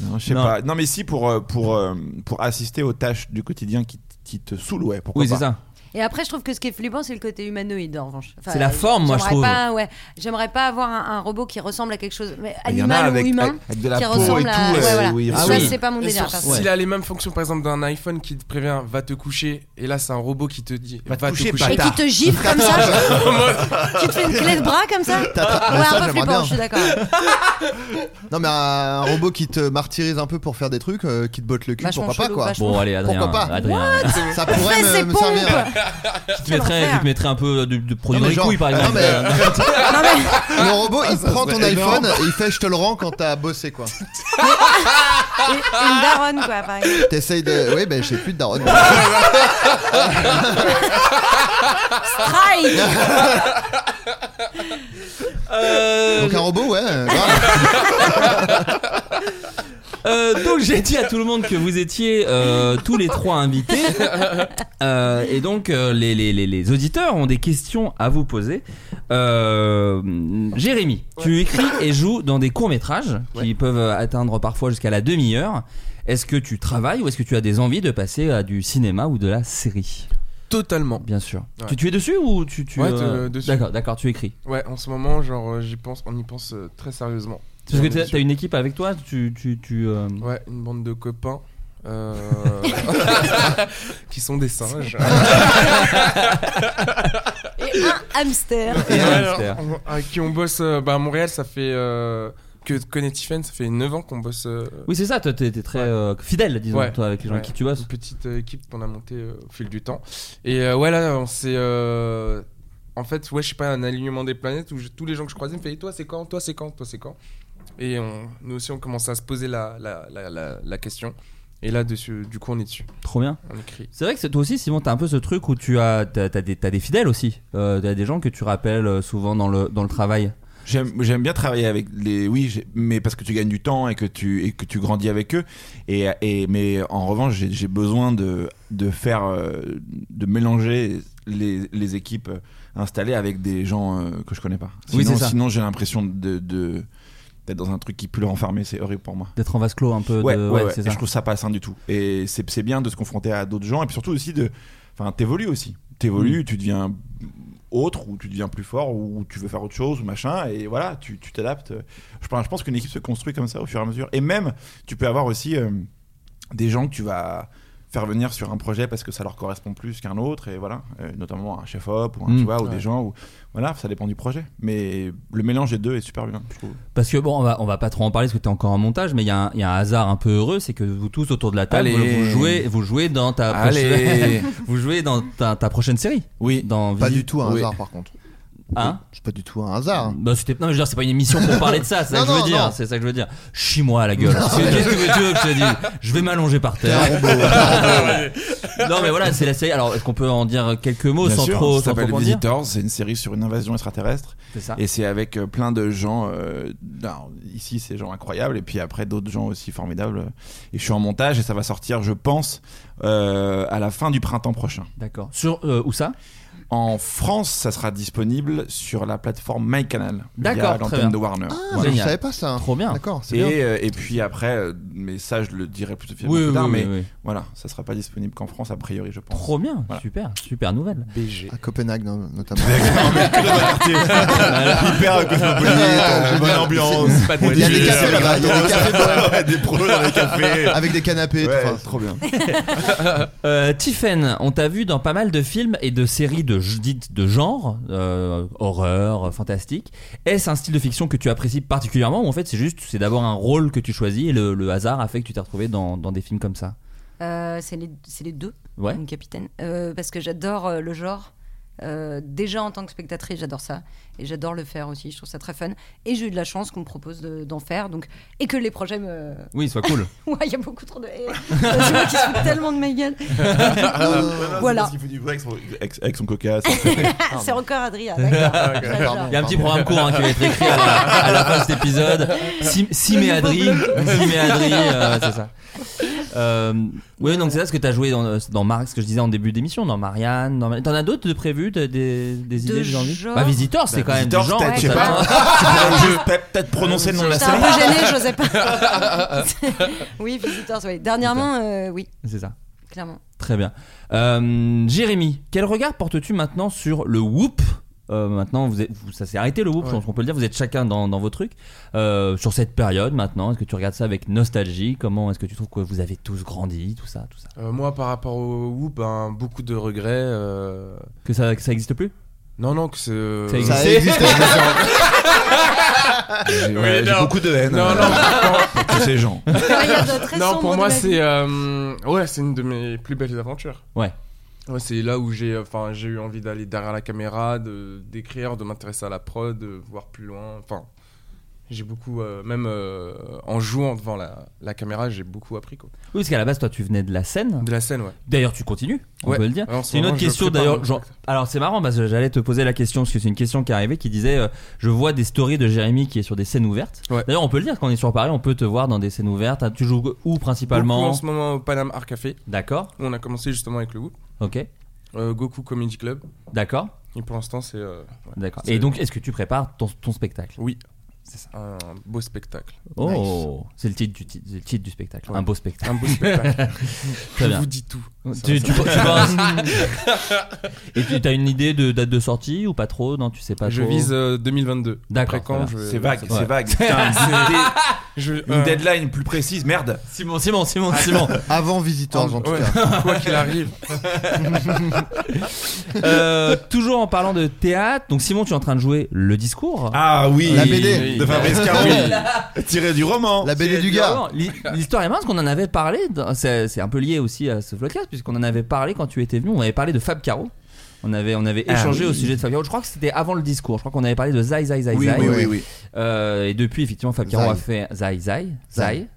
Non, je sais
Non.
pas. Non, mais si pour, euh, pour, euh, pour assister aux tâches du quotidien qui, qui te saoulent, ouais, pourquoi
Oui,
pas.
c'est ça.
Et après, je trouve que ce qui est flippant, c'est le côté humanoïde, en revanche. Enfin,
C'est la forme, moi, je
j'aimerais
trouve.
Pas, ouais, j'aimerais pas avoir un, un robot qui ressemble à quelque chose, mais
Il y en a
animal
avec,
ou humain,
avec- avec de la
qui
peau et
ressemble
tout.
à. ouais,
euh,
voilà.
où il
Ah
ça,
oui.
c'est pas mon
Et
délire.
sur-
perso.
Ouais.
S'il a les mêmes fonctions, par exemple, d'un iPhone qui te prévient va te coucher, et là c'est un robot qui te dit
Va te
te
coucher,
Et
coucher.
qui te gifle comme ça
*laughs*
Tu te fais une clé de bras comme ça
T'as- t'as- mais
Ouais,
ça,
un peu
j'aimerais
flippant,
bien.
je suis d'accord.
Non mais un robot qui te martyrise un peu pour faire des trucs, euh, qui te botte le cul,
Vachement
pourquoi
chelou,
pas quoi.
vachement.
Bon, allez, Adrien.
Pourquoi pas
Adrien, *laughs*
Ça pourrait
Fais ses
me, me servir.
pompes
tu te mettrais,
l'enfer.
tu te mettrais un peu de, de produit
Non, mais
dans les
genre-
couilles, par
non,
exemple.
mais-
*laughs*
Non, mais
*laughs* Le robot, il prend ton
serait
iPhone et il fait je te le rends quand t'as
*laughs*
bossé quoi.
une- une daronne, quoi,
*laughs*
par exemple.
T'essayes de. Oui, ben j'ai plus de daronne.
Euh, Strike
Euh,
Donc un robot, ouais. euh, grave.
Euh, donc j'ai dit à tout le monde que vous étiez euh, tous les trois invités. Euh, et donc euh, les, les, les, les auditeurs ont des questions à vous poser. Euh, Jérémy, tu écris et joues dans des courts-métrages qui peuvent euh, atteindre parfois jusqu'à la demi-heure. Est-ce que tu travailles ou est-ce que tu as des envies de passer à du cinéma ou de la série
Totalement.
Bien sûr.
Ouais.
Tu, tu es dessus ou tu... tu
Ouais,
euh,
de- dessus.
D'accord, d'accord, tu écris.
Ouais, en ce moment, genre, euh, j'y pense, on y pense euh, très sérieusement.
Parce
On
que
est
t'as
dessus.
as une équipe avec toi, tu... tu, tu euh,
Ouais, une bande de
*laughs*
copains. euh, *laughs* qui sont des
*laughs*
singes. *laughs*
Et un hamster
Et un
Ouais,
hamster.
alors, on- avec qui on bosse euh, bah, à Montréal, ça fait. euh, que connaît Tiffen, ça fait 9 ans qu'on bosse. euh,
Oui, c'est ça, toi, t'es t'es très euh, fidèle, disons,
Ouais.
toi, avec les gens avec
Ouais.
qui tu bosses.
Une petite euh, équipe qu'on a montée euh, au fil du temps. Et euh, ouais, là, on s'est. euh, en fait, ouais, je sais pas, un alignement des planètes où je- tous les gens que je croisais me faisaient Toi, c'est quand Toi, c'est quand Toi, c'est quand Et on, nous aussi, on commence à se poser la, la, la, la, la question. Et là, dessus, du coup, on est dessus.
Trop bien.
On écrit.
C'est vrai que c'est- toi aussi, Simon, t'as un peu ce truc où tu as, t'as, t'as des, t'as des fidèles aussi. Euh, t'as des gens que tu rappelles euh, souvent dans le, dans le travail.
J'aime j'aime bien travailler avec les oui j'ai- mais parce que tu gagnes du temps et que tu et que tu grandis avec eux et, et mais en revanche j'ai j'ai besoin de de faire euh, de mélanger les, les équipes euh, installées avec des gens euh, que je connais pas
Oui,
sinon,
c'est ça.
sinon j'ai l'impression de de- d'être dans un truc qui pue leur enfermer c'est horrible pour moi
D'être en vase clos un peu.
ouais,
de,
ouais, ouais.
c'est
Et
ça.
je trouve ça pas sain du tout et c'est c'est bien de se confronter à d'autres gens et puis surtout aussi de enfin t'évolues aussi
Mm.
t'évolues tu deviens autre ou tu deviens plus fort ou tu veux faire autre chose ou machin et voilà tu tu t'adaptes je pense, je pense qu'une équipe se construit comme ça au fur et à mesure et même tu peux avoir aussi euh, des gens que tu vas faire venir sur un projet parce que ça leur correspond plus qu'un autre et voilà Euh, notamment un chef op ou un,
Mm.
tu vois, ou
Ouais.
des gens ou voilà ça dépend du projet mais le mélange des deux est super bien je trouve
Parce que bon, on va, on va pas trop en parler parce que t'es encore en montage, mais il y, a un- il y a un hasard un peu heureux, c'est que vous tous autour de la table, vous,
Allez.
vous jouez, vous jouez dans ta
Allez.
prochaine, *laughs* vous jouez dans ta, ta prochaine série.
Oui.
Dans
Pas
Visi-
du tout un
Oui.
hasard par contre.
Hein
C'est pas du tout un hasard.
Bah, c'était non, mais je veux dire, c'est pas une émission pour parler de ça, c'est ça
*laughs* Non,
que je veux
non,
dire,
non.
c'est ça que je veux dire. Chie-moi à la gueule. Parce que Qu'est-ce que tu veux que je te dise Je vais m'allonger par terre. non mais voilà, c'est la série. Alors, est-ce qu'on peut en dire quelques mots
Bien
sans
sûr,
trop
ça
sans
s'appelle
trop en dire
Visitors, c'est une série sur une invasion extraterrestre.
C'est ça.
Et c'est avec euh, plein de gens, euh, alors, ici ces gens incroyables, et puis après d'autres gens aussi formidables. Et je suis en montage et ça va sortir, je pense, euh, à la fin du printemps prochain.
D'accord. Sur euh, où ça
en France, ça sera disponible sur la plateforme MyCanal. via
D'accord, très bien.
L'antenne de Warner.
Ah,
Voilà.
je savais pas ça.
Trop bien.
D'accord, c'est
Et,
bien.
euh, et puis après, euh, mais ça je le dirai plutôt
Oui,
plus
oui,
tard,
oui,
mais
oui.
voilà, ça sera pas disponible qu'en France a
*laughs*
priori, je pense.
Trop bien.
Voilà.
Super, super nouvelle.
BG.
À Copenhague non, notamment.
Hyper cosmopolite,
euh, bonne ambiance.
Pas de
Il y a des
voiture.
cafés là-bas, il y a *laughs* des cafés bohèmes,
Ouais, des pros dans les cafés.
avec des canapés.
Ouais,
enfin,
*laughs* trop bien.
*laughs* Euh, Tiffen, on t'a vu dans pas mal de films et de séries de dites de genre, euh, horreur, euh, fantastique. Est-ce un style de fiction que tu apprécies particulièrement ou en fait c'est juste c'est d'abord un rôle que tu choisis et le, le hasard a fait que tu t'es retrouvé dans, dans des films comme ça
Euh, c'est les, c'est les deux,
Ouais.
mon capitaine. Euh, parce que j'adore euh, le genre. Euh, déjà en tant que spectatrice, j'adore ça. Et j'adore le faire aussi. Je trouve ça très fun. Et j'ai eu de la chance qu'on me propose de- d'en faire. Donc... Et que les projets me.
Oui, soit cool.
*laughs* Ouais, il y a beaucoup trop de. Eh, *laughs* tu vois qu'ils sont tellement de ma
*laughs*
gueule.
Ah,
Voilà.
Il faut du break avec, avec son coca. ça-
*laughs*
Ah,
c'est encore
*laughs*
Adrien. d'accord. J'adore.
Il y a un petit programme court hein, qui va être écrit à la, à la fin de cet épisode. Sim- Sim et
Le nouveau
Adri.
blog.
Sim et Adri, euh, ouais, c'est ça. Euh, oui, donc c'est ça ce que tu as joué dans, dans Mar- ce que je disais en début d'émission, dans Marianne. Dans... T'en as d'autres de prévus, de- des, des
De
idées, des envies
genre
Bah, Visiteur, c'est quand même du
Visitors,
genre.
peut-être, je sais
ça-
pas. Tu pourrais juste peut- peut-être prononcer Ah, le nom de la
J'étais un
série.
peu gênée, j'osais pas. *laughs* oui, visiteurs, oui. Dernièrement, euh, oui,
C'est ça.
clairement.
Très bien. Euh, Jérémy, quel regard portes-tu maintenant sur le whoop Euh, maintenant, vous êtes- vous- ça s'est arrêté le whoop, je pense qu'on peut le dire. Vous êtes chacun dans, dans vos trucs. Euh, sur cette période maintenant, est-ce que tu regardes ça avec nostalgie Comment est-ce que tu trouves que vous avez tous grandi Tout ça, tout ça.
Euh, moi, par rapport au Whoop, ben, beaucoup de regrets. euh,
Que ça, que ça existe plus
Non, non, que euh, c'est.
Ça
Ça existe. je me suis rendu-
*laughs*
*laughs* J'ai
Oui,
ouais, j'ai
non.
beaucoup de haine
Non,
euh,
non,
pour *laughs* tous ces gens.
Regarde, très
non,
sombre
pour
de
moi,
ma vie.
c'est euh, ouais, c'est une de mes plus belles aventures.
Ouais.
Ouais, c'est là où j'ai, enfin, j'ai eu envie d'aller derrière la caméra, de d'écrire, de m'intéresser à la prod, de voir plus loin. Enfin, j'ai beaucoup, euh, même euh, en jouant devant la, la caméra, j'ai beaucoup appris quoi.
Oui, parce qu'à la base, toi, tu venais de la scène.
De la scène, ouais.
D'ailleurs, tu continues, on
Ouais.
peut le dire.
Alors, en ce
C'est une
moment,
autre
je
question
prépare
d'ailleurs.
mon
genre-
spectacle.
Alors c'est marrant parce que j'allais te poser la question parce que c'est une question qui est arrivée qui disait euh, je vois des stories de Jérémy qui est sur des scènes ouvertes.
Ouais.
D'ailleurs on peut le dire quand on est sur Paris on peut te voir dans des scènes ouvertes. Ah, Tu joues où
Beaucoup
principalement
en ce moment au Panam Art Café.
D'accord.
On a commencé justement avec le Whoop,
Ok.
Euh, Goku Comedy Club.
D'accord.
Et pour l'instant, c'est euh, ouais,
D'accord.
c'est
Et donc est-ce que tu prépares ton, ton spectacle
Oui.
C'est ça.
un beau spectacle.
Oh, c'est le titre du ti- c'est le titre du spectacle.
Ouais.
Un beau spectacle.
Un beau
*laughs*
spectacle.
Très
je
bien.
vous dis tout.
Tu, tu- tu penses-
*laughs*
Et tu as une idée de date de sortie ou pas trop Non, tu sais pas
je
trop.
vise euh, 2022.
D'accord,
Après quand
voilà.
je vais-
C'est vague,
Ouais.
*laughs*
c'est vague. Putain, c'est des-
Je-
Une
euh,
deadline plus précise, merde.
Simon, Simon, Simon, Simon.
Avant visiteurs en tout
Ouais,
cas.
*laughs* quoi qu'il
*laughs*
*laughs*
arrive.
Euh, toujours en parlant de théâtre, donc Simon, tu es en train de jouer le discours.
Ah oui,
La BD.
de Fabrice Caron, tiré du roman.
La BD du gars.
Alors, l'hi- L'histoire est mince qu'on en avait parlé, dans- c'est c'est un peu lié aussi à ce podcast, puisqu'on en avait parlé quand tu étais venu, on avait parlé de Fab Caro. On avait, on avait
Ah
échangé
oui.
au sujet de Fab Caro. Je crois que c'était avant le discours. Je crois qu'on avait parlé de Zai Zai Zai
Oui,
Zai.
oui, oui, oui.
Euh, et depuis, effectivement, Fab Caro
Zai.
a fait Zai Zai Zai
Zai.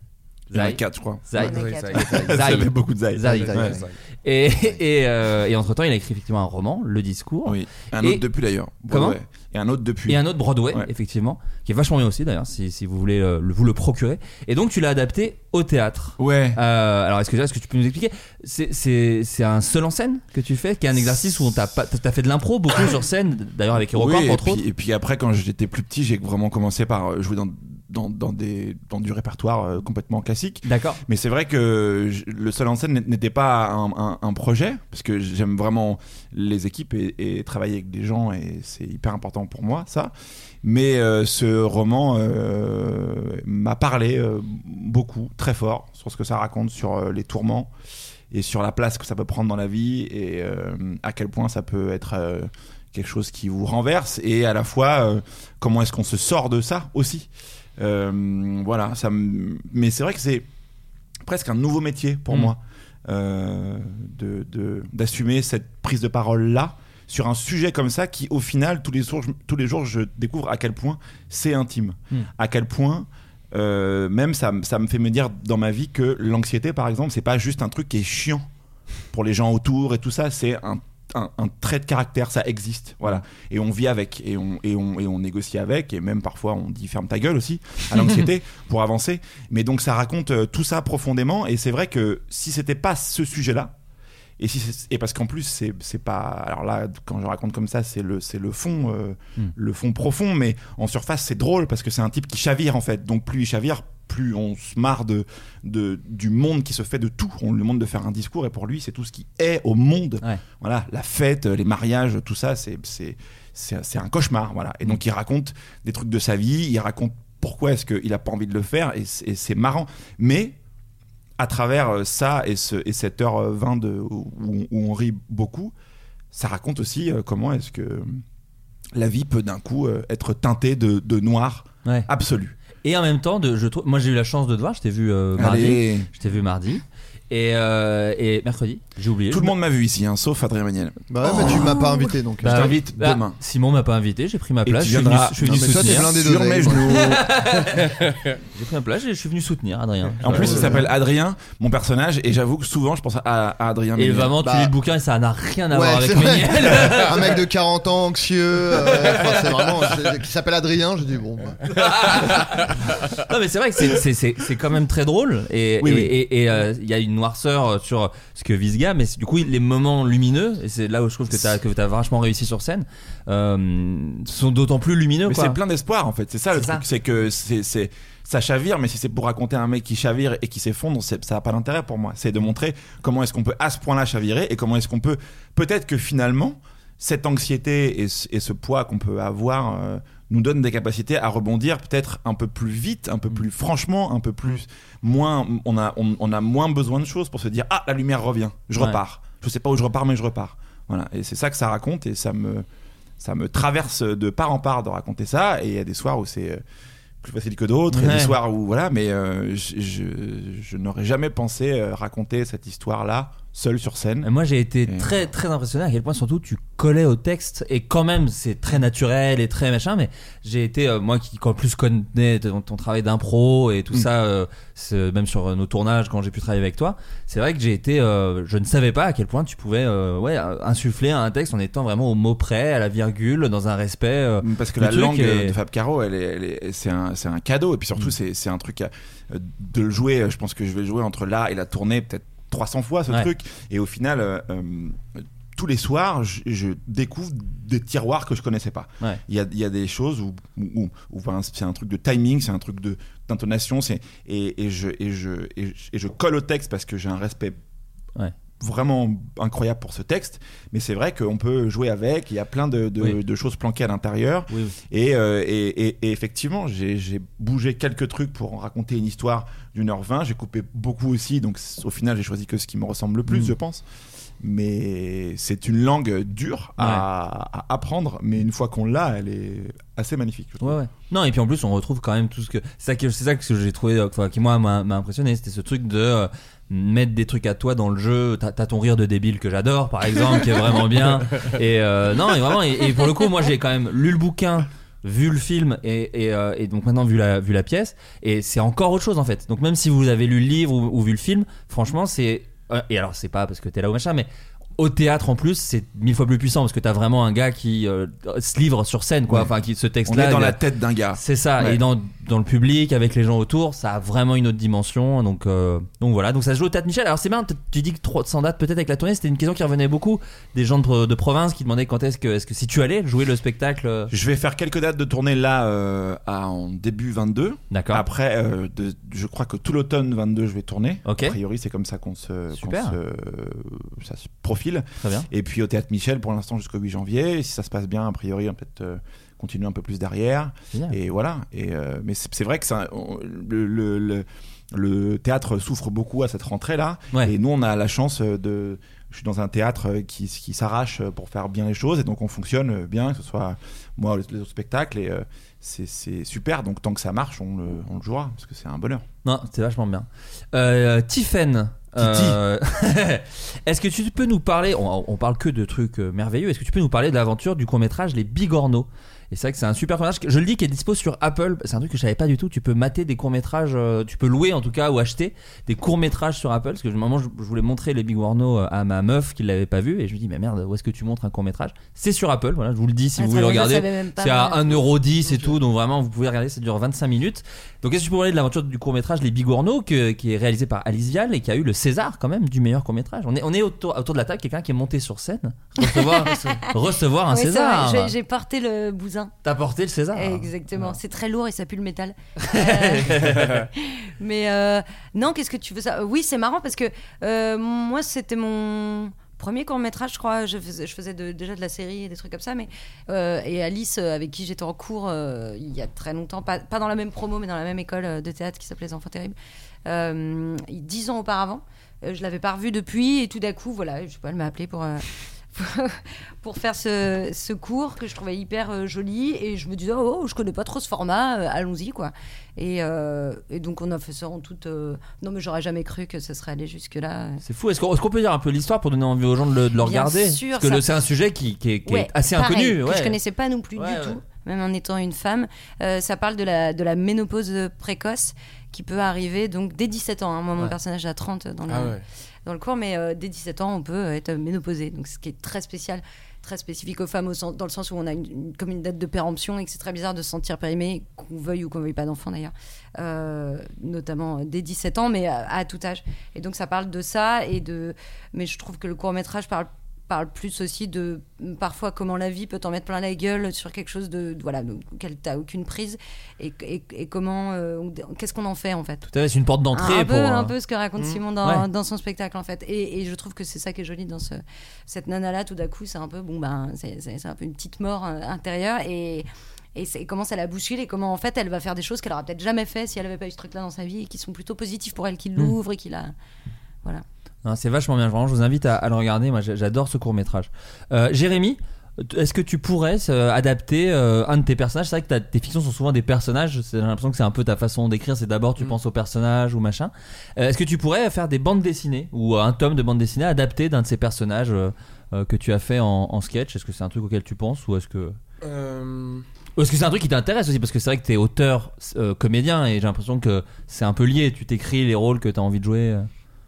Il y en a
Zai
quatre, je crois.
Zai
Ouais,
Zai,
ouais.
Zai.
*laughs* Ça fait beaucoup de Zai.
Zai.
Zai,
Ouais.
Zai.
Et, *laughs* et, euh, et entre-temps, il a écrit effectivement un roman, Le Discours.
Oui. Un
Et-
autre depuis d'ailleurs.
Comment
Broadway. Et un autre depuis.
Et un autre Broadway,
Ouais.
effectivement, qui est vachement bien aussi d'ailleurs, si, si vous voulez euh, le- vous le procurer. Et donc tu l'as adapté au théâtre.
Ouais.
Euh, alors est-ce que, est que tu peux nous expliquer C'est- C'est c'est un seul en scène que tu fais, qui est un exercice où t'as pas- t'as fait de l'impro beaucoup sur scène, d'ailleurs avec Hérocorp
Oui, et,
entre
puis,
autres.
et puis après, quand j'étais plus petit, j'ai vraiment commencé par euh, jouer dans, dans, dans des, dans du répertoire euh, complètement classique.
D'accord.
Mais c'est vrai que je- le seul en scène n'est- n'était pas un, un- un projet, parce que j'aime vraiment les équipes et, et travailler avec des gens, et c'est hyper important pour moi, ça. Mais euh, ce roman euh, m'a parlé euh, beaucoup, très fort, sur ce que ça raconte, sur euh, les tourments. et sur la place que ça peut prendre dans la vie et euh, à quel point ça peut être euh, quelque chose qui vous renverse et à la fois euh, comment est-ce qu'on se sort de ça aussi. Euh, voilà, ça me- mais c'est vrai que c'est presque un nouveau métier pour
Mm.
moi euh, de- de- d'assumer cette prise de parole là sur un sujet comme ça qui au final tous les jours je, tous les jours je découvre à quel point c'est intime
Mm.
à quel point euh, même ça, me- ça me fait me dire dans ma vie que l'anxiété par exemple c'est pas juste un truc qui est chiant pour les gens autour et tout ça c'est un un, un trait de caractère, ça existe, voilà. Et on vit avec, et on, et, on, et on négocie avec, et même parfois on dit ferme ta gueule aussi à l'anxiété pour avancer. Mais donc ça raconte euh, tout ça profondément, et c'est vrai que si c'était pas ce sujet-là, et, si c'est- et parce qu'en plus c'est c'est pas alors là quand je raconte comme ça c'est le c'est le fond euh,
Mm.
le fond profond mais en surface c'est drôle parce que c'est un type qui chavire en fait donc plus il chavire plus on se marre de, de du monde qui se fait de tout on lui demande de faire un discours et pour lui c'est tout ce qui est au monde voilà la fête les mariages tout ça c'est c'est c'est c'est un cauchemar voilà et donc il raconte des trucs de sa vie il raconte pourquoi est-ce qu'il a pas envie de le faire et c'est- et c'est marrant mais à travers euh, ça et, ce, et cette heure euh, 20 de, où, où on rit beaucoup, ça raconte aussi euh, comment est-ce que la vie peut d'un coup euh, être teintée de, de noir absolu.
Et en même temps, de, je trouve, moi j'ai eu la chance de te voir, je t'ai vu euh,
Allez.
mardi. Je t'ai vu mardi. Et, euh, et mercredi, j'ai oublié.
Tout le monde m'a vu ici, hein, sauf Adrien Méniel.
Bah ouais, mais tu m'as pas invité donc.
je t'invite
bah,
demain.
Simon m'a pas invité, j'ai pris ma
Et
place.
tu
je suis venu,
viendras-
je suis venu
Non, mais toi, t'es
soutenir.
blindé Sur d'oseille, mes genoux.
*laughs* j'ai pris ma place, et je suis venu soutenir Adrien.
En plus, il
Euh,
s'appelle Adrien, mon personnage, et j'avoue que souvent je pense à, à Adrien
Et
Méniel.
vraiment, tu
Bah,
lis le bouquin et ça n'a rien à
Ouais,
voir
c'est
avec
vrai.
Méniel.
*laughs* un mec de 40 ans anxieux, euh, enfin, c'est vraiment c'est- qui s'appelle Adrien. J'ai dit bon. bah.
*laughs* non mais c'est vrai que c'est- c'est- c'est c'est quand même très drôle et
Oui,
et-
oui.
et- et, euh, il y a une noirceur sur ce que vise Gam mais c'est- du coup les moments lumineux et c'est là où je trouve que t'as que t'as vachement réussi sur scène euh, sont d'autant plus lumineux
Mais
quoi.
c'est plein d'espoir en fait, c'est ça le
C'est
truc,
ça.
c'est que c'est c'est- ça chavire, mais si c'est pour raconter un mec qui chavire et qui s'effondre, c'est- ça n'a pas d'intérêt pour moi. C'est de montrer comment est-ce qu'on peut à ce point-là chavirer et comment est-ce qu'on peut peut-être que finalement cette anxiété et ce, et ce poids qu'on peut avoir euh, nous donne des capacités à rebondir peut-être un peu plus vite, un peu plus franchement, un peu plus moins. On a on, on a moins besoin de choses pour se dire ah la lumière revient, je
Ouais.
repars. Je sais pas où je repars mais je repars. Voilà et c'est ça que ça raconte et ça me ça me traverse de part en part de raconter ça. Et il y a des soirs où c'est euh, plus facile que d'autres, il y a des
Ouais.
soirs où voilà, mais euh, je, je- je n'aurais jamais pensé euh, raconter cette histoire-là seul sur scène.
Et Moi j'ai été
Et-
très très impressionné à quel point surtout tu collais au texte et quand même c'est très naturel et très machin mais j'ai été euh, moi qui en plus connais ton, ton travail d'impro et tout
Mm.
ça euh, c'est- même sur euh, nos tournages quand j'ai pu travailler avec toi c'est vrai que j'ai été euh, je ne savais pas à quel point tu pouvais euh, ouais euh, insuffler un texte en étant vraiment au mot près à la virgule dans un respect euh,
Parce que
du
la
truc Mm.
langue
et-
euh, de Fab Caro, elle est- elle est- c'est un, c'est un cadeau. Et puis surtout, c'est c'est un truc à- euh, de le jouer. euh, Je pense que je vais le jouer entre là et la tournée peut-être 300 fois ce
Ouais.
truc. Et au final, euh, euh, tous les soirs, je, je découvre des tiroirs que je connaissais pas.
Ouais.
Il y a, il y a des choses où, où- où- où, enfin, c'est un truc de timing, c'est un truc de d'intonation, c'est et, et je et je et je- et je colle au texte parce que j'ai un respect
Ouais.
vraiment incroyable pour ce texte. Mais c'est vrai qu'on peut jouer avec. Il y a plein de, de-
Oui.
de choses planquées à l'intérieur.
oui, oui.
Et, euh, et- et- et effectivement, j'ai j'ai bougé quelques trucs pour en raconter une histoire d'une heure vingt. J'ai coupé beaucoup aussi, donc c- au final, j'ai choisi que ce qui me ressemble le plus,
Mm.
je pense. Mais c'est une langue dure à, à apprendre, mais une fois qu'on l'a, elle est assez magnifique. je trouve.
Ouais, ouais. Non, et puis en plus, on retrouve quand même tout ce que. C'est ça que, c'est ça que j'ai trouvé, euh, enfin, qui moi m'a m'a impressionné, c'était ce truc de euh, mettre des trucs à toi dans le jeu. T'as t'as ton rire de débile que j'adore, par exemple, qui est vraiment
*laughs*
bien. Et euh, non, et vraiment, et, et pour le coup, moi j'ai quand même lu le bouquin. Vu le film et, et, euh, et donc maintenant vu la, vu la pièce, et c'est encore autre chose en fait. Donc même si vous avez lu le livre ou, ou vu le film, franchement c'est. euh, et alors c'est pas parce que t'es là ou machin, mais au théâtre en plus c'est mille fois plus puissant parce que t'as vraiment un gars qui euh, se livre sur scène quoi,
Ouais.
enfin qui ce
On
texte là.
est dans la tête d'un gars.
C'est ça,
Ouais.
et dans, dans le public, avec les gens autour, ça a vraiment une autre dimension. Donc, euh, donc voilà, donc ça se joue au Théâtre Michel. Alors c'est bien, t- tu dis que 300 dates peut-être avec la tournée, c'était une question qui revenait beaucoup des gens de, pro- de province qui demandaient quand est-ce que, est-ce que si tu allais jouer le spectacle. euh,
Je vais faire quelques dates de tournée là euh, à- en début 22.
D'accord.
Après, euh, de- je crois que tout l'automne 22, je vais tourner.
Ok.
A priori, c'est comme ça qu'on se, qu'on
Super.
se- ça se profile.
Très bien.
Et puis au théâtre Michel pour l'instant jusqu'au 8 janvier. Si ça se passe bien, a priori, on va peut-être euh, continuer un peu plus derrière. Et voilà. Et, euh, mais c'est c'est vrai que ça, on- le, le- le- le théâtre souffre beaucoup à cette rentrée-là. Et nous, on a la chance euh, de. Je suis dans un théâtre euh, qui, qui s'arrache euh, pour faire bien les choses et donc on fonctionne euh, bien, que ce soit moi ou les autres spectacles. Et euh, c'est- c'est super. Donc tant que ça marche, on le, on le jouera parce que c'est un bonheur.
Non, c'était vachement bien. Euh, Tiffen. euh, *laughs* Est-ce que tu peux nous parler on, on parle que de trucs euh, merveilleux. Est-ce que tu peux nous parler de l'aventure du court métrage Les Bigorneaux Et c'est vrai que c'est un super court métrage. Je le dis qui est dispo sur Apple. C'est un truc que je savais pas du tout. Tu peux mater des courts métrages. tu peux louer en tout cas ou acheter des courts métrages sur Apple. Parce que moment je, je voulais montrer Les Bigorneaux euh, à ma meuf qui l'avait pas vu et je lui dis mais merde où est-ce que tu montres un court métrage C'est sur Apple. Voilà, je vous le dis si
Ah,
vous
très
voulez le
bien, je
regarder.
savais même pas,
C'est à
ouais.
1,10€ et tout, donc vraiment vous pouvez regarder, ça dure 25 minutes. Donc est-ce que tu peux parler de l'aventure du court-métrage Les Bigorneaux, que- qui est réalisé par Alice Vial et qui a eu le César quand même du meilleur court-métrage On est, on est autour, autour de la table, quelqu'un qui est monté sur scène,
*laughs*
recevoir, recevoir un
Ouais, c'est
César.
vrai, j'ai- J'ai porté le bousin.
T'as porté le César. hein.
Exactement. C'est très lourd et ça pue le
*laughs*
métal. Euh, *laughs* mais euh, non, qu'est-ce que tu veux ça Oui, c'est marrant parce que euh, moi, c'était mon premier court métrage, je crois. Je faisais, je faisais de- déjà de la série et des trucs comme ça. Mais euh, et Alice, euh, avec qui j'étais en cours euh, il y a très longtemps, pas, pas dans la même promo, mais dans la même école euh, de théâtre qui s'appelait Les Enfants Terribles, euh, dix ans auparavant. Euh, je l'avais pas revue depuis et tout d'un coup, voilà, je sais pas, elle m'a appelé pour. euh, pour faire ce, ce cours que je trouvais hyper euh, joli et je me disais oh oh, je connais pas trop ce format euh, allons-y quoi et, euh, et donc on a fait ça en toute euh, non mais j'aurais jamais cru que ça serait allé jusque là
C'est fou. Est-ce qu'on est-ce qu'on peut dire un peu l'histoire pour donner envie aux gens de le, de le
Bien
regarder
sûr,
Parce que
ça-
le- c'est un sujet qui, qui est, qui est assez inconnu.
que
ouais.
je connaissais pas non plus
Ouais,
du
ouais.
tout même en étant une femme Euh, ça parle de la de la ménopause précoce qui peut arriver donc dès 17 ans hein. moi mon
Ouais.
personnage a 30 dans le
Ah ouais.
dans le cours, mais euh, dès 17 ans, on peut euh, être ménopausé. Donc, ce qui est très spécial, très spécifique aux femmes, au sens- dans le sens où on a une, une- comme une date de péremption et que c'est très bizarre de se sentir périmé, qu'on veuille ou qu'on veuille pas d'enfant d'ailleurs, Euh, notamment euh, dès 17 ans, mais à, à tout âge. Et donc, ça parle de ça et de. Mais je trouve que le court métrage parle parle plus aussi de mm, parfois comment la vie peut t'en mettre plein la gueule sur quelque chose de, de- voilà donc, auquel t'as aucune prise et, et- et comment euh, on- qu'est-ce qu'on en fait en fait
Tout à fait, c'est une porte d'entrée
un,
pour,
peu,
euh,
un peu ce que raconte
Mm.
Simon dans,
Ouais.
dans son spectacle en fait. Et, et je trouve que c'est ça qui est joli dans ce, cette nana là. Tout d'un coup, c'est un peu bon ben c'est- c'est c'est un peu une petite mort euh, intérieure et et c'est comment ça la bouscule et comment en fait elle va faire des choses qu'elle aurait peut-être jamais fait si elle avait pas eu ce truc là dans sa vie et qui sont plutôt positives pour elle, qui
Mmh.
l'ouvrent et qui la voilà.
Non, Hein, c'est vachement bien. Vraiment, je vous invite à, à le regarder. Moi, j'a- j'adore ce court métrage. Jérémy, t- est-ce que tu pourrais euh, adapter euh, un de tes personnages C'est vrai que t'as- tes fictions sont souvent des personnages. C'est- J'ai l'impression que c'est un peu ta façon d'écrire. C'est d'abord tu penses au personnage ou machin. Euh, est-ce que tu pourrais faire des bandes dessinées ou euh, un tome de bande dessinée adapté d'un de ces personnages euh, euh, que tu as fait en, en sketch Est-ce que c'est un truc auquel tu penses ou est-ce que
Euh,
ou est-ce que c'est un truc qui t'intéresse aussi Parce que c'est vrai que t'es auteur, euh, comédien, et j'ai l'impression que c'est un peu lié. Tu t'écris les rôles que t'as envie de jouer. euh.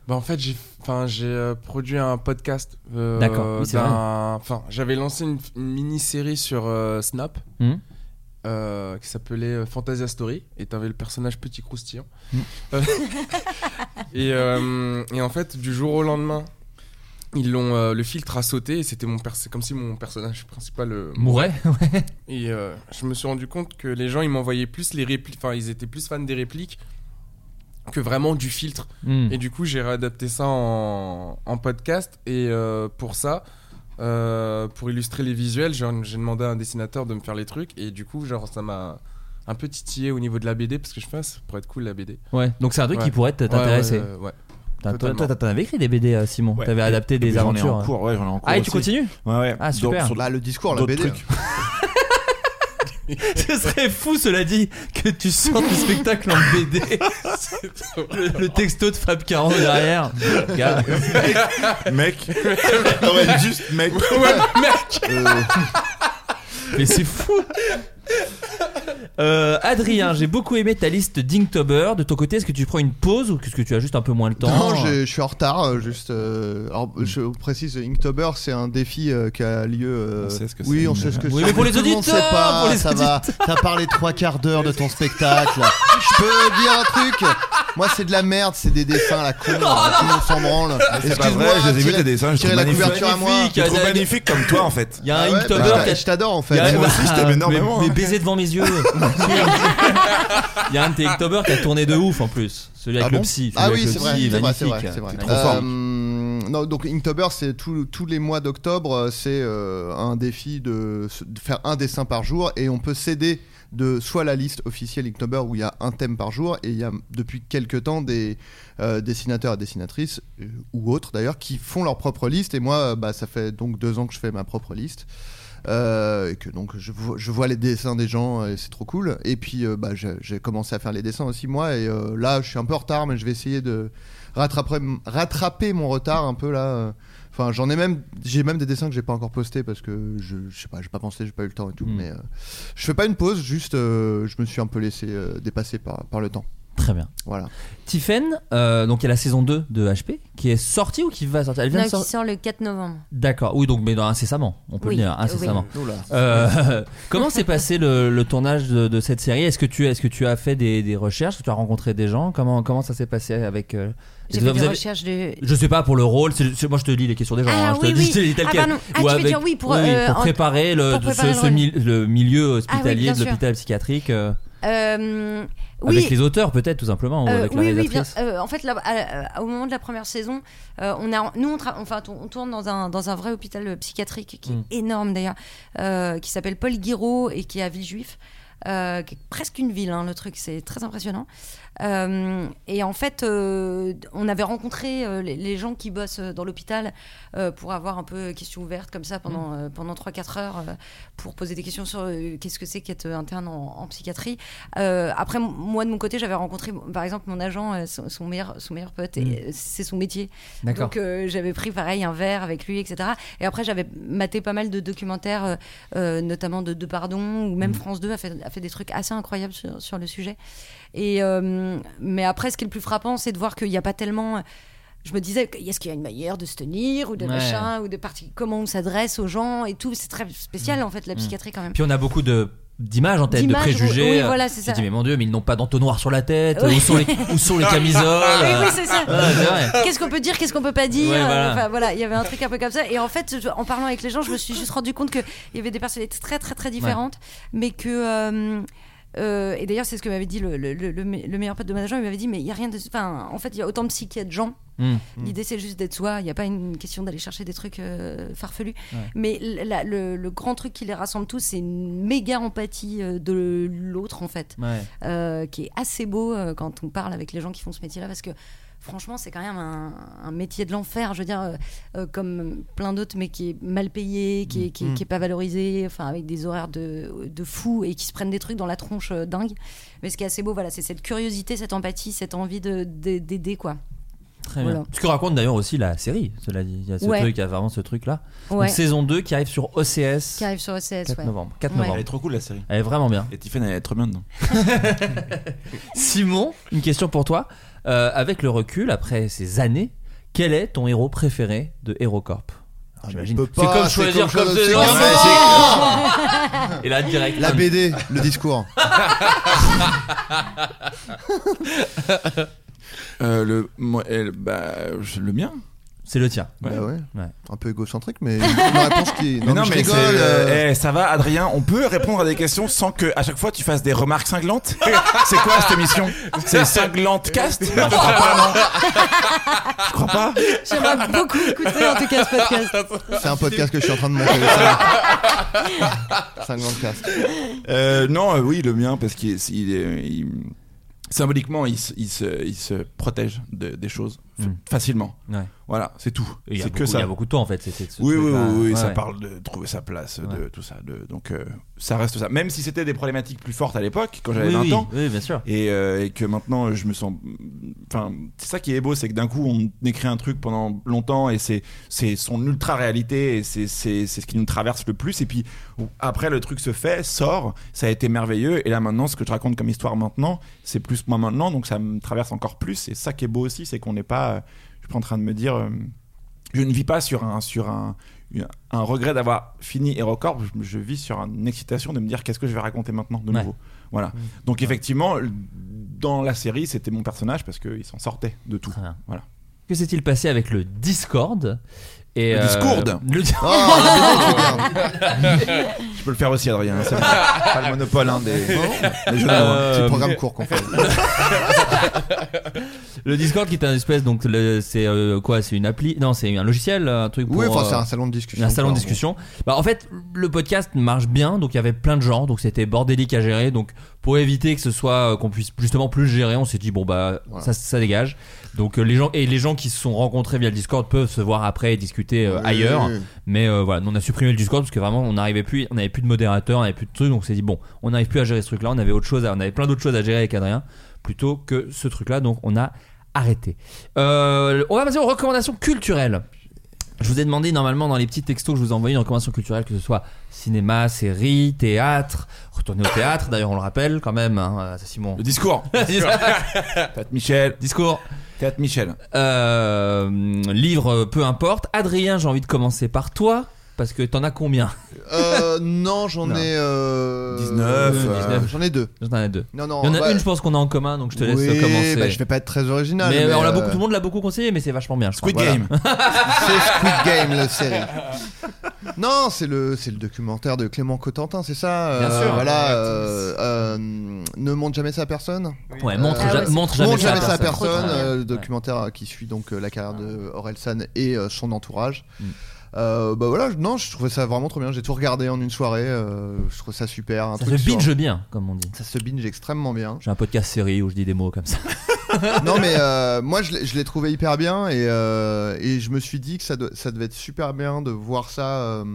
Bah en fait j'ai enfin j'ai euh, produit un podcast euh,
D'accord, oui, c'est vrai.
d'un- enfin j'avais lancé une, mini série sur euh, Snap
Mhm.
euh, qui s'appelait euh, Fantasia Story et t'avais le personnage petit croustillant
Hmm.
Euh, *laughs* et, euh, et en fait du jour au lendemain ils l'ont euh, le filtre a sauté et c'était mon pers- c'est comme si mon personnage principal euh,
Mourait, *laughs* ouais.
et euh, je me suis rendu compte que les gens ils m'envoyaient plus les répliques enfin ils étaient plus fans des répliques que vraiment du filtre.
Mm.
Et du coup, j'ai réadapté ça en, en podcast. Et euh, pour ça, euh, pour illustrer les visuels, j'ai j'ai demandé à un dessinateur de me faire les trucs. Et du coup, genre, ça m'a un peu titillé au niveau de la BD parce que je fasse pour être cool la BD.
Ouais, donc c'est un truc
Ouais.
qui pourrait t-
Ouais,
t'intéresser.
ouais, ouais, ouais.
T'as- toi-
Totalement.
Toi, t'en avais écrit des BD, euh, Simon.
Ouais.
T'avais adapté
Et
des
puis j'en ai
aventures.
en cours, ouais, j'en ai en cours
Ah, et tu
aussi.
continues
Ouais, ouais.
Ah,
Sur-
super.
sur-
Là, le discours, la
D'autres
BD.
trucs.
*laughs* Ce serait fou, cela dit, que tu sortes du spectacle en BD.
*laughs*
le, le texto de Fab Caron
*laughs*
derrière. Gars. *laughs*
mec. ouais, juste mec.
Euh,
*laughs* Mais c'est fou. Euh, Adrien, j'ai beaucoup aimé ta liste d'Inktober. De ton côté, est-ce que tu prends une pause ou est-ce que tu as juste un peu moins le temps
Non, j'ai- je suis en retard. euh, Juste, euh, alors, je précise, Inktober, c'est un défi euh, qui a lieu. euh,
On sait ce que c'est,
oui, on
Inktober.
sait ce que
Oui,
c'est.
mais pour les
tout le monde
auditeurs,
sait pas,
pour les
ça va. T'as parlé trois quarts d'heure de ton spectacle. Je peux dire un truc. Moi, c'est de la merde, c'est des dessins à la
*laughs* Oh,
con. là, Tout le monde s'en branle.
C'est pas vrai, je les ai vus tes dessins, je
tirez
trouve
la
magnifique.
couverture à moi.
Je trouve magnifique comme toi en fait.
Il y a un
Ah ouais,
Inktober.
bah,
qui a-
je t'adore, en fait.
Il y a- Ah,
Moi aussi, je t'aime
mais-
énormément,
Mais,
hein.
baiser devant
*laughs*
mes yeux. Il y a un de tes Inktober qui a tourné de ouf en plus. Celui avec
Ah bon
le psy. celui
Ah
avec
oui,
le
c'est
psy,
vrai, c'est vrai, c'est
magnifique.
vrai, c'est vrai.
Magnifique.
Euh, non, donc Inktober, c'est tout- tous les mois d'octobre, euh, c'est euh, un défi de, se- de faire un dessin par jour et on peut s'aider de soit la liste officielle Inktober où il y a un thème par jour et il y a depuis quelques temps des euh, dessinateurs et dessinatrices euh, ou autres d'ailleurs qui font leur propre liste et moi euh, bah, ça fait donc deux ans que je fais ma propre liste euh, et que donc je vois, je vois les dessins des gens euh, et c'est trop cool. Et puis euh, bah, j'ai j'ai commencé à faire les dessins aussi moi et euh, là je suis un peu en retard mais je vais essayer de rattraper, rattraper mon retard un peu là. euh. Enfin j'en ai même j'ai même des dessins que j'ai pas encore postés parce que je, je sais pas j'ai pas pensé j'ai pas eu le temps et tout
Hmm.
mais euh, je fais pas une pause juste euh, je me suis un peu laissé euh, dépasser par, par le temps.
Très bien.
Voilà.
Tiffen, euh, donc il y a la saison 2 de HP qui est sortie ou qui va sortir Elle vient
Non,
de
qui
sortir
sort le 4 novembre.
D'accord, oui, donc, mais dans- incessamment, on peut
Oui,
le dire, incessamment.
oui. Oula.
Euh, *laughs* comment s'est passé le, le tournage de, de cette série Est-ce que, est que tu as fait des, des recherches Est-ce que tu as rencontré des gens comment, comment ça s'est passé avec. euh,
J'ai
vous
fait des
avez-
recherches de-
Je sais pas, pour le rôle, c'est- c'est- moi je te lis les questions des gens,
Ah,
hein, je te
oui,
dis
oui.
je te lis tel
Ah,
quel.
pardon. Ah,
Ou
tu veux dire oui, pour, euh, en-
préparer, le,
pour préparer le
ce- ce
rôle. Ah
mi- le milieu hospitalier
bien
de
sûr.
l'hôpital psychiatrique. euh,
Euh, oui.
Avec les auteurs, peut-être, tout simplement, ou
Euh,
avec la
oui, oui, bien.
réalisatrice.
euh, en fait, là, à- à- au moment de la première saison, euh, on a, nous, on, tra- enfin, on on tourne dans un, dans un vrai hôpital euh, psychiatrique qui
Mmh.
Mm.
est énorme d'ailleurs, euh, qui s'appelle Paul Guiraud et qui est à Villejuif. euh, qui est presque une ville, hein, le truc, c'est très impressionnant. Euh, et en fait, euh, on avait rencontré euh, les, les gens qui bossent euh, dans l'hôpital euh, pour avoir un peu question ouverte comme ça pendant, euh, pendant 3-4 heures euh, pour poser des questions sur euh, qu'est-ce que c'est qu'être interne en, en psychiatrie. Euh, après, m- moi de mon côté, j'avais rencontré par exemple mon agent, euh, son, son meilleur, son meilleur pote, et,
Mm.
euh, c'est son métier.
D'accord.
Donc euh, j'avais pris pareil un verre avec lui, etc. Et après, j'avais maté pas mal de documentaires, euh, euh, notamment de, de Pardon, ou
Mm.
même France 2 a fait, a fait des trucs assez incroyables sur, sur le sujet. Et, euh, mais après, ce qui est le plus frappant, c'est de voir qu'il n'y a pas tellement je me disais est-ce qu'il y a une manière de se tenir ou de
Ouais.
machin ou de parti- comment on s'adresse aux gens et tout c'est très spécial en fait la
Mm.
psychiatrie quand même
Puis on a beaucoup de d'images en tête, de
D'images,
préjugés.
oui,
euh,
voilà, c'est
tu
ça.
dis, mais mon dieu, mais ils n'ont pas d'entonnoir sur la tête. euh,
Oui.
Où sont les, où
*laughs*
sont les
Ah,
camisoles
Ah, Oui,
euh,
oui, c'est ça.
voilà, c'est vrai.
Qu'est-ce qu'on peut dire, qu'est-ce qu'on peut pas dire
Ouais, voilà.
euh, Enfin voilà, il y avait un truc un peu comme ça. Et en fait, je- en parlant avec les gens, je me suis juste rendu compte qu'il y avait des personnalités très très très différentes, mais que. euh, euh, et d'ailleurs, c'est ce que m'avait dit le, le- le- le me- le meilleur pote de mon agent. Il m'avait dit, mais il y a rien de. Enfin, en fait, il y a autant de psy qu'il y a de gens.
Mm.
Hmm.
L'idée, c'est juste d'être soi. Il n'y a pas une question d'aller chercher des trucs euh, farfelus.
Ouais.
Mais l- la- le, le grand truc qui les rassemble tous, c'est une méga empathie euh, de l'autre, en fait.
Ouais.
Euh, qui est assez beau euh, quand on parle avec les gens qui font ce métier-là, parce que franchement, c'est quand même un, un métier de l'enfer, je veux dire, euh, euh, comme plein d'autres, mais qui est mal payé, qui est, qui est-
Mm.
qui est pas valorisé, enfin, avec des horaires de, de fou et qui se prennent des trucs dans la tronche euh, dingue. Mais ce qui est assez beau, voilà, c'est cette curiosité, cette empathie, cette envie de- de- d'aider, quoi.
Très
Voilà.
bien. Ce que raconte d'ailleurs aussi la série, cela dit. Il y a ce
Ouais.
truc, il y a vraiment ce truc-là. Donc,
Ouais.
saison 2 qui arrive sur OCS.
Qui arrive sur OCS,
4
ouais.
novembre. 4
Ouais.
novembre.
Elle est
trop cool la série.
Elle est vraiment bien.
Et Tiffany, elle est trop bien dedans.
*laughs* Simon, une question pour toi. Euh, avec le recul, après ces années, quel est ton héros préféré de HeroCorp
Ah,
J'imagine.
peut
C'est
pas,
comme
Bah, c'est
choisir
comme
comme
choisir-
c'est-
Ouais,
Non,
c'est-
c'est- Et là, direct.
La BD, le discours.
*laughs*
*laughs*
Euh, le, moi, elle- bah, je- le mien
C'est le tien.
Bah ouais.
Ouais.
Un peu égocentrique, mais une réponse qui.
mais non,
je
mais,
rigole,
c'est, euh,
euh,
eh, ça va, Adrien. On peut répondre à des questions sans que à chaque fois tu fasses des remarques *laughs* cinglantes. c'est quoi cette émission *laughs* C'est cinglante cast Non, je crois pas, non. Je crois pas.
J'aimerais beaucoup écouter en tout cas ce podcast.
C'est un podcast que je suis en train de monter.
*laughs*
ça. Cinglante cast.
Euh, non, euh, oui, le mien, parce qu'il est- il est- il- symboliquement, il, se- il se, il se protège de- des choses fa-
Mm.
facilement.
Ouais.
Voilà, c'est tout.
Et il y a
C'est
beaucoup-
que ça.
il y a beaucoup de temps, en fait, c'est- c'est ce
oui, oui,
truc-là.
oui, oui,
Ouais,
ça
ouais.
parle de trouver sa place, de
Ouais.
tout ça. de- donc, euh, ça reste ça. Même si c'était des problématiques plus fortes à l'époque, quand j'avais
Oui,
20
oui,
ans.
oui, bien sûr.
Et, euh, et que maintenant, euh, je me sens. Enfin, c'est ça qui est beau, c'est que d'un coup, on écrit un truc pendant longtemps et c'est c'est son ultra réalité et c'est c'est c'est ce qui nous traverse le plus. Et puis après, le truc se fait, sort, ça a été merveilleux. Et là maintenant, ce que je raconte comme histoire maintenant, c'est plus moi maintenant, donc ça me traverse encore plus. Et ça qui est beau aussi, c'est qu'on n'est pas. euh, je suis pas en train de me dire. euh, je ne vis pas sur un sur un une- un regret d'avoir fini HeroCorp, je, je vis sur une excitation de me dire qu'est-ce que je vais raconter maintenant de
Ouais.
nouveau. Voilà. Donc effectivement, dans la série, c'était mon personnage parce qu'il s'en sortait de tout. Voilà.
Que s'est-il passé avec le Discord Et,
Le Ah,
euh,
discourde.
le- *laughs*
Je peux le faire aussi, Adrien. hein, C'est pas, pas le monopole hein, des, des jeux de mots, hein.
Euh,
C'est le programme court qu'on fait.
*laughs* Le Discord qui est un espèce donc le- c'est euh, quoi c'est une appli non c'est un logiciel un truc pour,
Oui, enfin, c'est
euh,
un salon de discussion,
un salon
quoi,
de
en
discussion bah en fait le podcast marche bien donc il y avait plein de gens donc c'était bordélique à gérer donc pour éviter que ce soit euh, qu'on puisse justement plus gérer on s'est dit bon bah
Voilà.
ça, ça dégage donc euh, les gens et les gens qui se sont rencontrés via le Discord peuvent se voir après et discuter euh,
Oui.
ailleurs mais euh, voilà nous, on a supprimé le Discord parce que vraiment on n'arrivait plus on avait plus de modérateur on avait plus de trucs donc on s'est dit bon on n'arrive plus à gérer ce truc là on avait autre chose à- on avait plein d'autres choses à gérer avec Adrien plutôt que ce truc là donc on a arrêté Euh, on va passer aux recommandations culturelles je vous ai demandé normalement dans les petits textos que je vous ai envoyés une recommandation culturelle, que ce soit cinéma, série, théâtre, retourner au théâtre, d'ailleurs on le rappelle quand même, hein, euh, c'est Simon.
Le
*laughs*
discours. Tête Michel.
Discours.
Tête Michel.
Euh, livre, euh, peu importe. Adrien, j'ai envie de commencer par toi, parce que t'en as combien
Euh, non, j'en
Non.
ai. euh,
19,
euh,
19.
J'en ai deux.
J'en ai deux.
Non, non,
Il y en a
bah-
une, je pense qu'on a en commun, donc je te laisse
Oui,
commencer.
bah, je vais pas être très original.
Mais,
Mais,
on l'a
euh,
beaucoup, tout le monde l'a beaucoup conseillé, mais c'est vachement bien. je
Squid
crois. Voilà.
Game.
C'est
*laughs*
Squid Game, la série. Non, c'est le, c'est le documentaire de Clément Cotentin, c'est ça euh,
Bien sûr.
Voilà. euh, euh, ne montre jamais ça à personne.
Ouais, montre,
Ah
ja-
ouais, c'est-
montre jamais, ça, à personne.
personne.
Ouais.
euh, le documentaire euh, qui suit donc euh, la carrière de Orelsan et euh, son entourage.
Mm.
Euh, bah voilà, je- non, je trouvais ça vraiment trop bien. J'ai tout regardé en une soirée. euh, je trouve ça super. Un
Ça se
truc sur-
binge bien, comme on dit.
Ça se binge extrêmement bien.
J'ai un podcast série où je dis des mots comme ça.
*laughs* non mais euh, moi je l'ai- je l'ai trouvé hyper bien et, euh, et je me suis dit que ça, doit- ça devait être super bien de voir ça euh,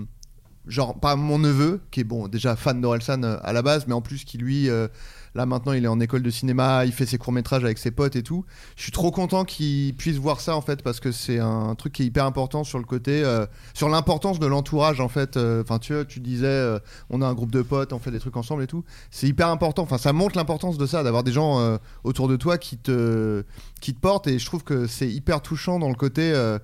genre pas mon neveu qui est bon déjà fan d'Orelsan euh, à la base mais en plus qui lui euh, là maintenant il est en école de cinéma il fait ses courts métrages avec ses potes et tout je suis trop content qu'il puisse voir ça en fait parce que c'est un truc qui est hyper important sur le côté euh, sur l'importance de l'entourage en fait enfin tu vois, tu disais euh, on a un groupe de potes on fait des trucs ensemble et tout c'est hyper important enfin ça montre l'importance de ça d'avoir des gens euh, autour de toi qui te qui te portent et je trouve que c'est hyper touchant dans le côté euh,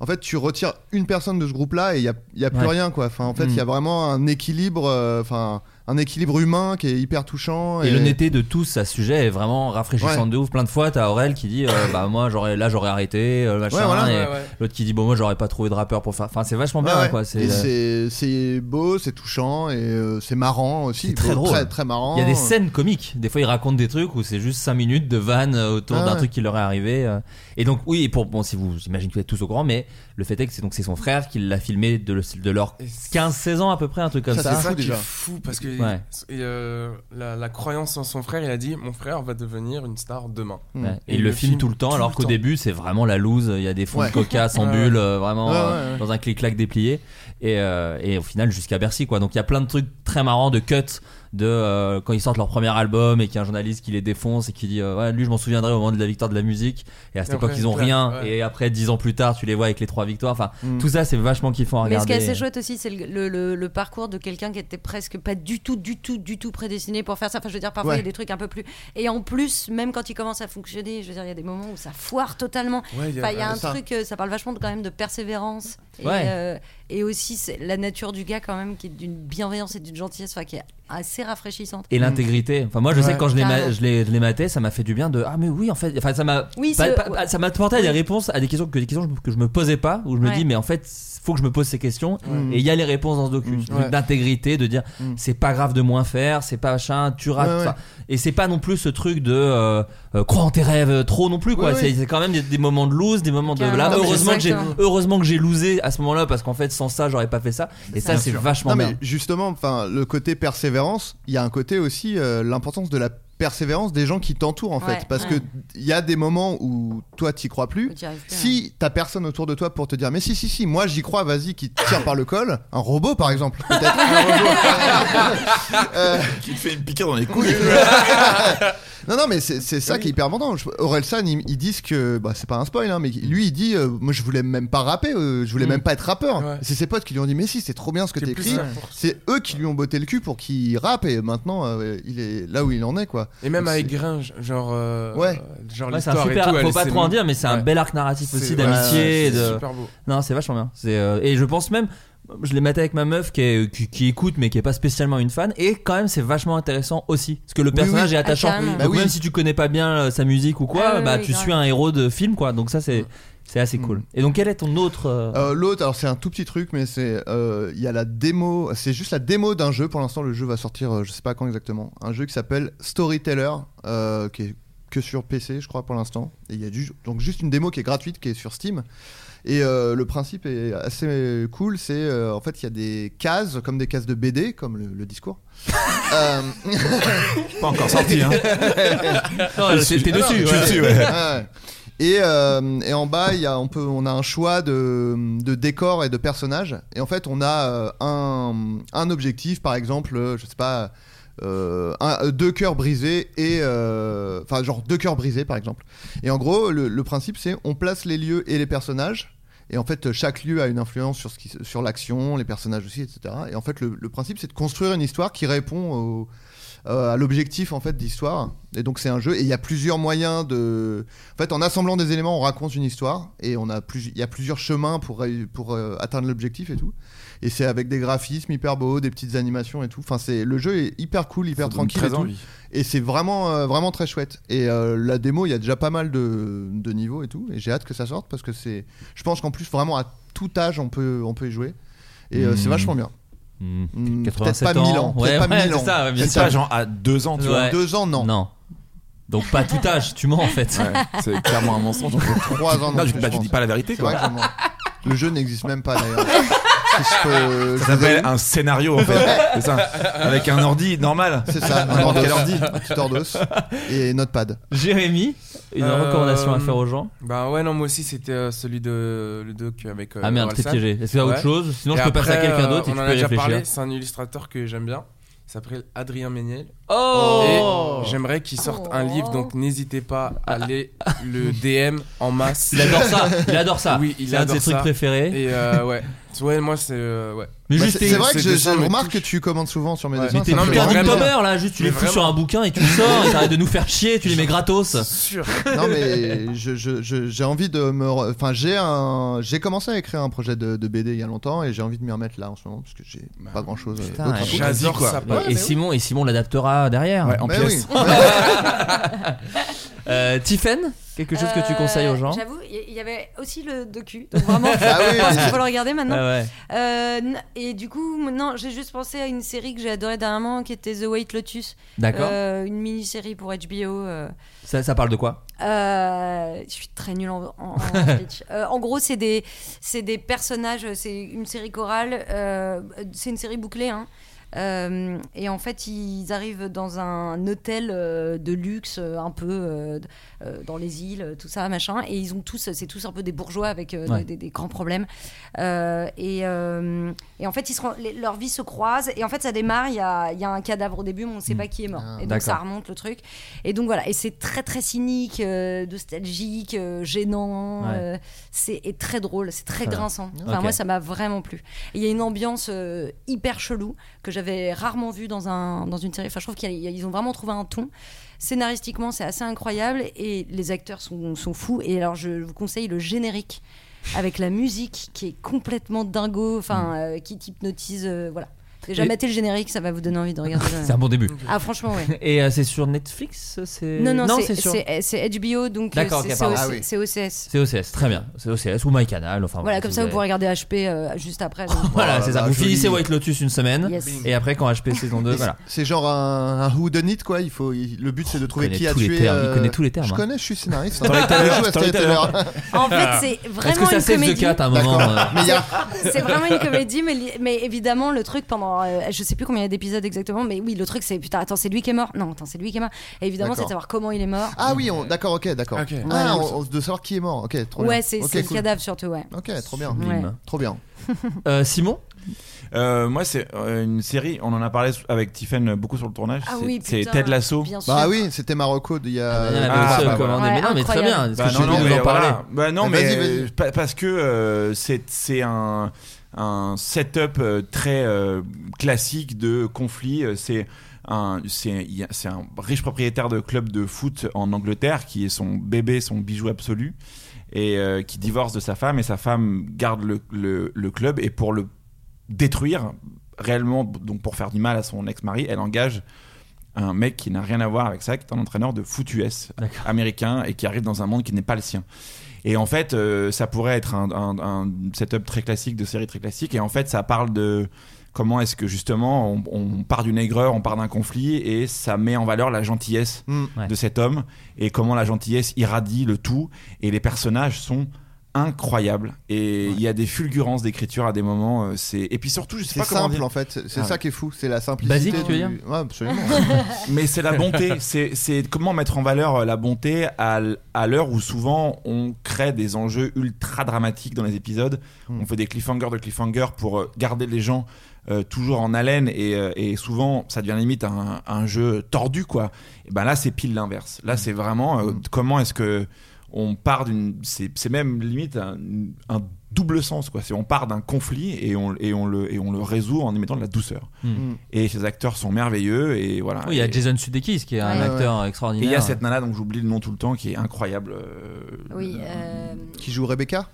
en fait, tu retires une personne de ce groupe-là et il n'y a, il y a plus
Ouais.
rien, quoi. Enfin, en fait, il
Mm.
y a vraiment un équilibre, euh, enfin, un équilibre humain qui est hyper touchant.
Et l'honnêteté de tous à ce sujet est vraiment rafraîchissante de ouf. Plein de fois, t'as Aurel qui dit euh, Bah, moi, j'aurais, là, j'aurais arrêté, euh, machin.
Ouais, voilà.
et
Ouais, ouais.
l'autre qui dit Bon, moi, j'aurais pas trouvé de rappeur pour faire. Enfin, c'est vachement
Ouais,
bien,
ouais.
quoi. C'est,
Et c'est- c'est beau, c'est touchant et euh, c'est marrant aussi.
C'est très
Beau,
drôle.
Très, très marrant.
Il y a des scènes comiques. Des fois, ils racontent des trucs où c'est juste 5 minutes de vannes euh, autour
Ah
d'un
ouais.
truc qui leur est arrivé. euh. Et donc, oui, pour, bon, si vous, j'imagine que vous êtes tous au courant, mais le fait est que c'est, donc, c'est son frère qui l'a filmé de, le- de leur
Et c'est-
15-16 ans à peu près, un truc comme
Ça,
ça.
c'est
C'est ça
fou,
qui est
déjà.
fou parce que
Ouais.
et, euh, la, la croyance en son frère, il a dit Mon frère va devenir une star demain.
Mm.
Ouais. Et
Et
il
il
le
le
filme
filme
tout le temps,
tout
alors
le
qu'au
temps.
début, c'est vraiment la loose. Il y a des fonds
Ouais.
de coca sans
Ouais.
bulle, euh, vraiment
Ouais, ouais,
euh,
ouais.
dans un clic-clac déplié. Et, euh, et au final, jusqu'à Bercy, quoi. Donc il y a plein de trucs très marrants de cuts de euh, quand ils sortent leur premier album et qu'il y a un journaliste qui les défonce et qui dit euh, ouais, lui, je m'en souviendrai au moment de la victoire de la musique. Et à cette
Et
époque,
après,
ils ont
ouais,
rien.
ouais. Hmm.
Et après, dix ans plus tard, tu les vois avec les trois victoires. Enfin,
Mm.
tout ça, c'est vachement kiffant à
Mais ce qui
regarder.
est assez chouette aussi, c'est le, le- le- le parcours de quelqu'un qui était presque pas du tout, du tout, du tout prédestiné pour faire ça. Enfin, je veux dire, parfois, il y
Ouais.
a des trucs un peu plus. Et en plus, même quand il commence à fonctionner, je veux dire, il y a des moments où ça foire totalement.
Ouais, il y a-
Enfin, il y a un
ça.
truc, euh, ça parle vachement de, quand même de persévérance. Et,
Ouais.
euh, et aussi, c'est la nature du gars, quand même, qui est d'une bienveillance et d'une gentillesse, enfin, qui est assez rafraîchissante.
Mm.
et l'intégrité. Enfin, moi, je sais
Ouais.
que quand je l'ai, ma-
Carrément.
je l'ai, je l'ai maté, ça m'a fait du bien de ah mais oui en fait. Enfin, ça m'a
Oui,
pas-
c'est-
pas- pas- ça m'a apporté des réponses à des questions que des questions que je me posais pas où je me
Ouais.
dis mais en fait faut que je me pose ces questions et il y a les réponses dans ce docu Ce truc
Ouais.
d'intégrité de dire
Mm.
c'est pas grave de moins faire c'est pas machin tu rates
Ouais, ouais.
enfin, et c'est pas non plus ce truc de euh, euh, crois en tes rêves euh, trop non plus quoi
Ouais,
c'est,
ouais.
c'est quand même des, des moments de lose des moments de là
Carrément.
heureusement que j'ai
Exactement.
heureusement que j'ai losé à ce moment-là parce qu'en fait sans ça j'aurais pas fait ça et ça
Bien
c'est
sûr.
vachement
Non,
bien
mais justement, enfin, le côté persévérance, il y a un côté aussi euh, l'importance de la persévérance des gens qui t'entourent en
Ouais,
fait, parce
ouais.
que il y a des moments où toi t'y crois plus.
Tu y arrives plus, hein.
Si t'as personne autour de toi pour te dire mais si si si moi j'y crois vas-y qui te tire par le col un robot par exemple peut-être un robot Euh,
Qui Ah, te fait une piqûre dans les *laughs* couilles.
non, non, mais c'est c'est ça qui est hyper important. Je- Orelsan, ils, ils disent que. Bah, c'est pas un spoil, hein, mais lui, il dit euh, Moi, je voulais même pas rapper, euh, je voulais
Mm.
même pas être rappeur.
Ouais.
C'est ses potes qui lui ont dit Mais si, c'est trop bien ce que
T'es plus
t'écris.
ça.
C'est eux qui lui ont botté le cul pour qu'il rappe, et maintenant, euh, il est là où il en est, quoi.
Et même
Donc,
avec
c'est-
Gringe, genre. euh,
Ouais.
Genre
Ouais, c'est un
l'histoire
super,
et tout.
faut
elle,
pas
c'est-
trop en dire, mais c'est un
Ouais.
bel arc narratif
C'est-
aussi
ouais,
d'amitié. et
c'est
de...
super beau.
Non, c'est vachement bien. C'est, euh, Et je pense même, je l'ai maté avec ma meuf qui, est- qui, qui écoute, mais qui est pas spécialement une fan. Et quand même, c'est vachement intéressant aussi. Parce que le personnage
oui.
est attachant.
Ah, carrément.
Donc
Bah oui.
Même si tu connais pas bien euh, sa musique ou quoi,
Ah, oui,
bah
oui,
tu
grave.
suis un héros de film, quoi. Donc ça, c'est C'est assez cool. Et donc, quel est ton autre. euh,
Euh, L'autre, alors c'est un tout petit truc, mais c'est euh, il y a la démo. C'est juste la démo d'un jeu. Pour l'instant, le jeu va sortir, euh, je sais pas quand exactement. Un jeu qui s'appelle Storyteller, euh, qui est que sur PC, je crois pour l'instant. Et il y a du- donc juste une démo qui est gratuite, qui est sur Steam. Et euh, le principe est assez cool. C'est euh, en fait il y a des cases comme des cases de BD, comme le, le discours. Euh,
Pas encore
*laughs*
sorti, hein.
Non, là, t'es- t'es
Ah non,
dessus,
mais
ouais.
je suis
Ouais.
Ouais. Et, euh, et en bas, il y a, on, peut, on a un choix de, de décor et de personnages. Et en fait, on a euh, un, un objectif, par exemple, euh, je sais pas, euh, un- euh, deux cœurs brisés et. euh, Enfin, genre deux cœurs brisés, par exemple. Et en gros, le, le principe, c'est on place les lieux et les personnages. Et en fait, chaque lieu a une influence sur, ce qui- sur l'action, les personnages aussi, etc. Et en fait, le, le principe, c'est de construire une histoire qui répond au, euh, à l'objectif en fait d'histoire. Et donc c'est un jeu et il y a plusieurs moyens de. En fait, en assemblant des éléments, on raconte une histoire et on a plus... il y a plusieurs chemins pour ré- pour euh, atteindre l'objectif et tout. Et c'est avec des graphismes hyper beaux, des petites animations et tout. Enfin, c'est le jeu est hyper cool, hyper
donne
tranquille.
très
et tout.
envie.
Et c'est vraiment euh, vraiment très chouette. Et euh, la démo, il y a déjà pas mal de, de niveaux et tout. Et j'ai hâte que ça sorte parce que c'est. Je pense qu'en plus vraiment à tout âge, on peut on peut y jouer. Et euh, c'est
Mmh.
vachement bien.
Hmm.
Hmm,
87
peut-être pas
ans.
1000 ans, peut-être
Ouais,
pas
ouais,
1000
c'est
ans.
ça, bien
Peut-être
sûr.
pas ah,
genre à deux ans, tu vois.
Ouais.
Deux ans, non.
Non. Donc, pas tout âge, tu mens en fait.
Ouais, c'est clairement un mensonge.
Trois ans.
Non,
non
je-
plus,
bah,
je
tu dis
pense.
pas la vérité,
C'est
quoi.
vrai que je mens. Le jeu n'existe même pas d'ailleurs. Si je peux-
Ça
je vous ai
s'appelle
eu.
un scénario en fait, *laughs* c'est ça. Avec un ordi normal.
C'est ça, un
N'importe
ordi,
quel ordi.
un petit ordos et notepad.
Jérémy, une
Euh,
recommandation à faire aux gens
Bah ouais, non, moi aussi c'était euh, celui de le doc avec. euh,
Ah merde, t'es
Orelsan.
piégé. Est-ce qu'il y a autre
Ouais.
chose Sinon,
Et
je peux passer à
après,
quelqu'un d'autre
euh,
et
On
tu
en
peux
a
y
déjà
réfléchir.
parlé, c'est un illustrateur que j'aime bien. Il s'appelle Adrien Méniel.
Oh
Et J'aimerais qu'il sorte un
Oh.
livre, donc n'hésitez pas à aller le DM en masse.
Il adore ça, il adore ça.
Oui, il
C'est un de
adore
ses trucs
ça.
préférés.
Et euh, ouais, ouais, moi c'est euh, ouais.
Mais
Bah,
juste,
c'est
t'es-
c'est vrai que
ce
je,
dessin
je
me
remarque
touche.
que tu commentes souvent sur mes
Ouais.
dessins.
Mais
t'es
ça me
non,
fait
mais
putain
vraiment
vraiment-
d'October là, juste *laughs* tu les
Mais
fous sur
vraiment.
un bouquin et tu le sors, et t'arrêtes de nous faire chier, tu les mets gratos.
Sûr.
bien. Non mais je- je- je- j'ai envie de me, re- enfin j'ai un, j'ai commencé à écrire un projet de, de BD il y a longtemps et j'ai envie de m'y remettre là en ce moment parce que j'ai pas grand chose.
Bah Putain,
d'autre à
ouais. bah
foutre.
J'adore
quoi.
ça.
Et- et, Simon, et Simon l'adaptera derrière.
Ouais, en
Mais
pièce.
oui.
*laughs* Euh, Tiffen, quelque chose que tu
Euh,
conseilles aux gens
J'avoue, il y- il y avait aussi le docu. Donc vraiment,
*laughs* Ah oui,
je pense
oui.
qu'il faut le regarder maintenant.
Ah ouais.
Euh, n- et du coup, maintenant, j'ai juste pensé à une série que j'ai adorée dernièrement qui était The White Lotus.
D'accord.
Euh, une mini-série pour HBO. euh.
Ça, ça parle de quoi
Euh, je suis très nulle en, en, *laughs* en speech. Euh, en gros, c'est des, c'est des personnages, c'est une série chorale, euh, c'est une série bouclée. hein. Euh, et en fait, ils arrivent dans un hôtel euh, de luxe, euh, un peu euh, d- euh, dans les îles, euh, tout ça, machin. Et ils ont tous, c'est tous un peu des bourgeois avec euh,
Ouais.
des, des- des grands problèmes. Euh, et, euh, et en fait, ils se, ren- les- leurs vies se croisent. Et en fait, ça démarre. Il y a, il y a un cadavre au début, mais on ne sait
Mm.
pas qui est mort.
Ah,
et donc,
d'accord.
ça remonte le truc. Et donc voilà, et c'est très très cynique, euh, nostalgique, euh, gênant,
Ouais.
euh, c'est et très drôle, c'est très
Ouais.
grinçant. Enfin
Ok.
moi ça m'a vraiment plu. Et Il y a une ambiance euh, hyper chelou que j'avais rarement vue dans un dans une série. Enfin je trouve qu'ils ont vraiment trouvé un ton. Scénaristiquement c'est assez incroyable et les acteurs sont, sont fous. Et alors je vous conseille le générique avec la musique qui est complètement dingo, enfin euh, qui hypnotise, euh, voilà. Déjà
Mm. Et-
mettez le générique, ça va vous donner envie de
*laughs*
regarder. le-
C'est un bon début.
Ah franchement
*laughs*
ouais.
Et euh, c'est sur Netflix c'est-
Non, non, c'est-
c'est sur.
c'est euh, c'est HBO, donc euh,
D'accord,
c'est
ok, pardon.
c'est
Ah oui.
c'est OCS.
C'est OCS, très bien. C'est OCS ou MyCanal. Enfin,
Voilà,
si
comme ça, vous
Ah, avez-
pourrez regarder HP euh, juste
*laughs*
après. donc.
Oh
Voilà,
Voilà,
c'est ça.
la
Vous
jolie-
finissez White Lotus une semaine.
Yes.
Et après, quand HP saison 2, voilà.
C'est genre un, un who done it quoi. Il faut, il- le but c'est de trouver
connaît
qui a
tous les
tué. euh,
termes, il connaît tous les termes,
Je
hein.
connais, je suis scénariste. hein.
Storyteller,
Je joue à
storyteller.
Storyteller.
En fait, c'est
Est-ce que
vraiment
ça
une
sève the
comédie.
cat à un moment
D'accord.
euh,
Mais il y a
*laughs* C'est vraiment une comédie, mais, li- mais évidemment, le truc pendant. euh, je sais plus combien il y a d'épisodes exactement, mais oui, le truc c'est putain, attends, c'est lui qui est mort. Non, attends, c'est lui qui est mort. Et évidemment, c'est de
D'accord.
savoir comment il est mort.
Ah oui, on- d'accord, ok, d'accord.
Ok.
Ah, on- on- de savoir qui est mort, ok, trop bien.
ouais, c'est
Ok,
c'est
cool.
le cadavre surtout, ouais.
Ok, trop bien.
Ouais.
Sublime.
Trop bien.
*laughs* Euh, Simon
Euh, moi, c'est euh, une série, on en a parlé avec Tiffen beaucoup sur le tournage.
Ah
c'est-
oui,
c'est
putain,
Ted Lasso.
Bien sûr.
Bah oui, c'était Marocco il y a.
Il y en euh, avait
Ah,
aussi
bah,
recommandé.
voilà.
Mais non, mais très
Incroyable.
bien. Parce
Bah
que je vais vous en
voilà.
parler.
Bah non,
Mais
mais,
vas-y,
euh,
vas-y.
pa- parce que euh, c'est c'est un un setup euh, très euh, classique de conflit. Euh, C'est un, c'est il y a- c'est un riche propriétaire de club de foot en Angleterre qui est son bébé, son bijou absolu, et euh, qui divorce de sa femme et sa femme garde le, le, le club et pour le détruire réellement, donc pour faire du mal à son ex-mari, elle engage un mec qui n'a rien à voir avec ça, qui est un entraîneur de foot US
D'accord.
américain et qui arrive dans un monde qui n'est pas le sien. Et en fait, euh, ça pourrait être un, un- un setup très classique de série très classique. Et en fait, ça parle de comment est-ce que justement on, on part d'une aigreur, on part d'un conflit et ça met en valeur la gentillesse
Mm.
de cet homme et comment la gentillesse irradie le tout. Et les personnages sont incroyables et il y a des fulgurances d'écriture à des moments. euh, C'est et puis surtout, je sais
C'est
pas comment
simple
dire.
en fait, c'est
Ah
ça
ouais.
qui est fou, c'est la simplicité.
Basique, tu veux
du-
dire
Ouais, absolument.
*laughs*
*laughs* Mais c'est la bonté, c'est c'est comment mettre en valeur euh, la bonté à, l- à l'heure où souvent on crée des enjeux ultra dramatiques dans les épisodes. On fait des cliffhangers de cliffhangers pour euh, garder les gens euh, toujours en haleine et, euh, et souvent ça devient limite un, un jeu tordu quoi. Et ben là c'est pile l'inverse. Là c'est vraiment euh, comment est-ce que on part d'une c'est c'est même limite un, un double sens quoi. C'est on part d'un conflit et on et on le et on le résout en y mettant de la douceur.
Mm.
Et ces acteurs sont merveilleux et voilà.
Oui, il y a
Et-
Jason Sudeikis qui est un
Ouais,
acteur
ouais.
extraordinaire.
Et il y a cette nana dont j'oublie le nom tout le temps qui est incroyable. euh,
Oui. euh,
Qui joue Rebecca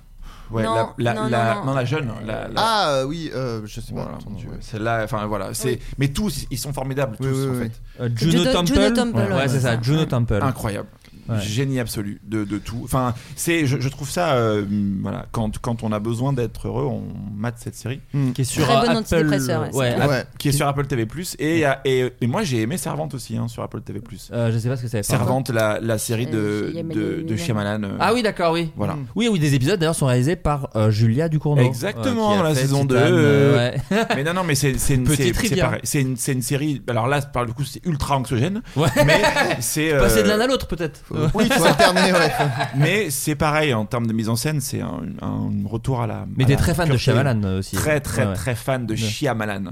ouais,
Non,
la, la-
non,
la-
non, non.
non, la jeune. la- la-
Ah euh, oui, euh, je sais pas.
voilà,
attends,
mon Dieu.
ouais.
Celle-là, enfin voilà. c'est Mais tous, ils sont formidables, tous
oui,
en
oui.
fait.
Euh, Juno,
Juno-
Temple.
Juno Temple,
ouais,
ouais,
c'est
c'est
ça,
ça.
Juno Temple.
Incroyable.
Ouais.
Génie absolu de, de tout. Enfin, c'est, je, je trouve ça, euh, voilà, quand, quand on a besoin d'être heureux, on mate cette série.
Qui est sur
Très bon
euh, Apple.
antidépresseur, ouais, c'est
ouais,
clair.
App- Qui est sur Apple TV. Et, il y a- et, et moi, j'ai aimé Servante aussi hein, sur Apple TV.
Euh, je sais pas ce que c'est. pardon.
Servante, la, la série de,
Euh,
de, de Shyamalan. euh,
Ah oui, d'accord, oui.
Voilà.
Oui, oui, des épisodes d'ailleurs sont réalisés par euh, Julia Ducournau.
Exactement,
euh, qui a
la
fait
saison
Titan,
2.
euh,
euh,
ouais.
*laughs* mais non, non, mais c'est c'est une
Petite
c'est- c'est
rivière.
pareil. C'est une, c'est une série. Alors là, par le coup, c'est ultra anxiogène.
Ouais.
Mais c'est. euh,
Passer de l'un à l'autre,
*laughs*
peut-être. Euh,
Oui, faut alterner, ouais.
Mais c'est pareil en termes de mise en scène. C'est un, un retour à la.
Mais
à
t'es
la
très fan de
pureté.
Shyamalan euh, aussi.
Très, très,
Ouais, ouais.
très fan de
*laughs*
Shyamalan.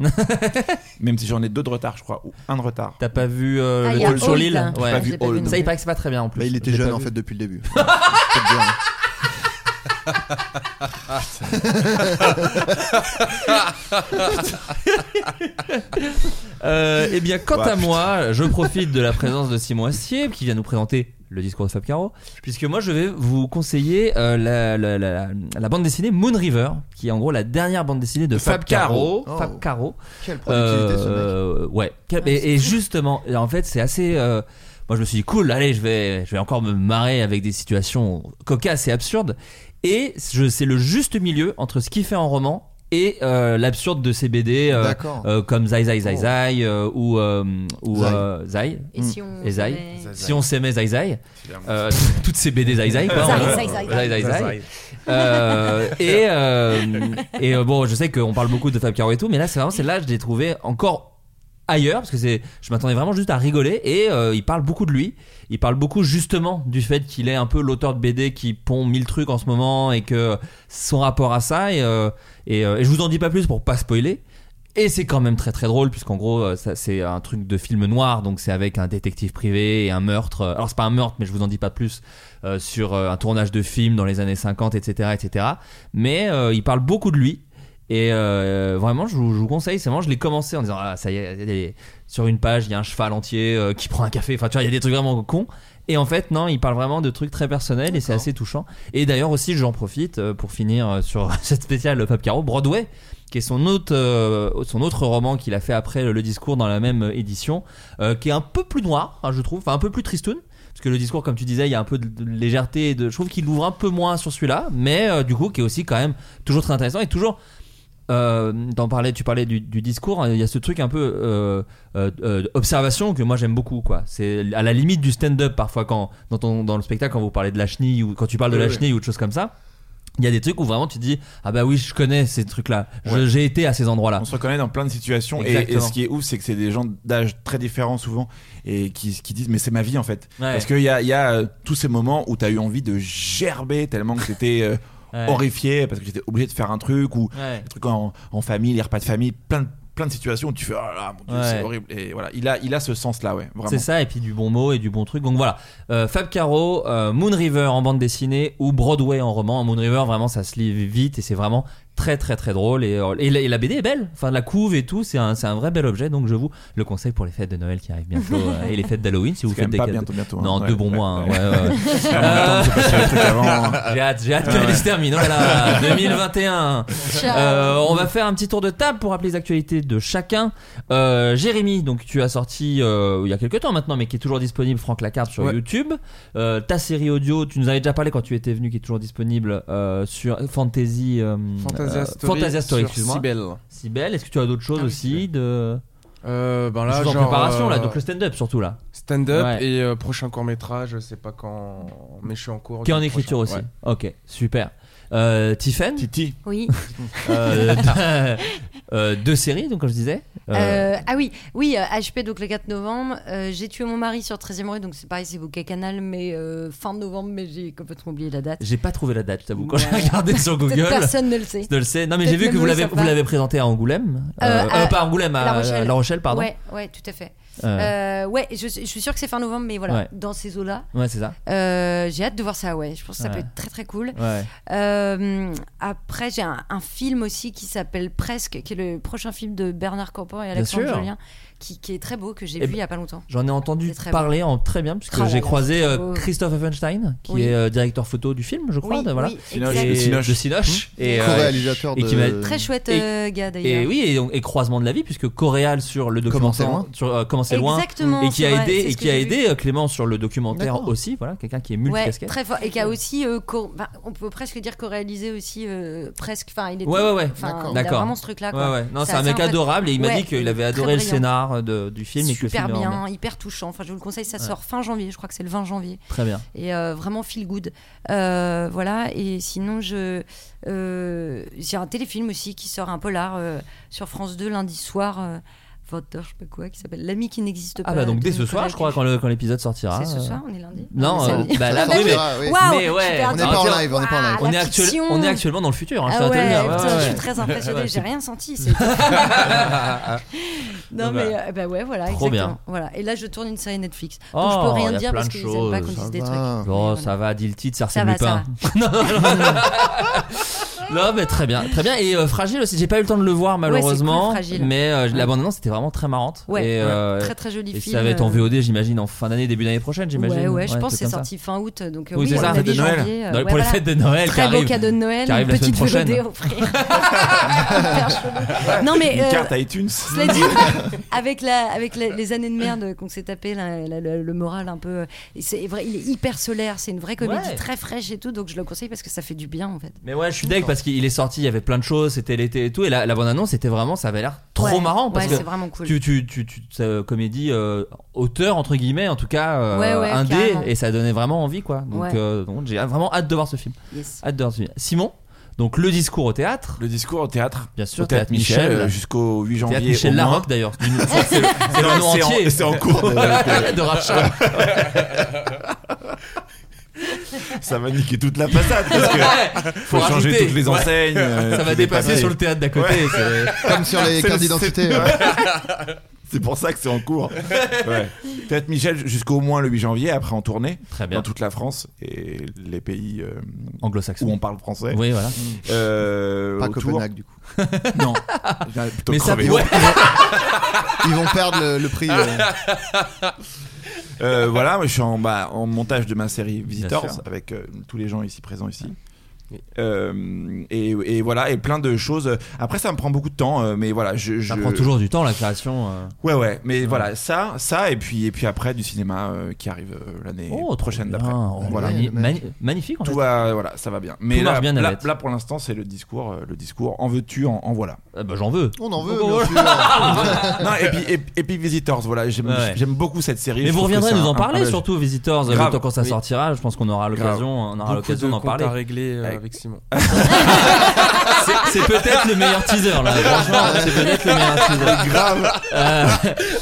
Même si j'en ai deux de retard, je crois, ou un de retard.
T'as pas vu euh,
Ah,
le
il y a
Hall sur
Old,
l'île
hein.
Ouais.
pas vu
Je l'ai pas
Old.
non
Ça, il
plus.
paraît que c'est pas très bien en plus.
Bah, il était
Je l'ai
jeune
pas
en
vu.
fait depuis le
*laughs*
début. Ouais, je peux te dire, hein.
*laughs*
Euh, eh bien, quant
Ouais,
à moi, je profite de la présence de Simon Astier qui vient nous présenter le discours de Fab Caro, puisque moi je vais vous conseiller euh, la, la- la- la bande dessinée Moon River, qui est en gros la dernière bande dessinée de, Fab,
Fab
Caro.
Caro.
Fab
Oh.
Caro.
Quelle productivité ce mec.
Euh, ouais. Quel- Et, et justement, et en fait, c'est assez. euh, moi, je me suis dit, cool, allez, je vais, je vais encore me marrer avec des situations cocasses et absurdes. Et je- c'est le juste milieu entre ce qu'il fait en roman et euh, l'absurde de ces BD euh,
D'accord.
euh, comme Zai Zai Zai Zai euh, ou, euh, ou
Zai.
euh, Zai.
Oh. Et si on.
Et Zai.
avait-
Si on s'aimait Zai Zai, euh, *laughs* toutes ces BD Zai Zai, quoi.
Zai Zai Zai.
Zai Zai Zai. Euh, et euh, et euh, bon, je sais qu'on parle beaucoup de Fab Caro et tout, mais là, c'est vraiment celle-là, je l'ai trouvé encore ailleurs parce que c'est, je m'attendais vraiment juste à rigoler et euh, il parle beaucoup de lui. Il parle beaucoup justement du fait qu'il est un peu l'auteur de BD qui pond mille trucs en ce moment et que son rapport à ça et, euh, et, euh, et je vous en dis pas plus pour pas spoiler. Et c'est quand même très très drôle puisqu'en gros euh, ça c'est un truc de film noir donc c'est avec un détective privé et un meurtre. Euh, Alors c'est pas un meurtre mais je vous en dis pas plus euh, sur euh, un tournage de film dans les années 50 etc etc. Mais euh, il parle beaucoup de lui et euh, vraiment je vous, je vous conseille c'est vraiment je l'ai commencé en disant ah ça y est il y a des- sur une page il y a un cheval entier euh, qui prend un café enfin tu vois il y a des trucs vraiment cons. Et en fait, non, il parle vraiment de trucs très personnels et c'est assez touchant. Et d'ailleurs aussi, j'en profite euh, pour finir euh, sur *laughs* cette spéciale Pop Caro, Broadway, qui est son autre, euh, son autre roman qu'il a fait après euh, Le Discours dans la même euh, édition, euh, qui est un peu plus noir, hein, je trouve, enfin un peu plus tristoun. Parce que le discours, comme tu disais, il y a un peu de de légèreté. et De... Je trouve qu'il ouvre un peu moins sur celui-là, mais euh, du coup, qui est aussi quand même toujours très intéressant et toujours. Euh, t'en parlais, tu parlais du, du discours. hein, Il y a ce truc un peu euh, euh, euh, observation que moi j'aime beaucoup. Quoi. C'est à la limite du stand-up parfois quand dans, ton- dans le spectacle quand vous parlez de la chenille ou quand tu parles de
Oui,
la
oui.
chenille ou de choses comme ça. Il y a des trucs où vraiment tu te dis ah bah oui je connais ces trucs là. J'ai été à ces endroits là.
On se reconnaît dans plein de situations. Et,
Exactement.
et ce qui est ouf, c'est que c'est des gens d'âge très différents souvent et qui, qui disent Mais c'est ma vie en fait.
Ouais.
Parce qu'il y a, il y a, euh, tous ces moments où t'as eu envie de gerber tellement que t'étais euh,
*laughs* Ouais.
horrifié parce que j'étais obligé de faire un truc ou
Ouais.
des trucs en, en famille, les repas de famille, plein de, plein de situations où tu fais Oh là là, mon Dieu,
Ouais.
c'est horrible. Et voilà, il a, il a ce sens-là, ouais, vraiment.
C'est ça, et puis du bon mot et du bon truc. Donc voilà, Euh, Fab Caro, euh, Moon River en bande dessinée ou Broadway en roman. Moon River, vraiment, ça se lit vite et c'est vraiment très très très drôle et, euh, et la, et la BD est belle, enfin la couve et tout, c'est un, c'est un vrai bel objet donc je vous le conseille pour les fêtes de Noël qui arrivent
*laughs*
bientôt euh, et les fêtes d'Halloween si vous
quand
faites
même
des
pas
cadeaux.
bientôt, bientôt, hein.
Non,
Ouais,
deux bons
ouais,
mois. hein,
ouais.
ouais, ouais. Euh,
*laughs* On attend de se passer le truc avant. hein.
*laughs* J'ai hâte, j'ai hâte que
Ouais,
l'année
ouais.
se termine. Oh là là,
*laughs*
2021.
Ciao.
Euh, on va faire un petit tour de table pour rappeler les actualités de chacun. Euh, Jérémy, donc tu as sorti euh, il y a quelques temps maintenant, mais qui est toujours disponible, Franck Lacarde sur
Ouais.
YouTube. Euh, ta série audio, tu nous en avais déjà parlé quand tu étais venu, qui est toujours disponible euh, sur Fantasy. euh,
Fantasia
euh,
Story
Fantasia Story,
sur
excuse-moi.
Cybèle.
Cybèle, est-ce que tu as d'autres choses aussi de...
Euh, ben là,
Des choses en
genre,
préparation là,
euh,
donc le stand-up surtout là.
Stand-up
Ouais.
et euh, prochain court métrage, je sais pas quand, mais je suis en cours.
Qui est en
du
écriture aussi.
prochain. Ouais.
Ok, super. Euh, Tiffen
Titi.
Oui.
Euh, *laughs* euh, deux séries, donc comme je disais. Euh,
Euh, ah oui, oui, euh, HP, donc le 4 novembre. euh, j'ai tué mon mari sur 13e rue, donc c'est pareil, c'est Bouquet Canal, mais euh, fin novembre, mais j'ai complètement oublié la date.
J'ai pas trouvé la date, je t'avoue. Quand
Ouais.
j'ai regardé sur
Peut-être
Google.
personne ne le sait.
Je ne le sais. Non, mais
Peut-être
j'ai vu
même
que vous
eux, ils
l'avez
savent
vous
pas.
l'avez présenté à Angoulême. Euh,
Euh,
euh,
à-
pas à Angoulême, à
La Rochelle.
La Rochelle, pardon.
Ouais, ouais, tout à fait.
Euh.
Euh, ouais, je, suis- je suis sûre que c'est fin novembre, mais voilà,
Ouais.
dans ces eaux-là.
Ouais, c'est ça.
Euh, j'ai hâte de voir ça, ouais. Je pense que ça peut
Ouais.
être très très cool.
Ouais.
Euh, après, j'ai un, un film aussi qui s'appelle Presque, qui est le prochain film de Bernard Campan et Alexandre
sûr.
Jolien, qui, qui est très beau, que j'ai
Eh
vu
ben,
il y a pas longtemps.
J'en ai entendu
C'est très
parler en très bien, puisque
Ah là
j'ai
là,
croisé
c'est
euh,
beau.
Christophe Effenstein, qui
Oui.
est euh, directeur photo du film, je crois.
Oui,
de- voilà.
oui, Cinoche. exact.
Et-
De
Cinoche.
de Cinoche.
Mmh.
Et, euh,
Co-réalisateur
et qui
de-
m'a-
Très chouette
et-
euh, gars d'ailleurs.
Et oui, et, donc- et croisement de la vie, puisque Coréal sur le
Commencez
documentaire,
loin.
sur euh, Comment c'est loin,
Exactement,
et qui
c'est
a
vrai,
aidé,
c'est ce
et
que
qui a
j'ai vu.
aidé euh, Clément sur le documentaire
D'accord.
aussi, voilà, quelqu'un qui est
Ouais,
multicasquette.
très fort. Et qui a aussi, euh, co- bah, on peut presque dire co-réalisé aussi, euh, presque. Enfin, il est.
Ouais, ouais, ouais.
enfin,
D'accord.
Il a
D'accord.
vraiment ce truc-là. quoi.
Ouais, ouais. Non, c'est un
assez
mec
incroyable.
adorable et il m'a
Ouais,
dit qu'il avait
très
adoré le
brillant.
scénar euh, de- du film et que le
Super
film est vraiment
bien, hyper touchant. Enfin, je vous le conseille, ça
Ouais.
sort fin janvier, je crois que c'est le 20 janvier.
Très bien.
Et euh, vraiment feel good. Euh, voilà, et sinon, je euh, j'ai un téléfilm aussi qui sort un polar euh, sur France 2 lundi soir, euh, 20h, je sais pas quoi, qui s'appelle L'ami qui n'existe pas.
Ah bah donc
de
dès ce
Nicolas
soir, je crois, quand le- quand l'épisode sortira.
C'est ce
euh,
soir, on est lundi
Non,
On est
euh,
samedi.
*laughs*
bah là,
Ah,
oui, mais,
oui. Waouh,
mais ouais,
super,
On est pas en
tiens,
live, on est pas en live.
Ah,
on
la
est, actuel-
fiction.
on est actuellement dans le futur, hein,
Ah
je tiens à te
ouais,
le dire. ouais,
putain,
ouais,
je
ouais.
suis très impressionnée,
*laughs* Ouais,
j'ai
c'est-
rien senti. c'est- *laughs* non mais
Bah.
euh, bah ouais voilà,
Ah, Trop bien.
exactement. Voilà. Et là je tourne une série Netflix. Donc
Oh,
je peux
il y
rien
a
dire
plein
parce
de
qu'ils aiment pas qu'on
choses.
dise des
Ça
trucs.
va.
Oh, ça va, dit le titre, ça
Ça
ressemble
va,
Lupin. *laughs* Non, non, non. Non, mais très bien, très bien. Et euh, Fragile aussi, j'ai pas eu le temps de le voir
c'est cool,
malheureusement.
Fragile.
mais euh, la bande-annonce était vraiment très marrante.
Ouais,
et, euh,
très très joli
et
film.
ça va être en
euh,
VOD, j'imagine, en fin d'année, début d'année prochaine, j'imagine.
Ouais, ouais, je
un
pense que
truc
c'est
comme ça.
sorti fin août, donc euh,
Oui,
oui,
c'est
à
ça.
mon avis,
Fête de Noël.
janvier, euh,
Dans-
ouais,
pour les
voilà.
fêtes de Noël qui
Très beau
arrivent.
cadeau de Noël,
Qui arrive
une
la semaine
petite
prochaine.
VOD à offrir. *laughs* Hyper chelou. Non mais
Une
euh,
carte iTunes.
Cela dit, avec, la, avec la- les années de merde qu'on s'est tapé, la- la- la- le moral un peu. euh, et C'est vrai, il est hyper solaire, c'est une vraie comédie
Ouais.
très fraîche et tout, donc je le conseille parce que ça fait du bien en fait.
Mais ouais, je suis deg parce qu'il est sorti, il y avait plein de choses, c'était l'été et tout, et la, la bande-annonce était vraiment, ça avait l'air trop
Ouais,
marrant parce
ouais,
que
c'est vraiment cool.
tu, tu, tu, tu- ça, comédie euh, auteur entre guillemets, en tout cas euh,
Ouais, ouais,
indé,
carrément.
et ça donnait vraiment envie quoi. Donc,
Ouais.
euh, donc j'ai vraiment hâte de voir ce film.
Yes.
Hâte de voir ce film. Simon, donc le discours au théâtre,
Le discours au théâtre.
bien sûr,
au théâtre Michel, euh, jusqu'au 8
Théâtre
janvier.
Michel
au moins.
Larocque
*laughs*
d'ailleurs, c'est une- c'est- c'est
C'est
le nom
en-
entier
C'est
*laughs*
en cours.
de, de rachat.
*laughs* Ça va niquer toute la façade. Parce que
Ouais,
faut changer
rajouter.
toutes les
Ouais.
enseignes. euh,
Ça
tous
va
les
dépasser
papiers.
sur le théâtre d'à côté.
Ouais.
c'est-
Comme sur les
*laughs* C'est
cartes
le-
d'identité.
c'est-
euh,
*laughs* C'est pour ça que c'est
*laughs*
en cours. Ouais. Peut-être Michel jusqu'au moins le 8 janvier, après en tournée
Très bien.
dans toute la France et les pays euh,
Anglo-saxon.
où on parle français.
Oui, voilà.
Euh,
Pas
autour.
Copenhague du coup.
*laughs*
*laughs*
Non. Plutôt
Mais ça,
crevé.
ouais.
Ils vont perdre le, le prix. euh,
*laughs* Euh, voilà, moi, je suis en, bah, en montage de ma série
sûr.
Visitors avec euh, tous les gens ici présents ici.
Oui.
Euh, et, et voilà, et plein de choses. Après, ça me prend beaucoup de temps, euh, mais voilà, je.
Ça
je-
prend toujours du temps la création. euh.
Ouais, ouais, mais voilà, ça, ça, et puis, et puis après, du cinéma euh, qui arrive euh, l'année
Oh, trop
prochaine
bien.
d'après.
Oh,
Voilà.
magni- magni- magnifique en
Tout
fait.
va, euh, voilà, ça va bien. Mais
Tout
là,
marche bien,
là,
Navette.
là, pour l'instant, c'est le discours, euh, le discours. En veux-tu, en, en voilà.
Ah bah, J'en veux.
On en veut,
Oh,
bien sûr.
*laughs*
non, et puis, et, et puis Visitors, voilà, j'aime
Ouais.
j'aime beaucoup cette série.
Mais
je
vous
trouve que
reviendrez
c'est
nous
un-
en
un
parler
bel-
surtout visiteurs
Grave.
le temps quand ça
Oui.
sortira je pense qu'on aura l'occasion *laughs* on
Beaucoup
aura l'occasion
de
d'en
comptes
parler
à régler euh,
Ouais.
avec Simon.
c'est c'est peut-être le meilleur teaser
*laughs*
là franchement c'est peut-être le meilleur teaser Euh,
Grave.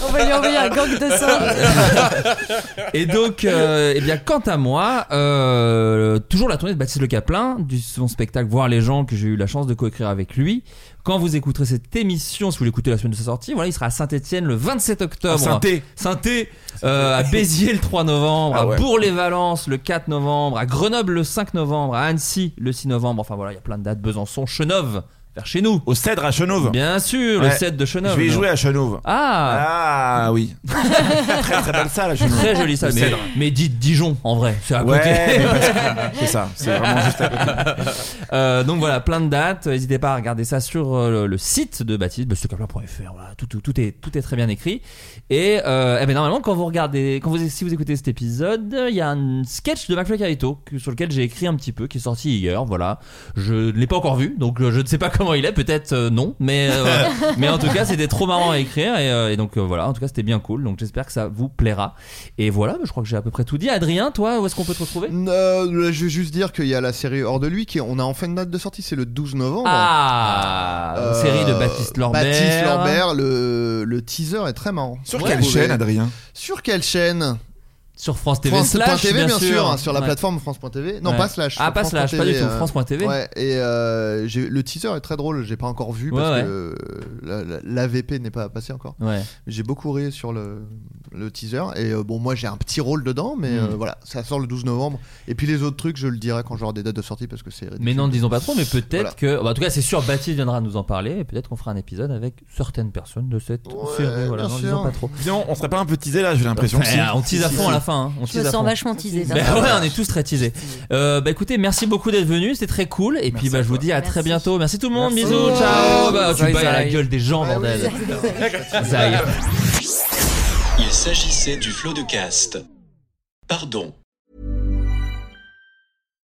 On va lui envoyer un gang de
*laughs*
singes.
et donc euh, eh bien quant à moi euh, toujours la tournée de Baptiste Le Caplin du son spectacle Voir les gens que j'ai eu la chance de coécrire avec lui quand vous écouterez cette émission si vous l'écoutez la semaine de sa sortie voilà il sera à Saint-Etienne le 27 octobre
Synthé.
Sainté à Béziers le 3 novembre,
Ah
à
ouais.
Bourg-les-Valences le 4 novembre, à Grenoble le 5 novembre, à Annecy le 6 novembre. Enfin voilà, il y a plein de dates. Besançon, Chenov Vers chez nous.
Au Cèdre à Chenauve.
Bien sûr, le
Ouais.
Cèdre de Chenauve.
Je vais y jouer à Chenauve.
Ah
Ah oui. *laughs*
*laughs*
très très belle salle à Chenauve.
Très jolie salle.
Le
Mais,
Cèdre.
mais dites Dijon en vrai, c'est à côté.
Ouais,
*laughs*
parce que- c'est ça, c'est vraiment juste à côté.
Euh, donc voilà, plein de dates. N'hésitez pas à regarder ça sur euh, le, le site de Baptiste, baptistecaplin.fr. Voilà, tout, tout, tout est, tout est très bien écrit. Et euh, eh ben, normalement, quand vous regardez, quand vous, si vous écoutez cet épisode, il y a un sketch de McFly Carito que- sur lequel j'ai écrit un petit peu, qui est sorti hier. Voilà, je ne l'ai pas encore vu, donc euh, je ne sais pas *laughs* comment il est. Peut-être euh, non, mais euh, voilà. mais en tout cas, c'était trop marrant à écrire. Et, euh, et donc euh, voilà, en tout cas, c'était bien cool. Donc j'espère que ça vous plaira. Et voilà, bah, je crois que j'ai à peu près tout dit. Adrien, toi, où est-ce qu'on peut te retrouver
Euh, je vais juste dire qu'il y a la série Hors de lui qui on a enfin une date de sortie, c'est le 12 novembre.
Ah,
Euh,
série de Baptiste Lorbert.
Baptiste Lambert, le, le teaser est très marrant.
Sur
Ouais,
quelle
vous verrez.
chaîne, Adrien
Sur quelle chaîne
Sur France TV slash,
France.tv bien,
bien
sûr,
sûr.
hein, sur la
Ouais.
plateforme France.tv. Non,
Ouais.
pas slash.
Ah,
sur
pas slash, pas du
France.tv,
tout, France.tv.
euh, Ouais, et euh, j'ai- le teaser est très drôle, j'ai pas encore vu
Ouais,
parce
ouais.
que l'AVP la, VP n'est pas passé encore.
Ouais.
J'ai beaucoup ri sur le, le teaser et euh, bon, moi j'ai un petit rôle dedans, mais
Mm.
euh, voilà, ça sort le 12 novembre. Et puis les autres trucs, je le dirai quand j'aurai des dates de sortie parce que c'est.
Mais non, disons pas trop, mais peut-être
Voilà.
que. bah, en tout cas, c'est sûr, Baptiste viendra nous en parler et peut-être qu'on fera un épisode avec certaines personnes de cette série.
bien
Voilà, non,
sûr.
disons pas trop.
Disons, on serait pas un peu teasé là, j'ai l'impression.
Ouais, on tease à
Si,
fond
si.
à la fin. hein, on
Je
tease
me
à
sens
fond.
vachement teasé.
Bah ouais, on est tous très teasés. Euh, bah écoutez, merci beaucoup d'être venu, c'était très cool. Et puis bah je vous dis à très bientôt. Merci tout le monde,
Merci.
bisous, ciao. Bah, tu
Zai,
bailles à la
zai.
gueule des
Bah
gens, bordel. Zai.
Il s'agissait du flot de caste. Pardon.